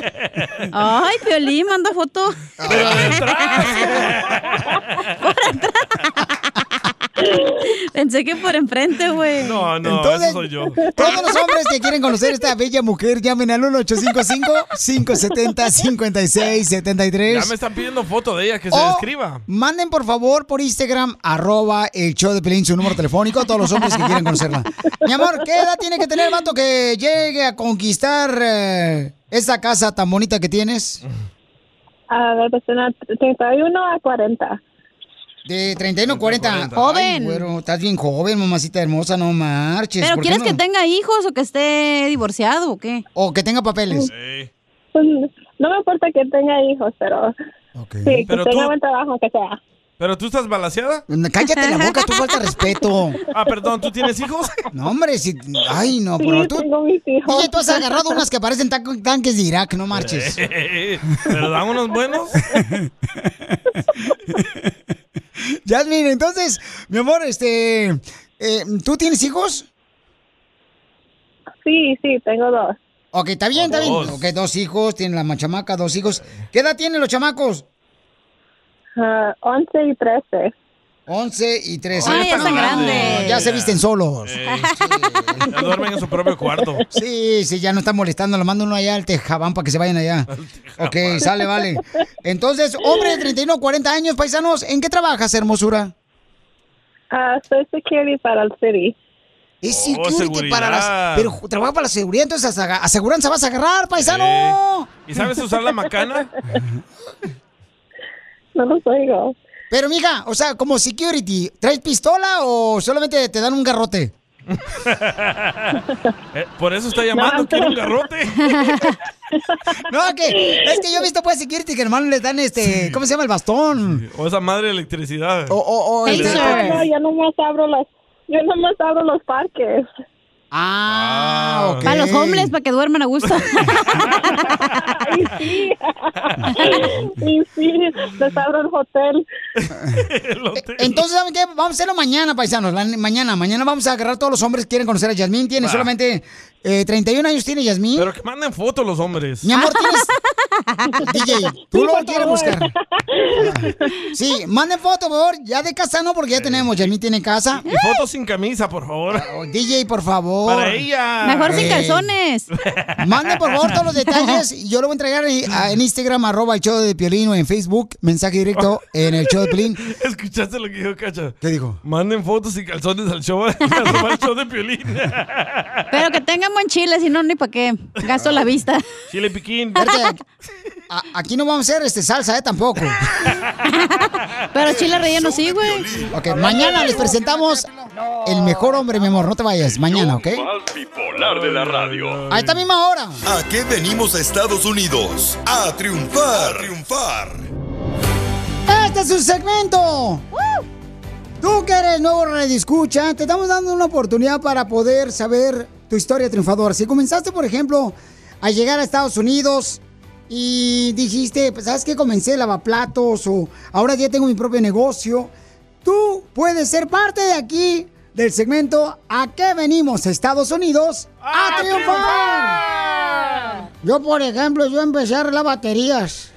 Speaker 5: Ay, Piolín, manda foto. Pensé que por enfrente, güey.
Speaker 4: No, no, eso soy yo.
Speaker 2: Todos los hombres que quieren conocer esta bella mujer, llamen al 1-855-570-5673.
Speaker 4: Ya me están pidiendo foto de ella que se
Speaker 2: O
Speaker 4: describa.
Speaker 2: Manden por favor por Instagram, arroba el show de Pelín, su número telefónico, a todos los hombres que quieran conocerla. Mi amor, ¿qué edad tiene que tener el vato que llegue a conquistar eh, esa casa tan bonita que tienes?
Speaker 14: A ver, pues una 31 a 40.
Speaker 2: De 31 a 40.
Speaker 5: Joven.
Speaker 2: Ay, güero, estás bien joven, mamacita hermosa, no marches.
Speaker 5: ¿Pero
Speaker 2: ¿por qué
Speaker 5: quieres
Speaker 2: no?
Speaker 5: que tenga hijos o que esté divorciado o qué?
Speaker 2: O que tenga papeles.
Speaker 14: Pues, no me importa que tenga hijos, pero sí, que
Speaker 4: Pero
Speaker 14: tenga
Speaker 4: tú-
Speaker 14: buen trabajo, que sea.
Speaker 4: ¿Pero tú estás balaseada?
Speaker 2: Mm, Cállate la boca, tú falta respeto.
Speaker 4: Ah, perdón, ¿tú tienes hijos?
Speaker 2: No, hombre, si... Ay, no,
Speaker 4: Sí,
Speaker 2: pero tú...
Speaker 14: tengo mis hijos.
Speaker 2: Oye, tú has agarrado unas que parecen tan- tanques de Irak, no marches.
Speaker 4: ¿Pero dan unos buenos?
Speaker 2: Yasmin, entonces, mi amor, este, eh, ¿tú tienes hijos?
Speaker 14: Sí, sí, tengo dos.
Speaker 2: Ok, está bien, está bien.
Speaker 14: Dos.
Speaker 2: Ok, dos hijos, tiene la machamaca, dos hijos. ¿Qué edad tienen los chamacos?
Speaker 14: Ah, 11 y 13.
Speaker 2: 11 y 13.
Speaker 14: Ay, ya están grandes. Eh,
Speaker 2: Ya se visten solos.
Speaker 4: Ya duermen en su propio cuarto.
Speaker 2: Sí, sí, ya no están molestando. Lo mando uno allá al Tejabán para que se vayan allá. Ok, sale, vale. Entonces, hombre de 31, 40 años, paisanos, ¿en qué trabajas, hermosura?
Speaker 14: Ah, soy security para el city.
Speaker 2: Es
Speaker 4: Oh,
Speaker 2: security para las... Pero ju- trabaja para la seguridad, entonces asa- aseguranza vas a agarrar, paisano.
Speaker 4: ¿Y sabes usar la macana?
Speaker 14: No los oigo.
Speaker 2: Pero, mija, o sea, como security, ¿traes pistola o solamente te dan un garrote?
Speaker 4: Eh, Por eso está llamando,
Speaker 2: No,
Speaker 4: quiero un
Speaker 2: pero-
Speaker 4: garrote. este.
Speaker 2: No, que es que yo he visto pues security que hermano les dan este, ¿cómo se llama? El bastón.
Speaker 4: O esa madre de electricidad.
Speaker 2: O, o, este, o el de-
Speaker 14: No, yo nomás abro las, yo nomás abro los parques.
Speaker 2: Ah,
Speaker 5: Para los hombres, para que duerman a gusto.
Speaker 14: y sí, les abro el hotel.
Speaker 2: Eh, Entonces, ¿saben qué? Vamos a hacerlo mañana, paisanos. la- mañana, mañana vamos a agarrar a todos los hombres que quieren conocer a Yasmín. Tiene
Speaker 4: Va.
Speaker 2: solamente eh, 31 años, tiene Yasmín.
Speaker 4: Pero que manden fotos los hombres.
Speaker 2: Mi amor, tienes. DJ, tú lo quieres buscar. Sí, manden foto, por favor. Ya de casa no, porque ya tenemos. Yasmín tiene casa.
Speaker 4: Y fotos sin camisa, por favor.
Speaker 2: Ah, DJ, por favor.
Speaker 4: Para ella.
Speaker 5: Mejor sin
Speaker 2: Eh,
Speaker 5: calzones.
Speaker 2: Manden por favor todos los detalles. y Yo lo voy a entregar en, a- en Instagram, arroba el show de Piolín o en Facebook, mensaje directo en el show de Piolín.
Speaker 4: ¿Escuchaste lo que dijo Cacha?
Speaker 2: ¿Qué dijo?
Speaker 4: Manden fotos y calzones al show, al show de Piolín.
Speaker 5: Pero que tengan buen chile, si no, ni para qué. Gasto la vista.
Speaker 4: Chile piquín.
Speaker 2: Espérate, a- aquí no vamos a hacer este salsa, ¿eh? Tampoco.
Speaker 5: Pero chile relleno sí, güey.
Speaker 2: Ok, mañana les presentamos el mejor hombre, mi amor. No te vayas, mañana, ¿ok?
Speaker 1: Más bipolar de la radio.
Speaker 2: A esta misma hora.
Speaker 1: ¿A qué venimos a Estados Unidos? A triunfar. triunfar.
Speaker 2: Este es su segmento. Tú que eres nuevo redescucha, te estamos dando una oportunidad para poder saber tu historia triunfadora. Si comenzaste, por ejemplo, a llegar a Estados Unidos y dijiste, pues, ¿sabes qué? Comencé lavaplatos o ahora ya tengo mi propio negocio. Tú puedes ser parte de aquí del segmento ¿A qué venimos, Estados Unidos?
Speaker 12: Ah.
Speaker 4: Ah,
Speaker 5: ¡A
Speaker 2: triunfar! Yo, por ejemplo, yo empecé a arreglar baterías.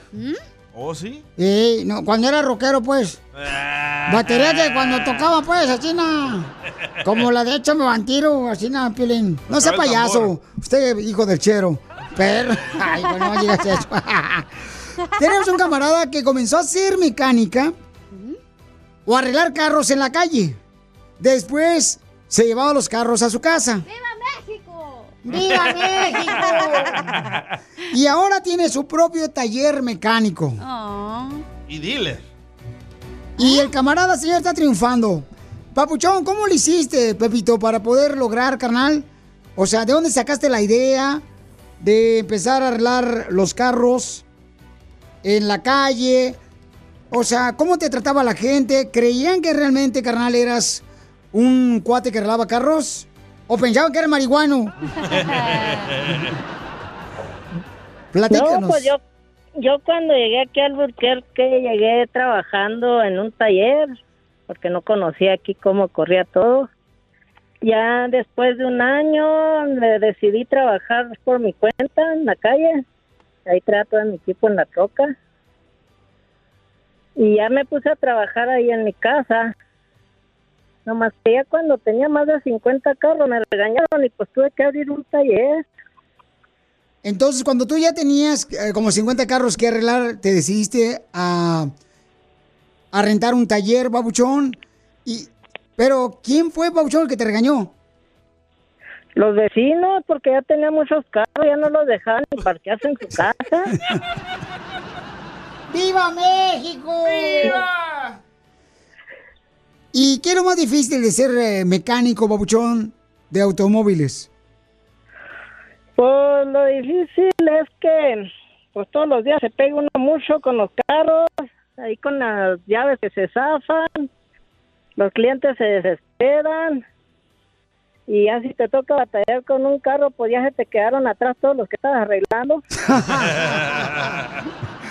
Speaker 4: ¿Oh, sí?
Speaker 2: Sí, no, cuando era rockero, pues.
Speaker 28: Ah.
Speaker 2: Baterías de cuando tocaba, pues, así na. Como la de Échame Vantiro, así na, Piolín. No sea
Speaker 28: Tocaba el
Speaker 2: payaso, usted hijo del chero. Pero, ay, bueno, no digas eso. Tenemos un camarada que comenzó a hacer mecánica o arreglar carros en la calle. Después se llevaba los carros a su casa.
Speaker 5: ¡Viva
Speaker 2: Y ahora tiene su propio taller mecánico.
Speaker 4: Y dile.
Speaker 2: Y el camarada señor está triunfando. Papuchón, ¿cómo le hiciste, Pepito, para poder lograr, carnal? O sea, ¿de dónde sacaste la idea de empezar a arreglar los carros en la calle? O sea, ¿cómo te trataba la gente? ¿Creían que realmente, carnal, eras un cuate que arreglaba carros? ¿O pensaban que era marihuano? Platícanos.
Speaker 7: No, pues yo, yo cuando llegué aquí a Albuquerque llegué trabajando en un taller porque no conocía aquí cómo corría todo. Ya después de un año me decidí trabajar por mi cuenta en la calle. Ahí trato a mi equipo en la troca. Y ya me puse a trabajar ahí en mi casa. Nomás que ya cuando tenía más de 50 carros me regañaron y pues tuve que abrir un taller.
Speaker 2: Entonces, cuando tú ya tenías eh, como 50 carros que arreglar, te decidiste a, a rentar un taller, babuchón. Y, pero, ¿quién fue, babuchón, el que te regañó?
Speaker 7: Los vecinos, porque ya tenía muchos carros, ya no los dejaban ni parquearse en su casa.
Speaker 2: ¡Viva México! ¡Viva! ¿Y qué es lo más difícil de ser eh, mecánico, babuchón, de automóviles?
Speaker 7: Pues lo difícil es que pues todos los días se pega uno mucho con los carros, ahí con las llaves que se zafan, los clientes se desesperan y ya si te toca batallar con un carro, pues ya se te quedaron atrás todos los que estabas arreglando.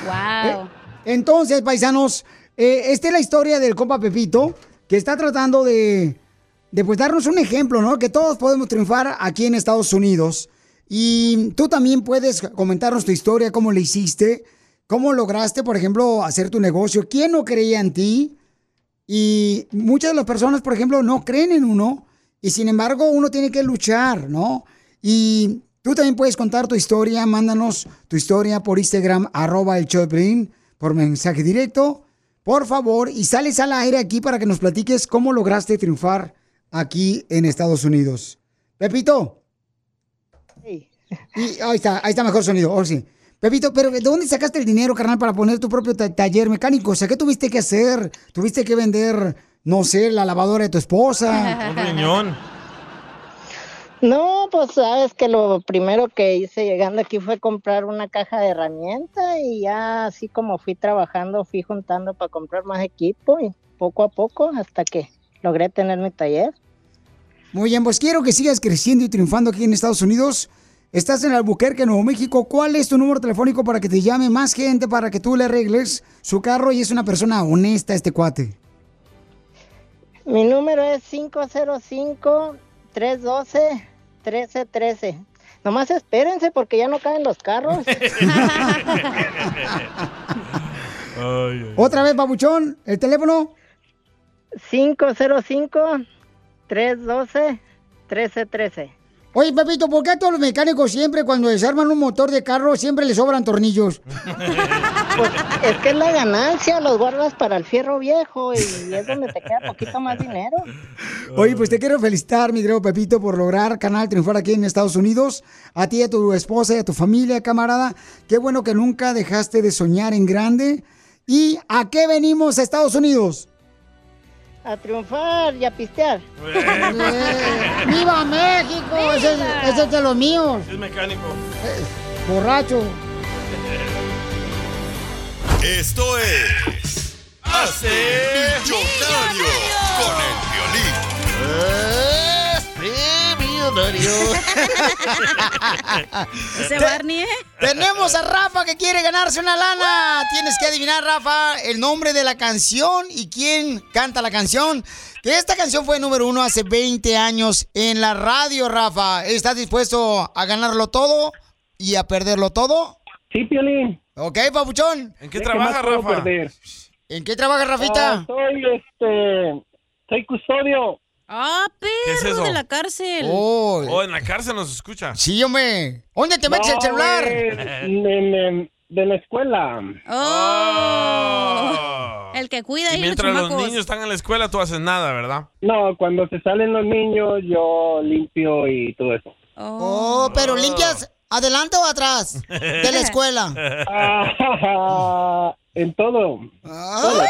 Speaker 2: Eh, Entonces, paisanos, eh, esta es la historia del compa Pepito, que está tratando de, de pues darnos un ejemplo, ¿no? Que todos podemos triunfar aquí en Estados Unidos. Y tú también puedes comentarnos tu historia, cómo le hiciste, cómo lograste, por ejemplo, hacer tu negocio, quién no creía en ti. Y muchas de las personas, por ejemplo, no creen en uno y sin embargo uno tiene que luchar, ¿no? Y tú también puedes contar tu historia, mándanos tu historia por Instagram, arroba el show de Piolín, por mensaje directo, por favor, y sales al aire aquí para que nos platiques cómo lograste triunfar aquí en Estados Unidos. Pepito. Y ahí está, ahí está mejor sonido, ahora sí. Pepito, pero ¿de dónde sacaste el dinero, carnal, para poner tu propio ta- taller mecánico? O sea, ¿qué tuviste que hacer? ¿Tuviste que vender, no sé, la lavadora de tu esposa?
Speaker 4: Un riñón.
Speaker 7: No,
Speaker 20: pues sabes que lo primero que hice llegando aquí fue comprar una caja de herramientas y ya así como fui trabajando, fui juntando para comprar más equipo y poco a poco hasta que logré tener mi taller.
Speaker 2: Muy bien, pues quiero que sigas creciendo y triunfando aquí en Estados Unidos. Estás en Albuquerque, Nuevo México. ¿Cuál es tu número telefónico para que te llame más gente, para que tú le arregles su carro y es una persona honesta este cuate?
Speaker 20: Mi número es 505-312-1313. Nomás espérense porque ya no caen los carros.
Speaker 2: Otra vez, babuchón, el teléfono.
Speaker 20: 505-312-1313.
Speaker 2: Oye, Pepito, ¿por qué a todos los mecánicos siempre cuando desarman un motor de carro siempre les sobran tornillos?
Speaker 20: Pues, Es que es la ganancia, los guardas para el fierro viejo y es donde te queda poquito más dinero.
Speaker 2: Oye, pues te quiero felicitar, mi querido Pepito, por lograr canal triunfar aquí en Estados Unidos. A ti, a tu esposa y a tu familia, camarada. Qué bueno que nunca dejaste de soñar en grande. ¿Y a qué venimos a Estados Unidos?
Speaker 20: A triunfar y a pistear.
Speaker 2: ¡Viva México! Ese, es- ese es de los míos.
Speaker 4: Es mecánico.
Speaker 2: Eh, Borracho.
Speaker 1: Esto es. ¡Hazte Millonario con el violín!
Speaker 12: ¡Premio
Speaker 2: Doriu.
Speaker 5: Ese Barney, ¿eh?
Speaker 2: Tenemos a Rafa que quiere ganarse una lana. Tienes que adivinar, Rafa, el nombre de la canción y quién canta la canción. Que esta canción fue número uno hace 20 años en la radio, Rafa. ¿Estás dispuesto a ganarlo todo y a perderlo todo?
Speaker 15: Sí, Piolín.
Speaker 2: Ok, papuchón.
Speaker 15: ¿En qué ¿De qué trabaja, más puedo Rafa? perder?
Speaker 2: ¿En qué trabaja, Rafita?
Speaker 15: Ah, soy, este, soy custodio.
Speaker 5: Ah,
Speaker 4: ¿Qué es
Speaker 5: perro
Speaker 4: eso?
Speaker 5: de la cárcel.
Speaker 2: Oh.
Speaker 4: en la cárcel nos escucha.
Speaker 2: Sí, hombre. ¿Dónde te metes el celular?
Speaker 15: de, de- de la escuela.
Speaker 5: Oh. El que cuida
Speaker 4: Ah. Y
Speaker 5: ahí los
Speaker 4: mientras los
Speaker 5: chamacos.
Speaker 4: niños están en la escuela, tú haces nada, ¿verdad?
Speaker 15: No, cuando se salen los niños, yo limpio y todo eso.
Speaker 20: Oh, pero limpias adelante o atrás de la escuela.
Speaker 15: Ah, en todo. Todo, todo.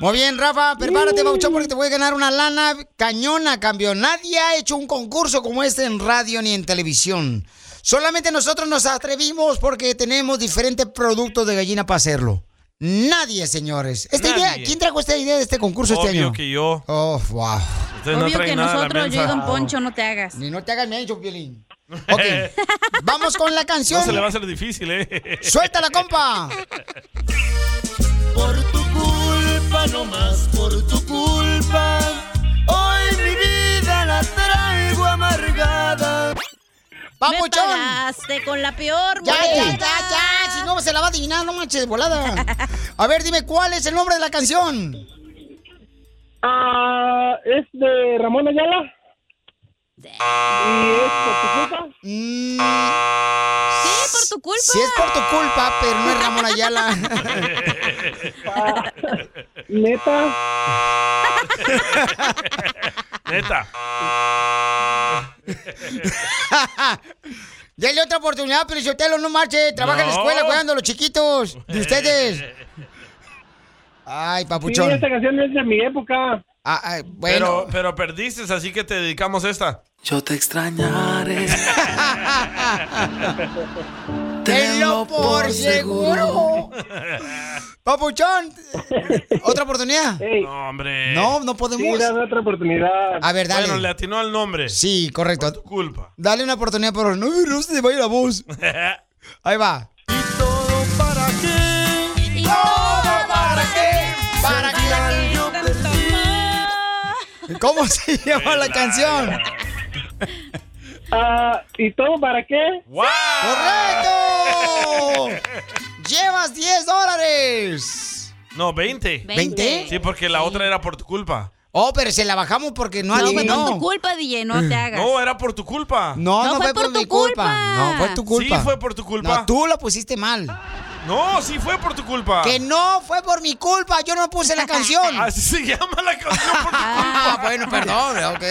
Speaker 2: Muy bien, Rafa, prepárate, Bauchón, porque te voy a ganar una lana cañona, cambio. Nadie ha hecho un concurso como este en radio ni en televisión. Solamente nosotros nos atrevimos porque tenemos diferentes productos de gallina para hacerlo. Nadie, señores. Esta
Speaker 4: Nadie.
Speaker 2: idea, ¿quién trajo esta idea de este concurso
Speaker 4: Obvio
Speaker 2: este año?
Speaker 4: que yo.
Speaker 2: Oh, wow.
Speaker 4: Ustedes no
Speaker 5: Obvio
Speaker 4: traen
Speaker 5: que
Speaker 4: nada a la
Speaker 5: nosotros, yo y
Speaker 4: mensa.
Speaker 5: Don Poncho, no te hagas.
Speaker 2: Ni no te hagas mencho, Piolín. Vamos con la canción.
Speaker 4: No se le va a hacer difícil, ¿eh?
Speaker 2: Suéltala, compa.
Speaker 12: culpa, no más por tu culpa. Hoy mi vida la traigo amargada.
Speaker 5: ¡Papuchón! Me pagaste con la peor,
Speaker 2: Ya, ya,
Speaker 5: güey.
Speaker 2: ya, ya. Si no, se la va a adivinar, no manches, volada. A ver, dime, ¿cuál es el nombre de la canción?
Speaker 15: Ah, es de Ramón Ayala.
Speaker 2: Mm,
Speaker 5: Sí, por tu culpa.
Speaker 2: Si es por tu culpa, pero no es Ramón Ayala.
Speaker 15: Neta.
Speaker 4: Neta.
Speaker 2: Dale otra oportunidad, pero Sotelo, no marche. Trabaja en la
Speaker 15: No.
Speaker 2: escuela cuidando a los chiquitos
Speaker 12: Eh.
Speaker 2: de ustedes. Ay, papuchón.
Speaker 15: Sí, esta canción es de mi época.
Speaker 2: Ah,
Speaker 4: Pero, pero perdiste, así que te dedicamos esta.
Speaker 12: Yo te extrañaré.
Speaker 2: Tenlo por seguro. Papuchón, ¿otra oportunidad?
Speaker 4: No, hombre.
Speaker 2: No, no podemos.
Speaker 15: otra oportunidad.
Speaker 2: A ver, dale.
Speaker 4: Bueno, le atinó al nombre.
Speaker 2: Sí, correcto.
Speaker 4: Por tu culpa.
Speaker 2: Dale una oportunidad, por favor. No, no se te vaya la voz. Ahí va.
Speaker 12: ¿Para qué?
Speaker 5: ¿Y
Speaker 12: todo para qué?
Speaker 2: ¿Para
Speaker 12: qué? Yo
Speaker 2: ¿Cómo se llama la canción?
Speaker 15: Ah, ¿Y todo para qué?
Speaker 2: ¡Correcto! ¡Llevas 10 dólares!
Speaker 4: No, 20.
Speaker 2: ¿Veinte?
Speaker 4: Sí, porque la otra era por tu culpa.
Speaker 2: Oh, pero se la bajamos porque no
Speaker 5: No, fue
Speaker 2: adivinó.
Speaker 5: por tu culpa, DJ, no te hagas.
Speaker 4: No, eh. era por tu culpa.
Speaker 2: No, no, fue, por, mi culpa. No, fue tu culpa.
Speaker 4: Sí, fue por tu culpa.
Speaker 2: No, tú la pusiste mal.
Speaker 4: No, sí fue por tu culpa.
Speaker 2: Que no fue por mi culpa, yo no puse la canción.
Speaker 4: Así se llama la canción por tu
Speaker 2: Ah, bueno, perdón, ok.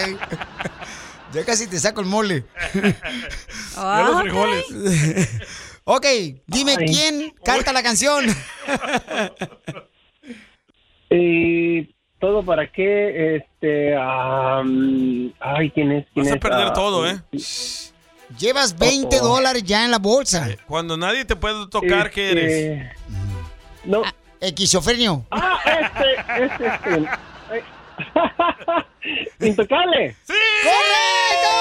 Speaker 2: Ya casi te saco el mole.
Speaker 12: Ah, los ok. frijoles.
Speaker 2: ok, dime
Speaker 15: Ay.
Speaker 2: quién canta la canción.
Speaker 15: ¿Y todo para qué? Este. am, ay, ¿quién es? ¿Quién
Speaker 4: Vas a
Speaker 15: es?
Speaker 4: perder
Speaker 15: Ah,
Speaker 4: todo, ¿eh?
Speaker 2: Llevas 20
Speaker 15: Oh, Eh, oh.
Speaker 2: dólares ya en la bolsa.
Speaker 4: Cuando nadie te puede tocar, ¿qué eres?
Speaker 15: No.
Speaker 2: Ah, Equisofrenio.
Speaker 15: Este, Ah, este, este, este. Ay. Intocable.
Speaker 2: ¡Correcto!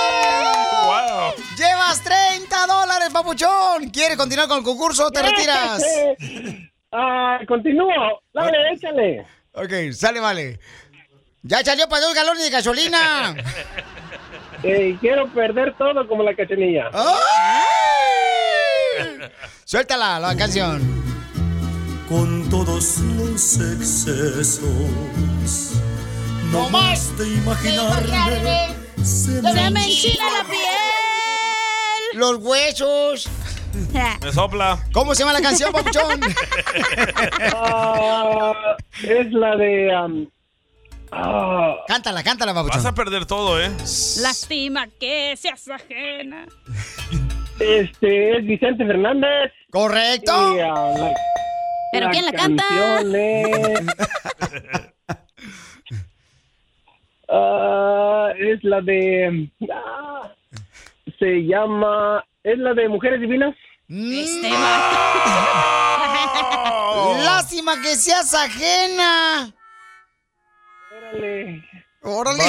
Speaker 4: Wow.
Speaker 2: Llevas 30 dólares, papuchón. ¿Quieres continuar con el concurso o te retiras? Ah.
Speaker 15: Ah, continúo. Dale, échale.
Speaker 2: Ok, sale, vale. Ya salió para dos galones de gasolina.
Speaker 15: Eh, quiero perder todo como la cachanilla.
Speaker 2: ¡Ah! Suéltala la canción.
Speaker 12: Con todos los excesos. No más de imaginarme.
Speaker 5: Se me enchila la piel.
Speaker 2: Los huesos.
Speaker 4: Me sopla.
Speaker 2: ¿Cómo se llama la canción, papuchón?
Speaker 15: Ah, es la de. am, ah,
Speaker 2: cántala, cántala,
Speaker 4: Vas a
Speaker 2: papuchón.
Speaker 4: perder todo, ¿eh?
Speaker 5: Lástima que seas ajena.
Speaker 15: este es Vicente Fernández.
Speaker 2: Correcto.
Speaker 15: Y, ah, la-
Speaker 5: ¿Pero quién la canta?
Speaker 15: canción es- Ah, es la de. ah, se llama. ¿Es la de Mujeres Divinas?
Speaker 5: Este
Speaker 2: Lástima que seas ajena.
Speaker 29: Órale.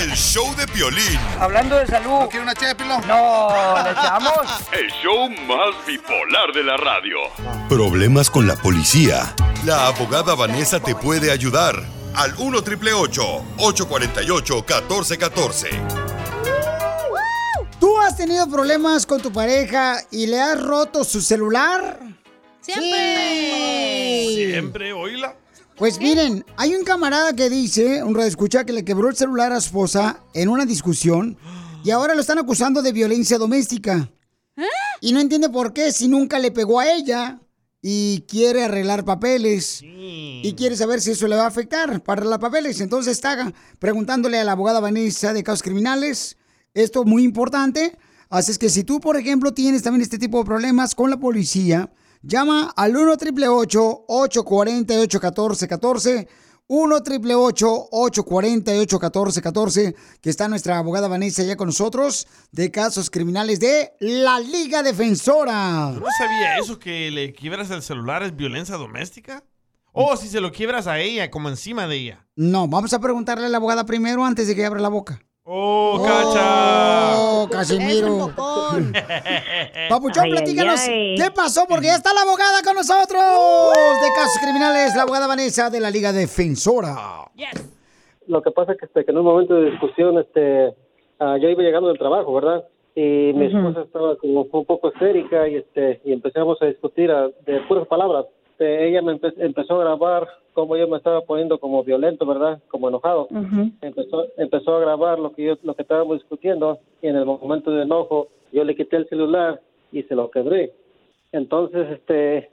Speaker 1: El show de Piolín.
Speaker 13: Hablando de salud. ¿No quiere una chépilo? No, ¿le echamos?
Speaker 30: El show más bipolar de la radio.
Speaker 1: Problemas con la policía. La abogada Vanessa te puede ayudar. Al 1 triple 848 1414.
Speaker 2: ¿Tú has tenido problemas con tu pareja y le has roto su celular?
Speaker 5: Siempre.
Speaker 4: Siempre, oíla.
Speaker 2: Pues miren, hay un camarada que dice, un radioescucha, que le quebró el celular a su esposa en una discusión y ahora lo están acusando de violencia doméstica. Y no entiende por qué, si nunca le pegó a ella y quiere arreglar papeles y quiere saber si eso le va a afectar para arreglar papeles. Entonces está preguntándole a la abogada Vanessa de casos criminales. Esto muy importante. Así es que si tú, por ejemplo, tienes también este tipo de problemas con la policía, Llama al 1 888 848 1414 1 888 848 1414 que está nuestra abogada Vanessa ya con nosotros, de casos criminales de la Liga Defensora.
Speaker 4: ¿No sabía eso que le quiebras el celular es violencia doméstica? O si se lo quiebras a ella, como encima de ella.
Speaker 2: No, vamos a preguntarle a la abogada primero antes de que abra la boca.
Speaker 4: ¡Oh, cacha!
Speaker 2: ¡Oh, Casimiro! Papuchón,
Speaker 4: Ay, ay,
Speaker 2: platícanos
Speaker 4: ay.
Speaker 2: qué pasó, porque ya está la abogada con nosotros de casos criminales, la abogada Vanessa de la Liga Defensora.
Speaker 31: Lo que pasa es que, este, que en un momento de discusión, este, ah, yo iba llegando del trabajo, ¿verdad? Y mi
Speaker 12: Ujú.
Speaker 31: esposa estaba como un poco estérica y, este, y empezamos a discutir a- de puras palabras. Este, ella me empe- empezó a grabar cómo yo me estaba poniendo como violento, ¿verdad? Como enojado. Empezó, empezó a grabar lo que yo, lo que estábamos discutiendo y en el momento de enojo yo le quité el celular y se lo quebré. Entonces, este,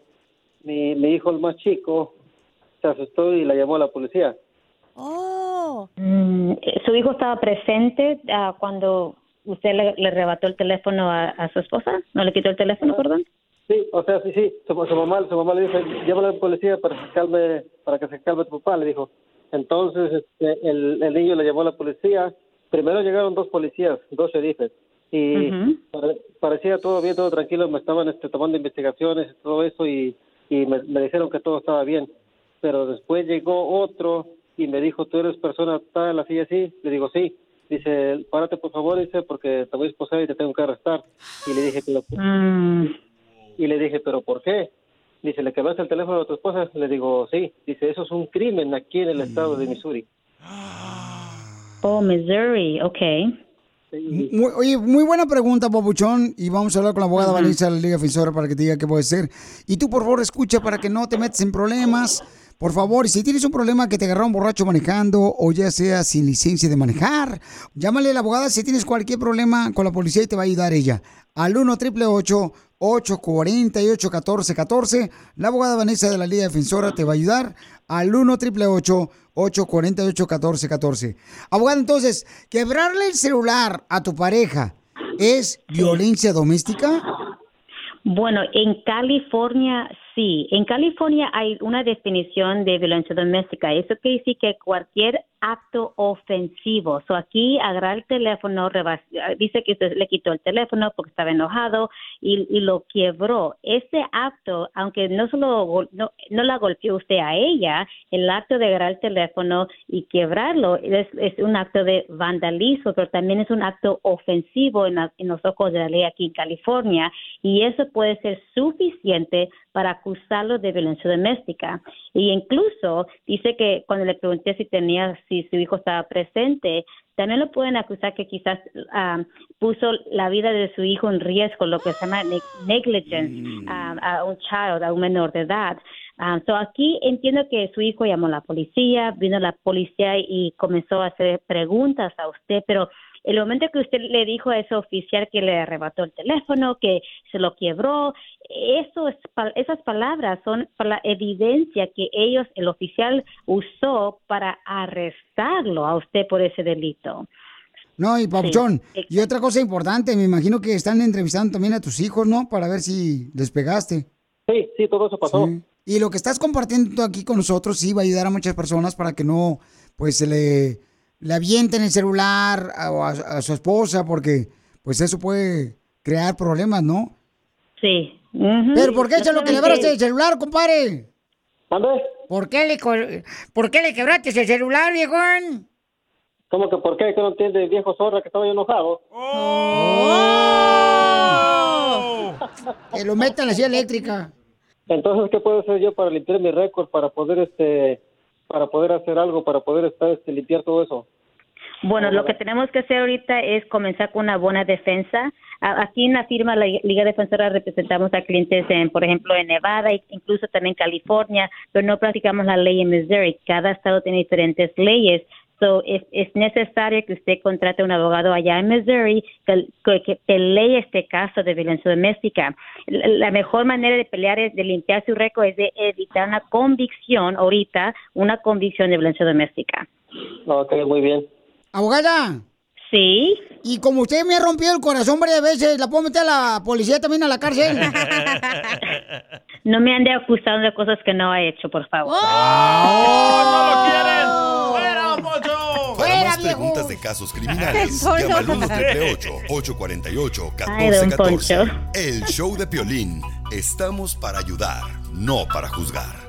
Speaker 31: mi, mi hijo el más chico se asustó y la llamó a la policía.
Speaker 24: Mm, eh, su hijo estaba presente ah, cuando usted le, le arrebató el teléfono a, a su esposa, no le quitó el teléfono, perdón.
Speaker 31: Sí, o sea, sí, sí, su, su mamá, su mamá le dijo, llámale a la policía para que se calme, para que se calme tu papá, le dijo. Entonces, este, el, el niño le llamó a la policía. Primero llegaron dos policías, dos sheriffes, y
Speaker 15: Eh,
Speaker 12: Ujú.
Speaker 31: pare- parecía todo bien, todo tranquilo, me estaban este, tomando investigaciones y todo eso, y, y me, me dijeron que todo estaba bien. Pero después llegó otro y me dijo, tú eres persona tal, así, así. Le digo, sí. Dice, párate por favor, dice, porque te voy a esposar y te tengo que arrestar. Y le dije, pero,
Speaker 15: mm.
Speaker 31: y le dije, ¿pero por qué? Dice, ¿le quebraste el teléfono a tu esposa? Le digo, sí. Dice, eso es un crimen aquí en el estado de Missouri.
Speaker 24: Oh, Missouri, ok.
Speaker 2: Muy- oye, muy buena pregunta, Papuchón, y vamos a hablar con la abogada
Speaker 24: Ujú.
Speaker 2: Vanessa de la Liga Defensora para que te diga qué puede ser. Y tú, por favor, escucha para que no te metas en problemas. Por favor, y si tienes un problema que te agarraron borracho manejando o ya sea sin licencia de manejar, llámale a la abogada si tienes cualquier problema con la policía y te va a ayudar ella. Al 1 888 848 1414 La abogada Vanessa de la Liga Defensora te va a ayudar al 1 888 848 1414 Abogada, entonces, ¿quebrarle el celular a tu pareja es violencia doméstica?
Speaker 24: Bueno, en California sí. En California hay una definición de violencia doméstica. Eso quiere decir que cualquier acto ofensivo. O aquí agarrar el teléfono, rebas- dice que usted le quitó el teléfono porque estaba enojado y, y lo quebró. Ese acto, aunque no solo gol- no, no la golpeó usted a ella, el acto de agarrar el teléfono y quebrarlo es, es un acto de vandalismo, pero también es un acto ofensivo en, la- en los ojos de la ley aquí en California y eso puede ser suficiente para acusarlo de violencia doméstica. Y incluso dice que cuando le pregunté si tenía, si su hijo estaba presente, también lo pueden acusar que quizás ah, puso la vida de su hijo en riesgo, lo que se llama neg- negligence, ah, a un child, a un menor de edad. Ah, so aquí entiendo que su hijo llamó a la policía, vino la policía y comenzó a hacer preguntas a usted, pero el momento que usted le dijo a ese oficial que le arrebató el teléfono, que se lo quebró, eso es pa- esas palabras son para la evidencia que ellos, el oficial, usó para arrestarlo a usted por ese delito.
Speaker 2: No, y Papuchón,
Speaker 24: exacto.
Speaker 2: y otra cosa importante, me imagino que están entrevistando también a tus hijos, ¿no? Para ver si les pegaste.
Speaker 31: Sí, sí, todo eso pasó.
Speaker 2: Y lo que estás compartiendo tú aquí con nosotros sí va a ayudar a muchas personas para que no, pues, se le, le avienten el celular a, o a- a su esposa, porque, pues, eso puede crear problemas, ¿no?
Speaker 24: Sí.
Speaker 2: Pero ¿por qué
Speaker 24: No
Speaker 2: se lo que le
Speaker 24: solamente-
Speaker 2: el celular, compadre?
Speaker 31: ¿Dónde?
Speaker 20: ¿Por qué le, col- ¿por qué le quebraste el celular, viejón?
Speaker 31: ¿Cómo que por qué? ¿Que no entiende, viejo zorra, que estaba yo enojado?
Speaker 2: Que lo metan en la silla eléctrica.
Speaker 31: Entonces, ¿qué puedo hacer yo para limpiar mi récord, para poder este, para poder hacer algo, para poder estar este, limpiar todo eso?
Speaker 24: Bueno, lo que tenemos que hacer ahorita es comenzar con una buena defensa. A- Aquí en la firma la Liga Defensora representamos a clientes, en, por ejemplo, en Nevada e incluso también California, pero no practicamos la ley en Missouri. Cada estado tiene diferentes leyes. So, es, es necesario que usted contrate un abogado allá en Missouri que, que- que pelee este caso de violencia doméstica. La, la mejor manera de pelear es de limpiar su récord, es de evitar una convicción ahorita, una convicción de violencia doméstica.
Speaker 31: Ok, muy bien.
Speaker 2: ¿Abogada?
Speaker 24: Sí.
Speaker 2: Y como usted me ha rompido el corazón varias veces, ¿la puedo meter a la policía también a la cárcel?
Speaker 5: Ah,
Speaker 24: No me ande acusando de cosas que no ha hecho, por favor.
Speaker 1: Para
Speaker 2: Ah,
Speaker 5: oh,
Speaker 2: oh,
Speaker 24: ¡Fuera,
Speaker 1: más
Speaker 24: viejo!
Speaker 1: preguntas de casos criminales,
Speaker 24: Solo.
Speaker 1: llama al 1 848 1414
Speaker 24: Ay, don Poncho.
Speaker 1: El show de Piolín. Estamos para ayudar, no para juzgar.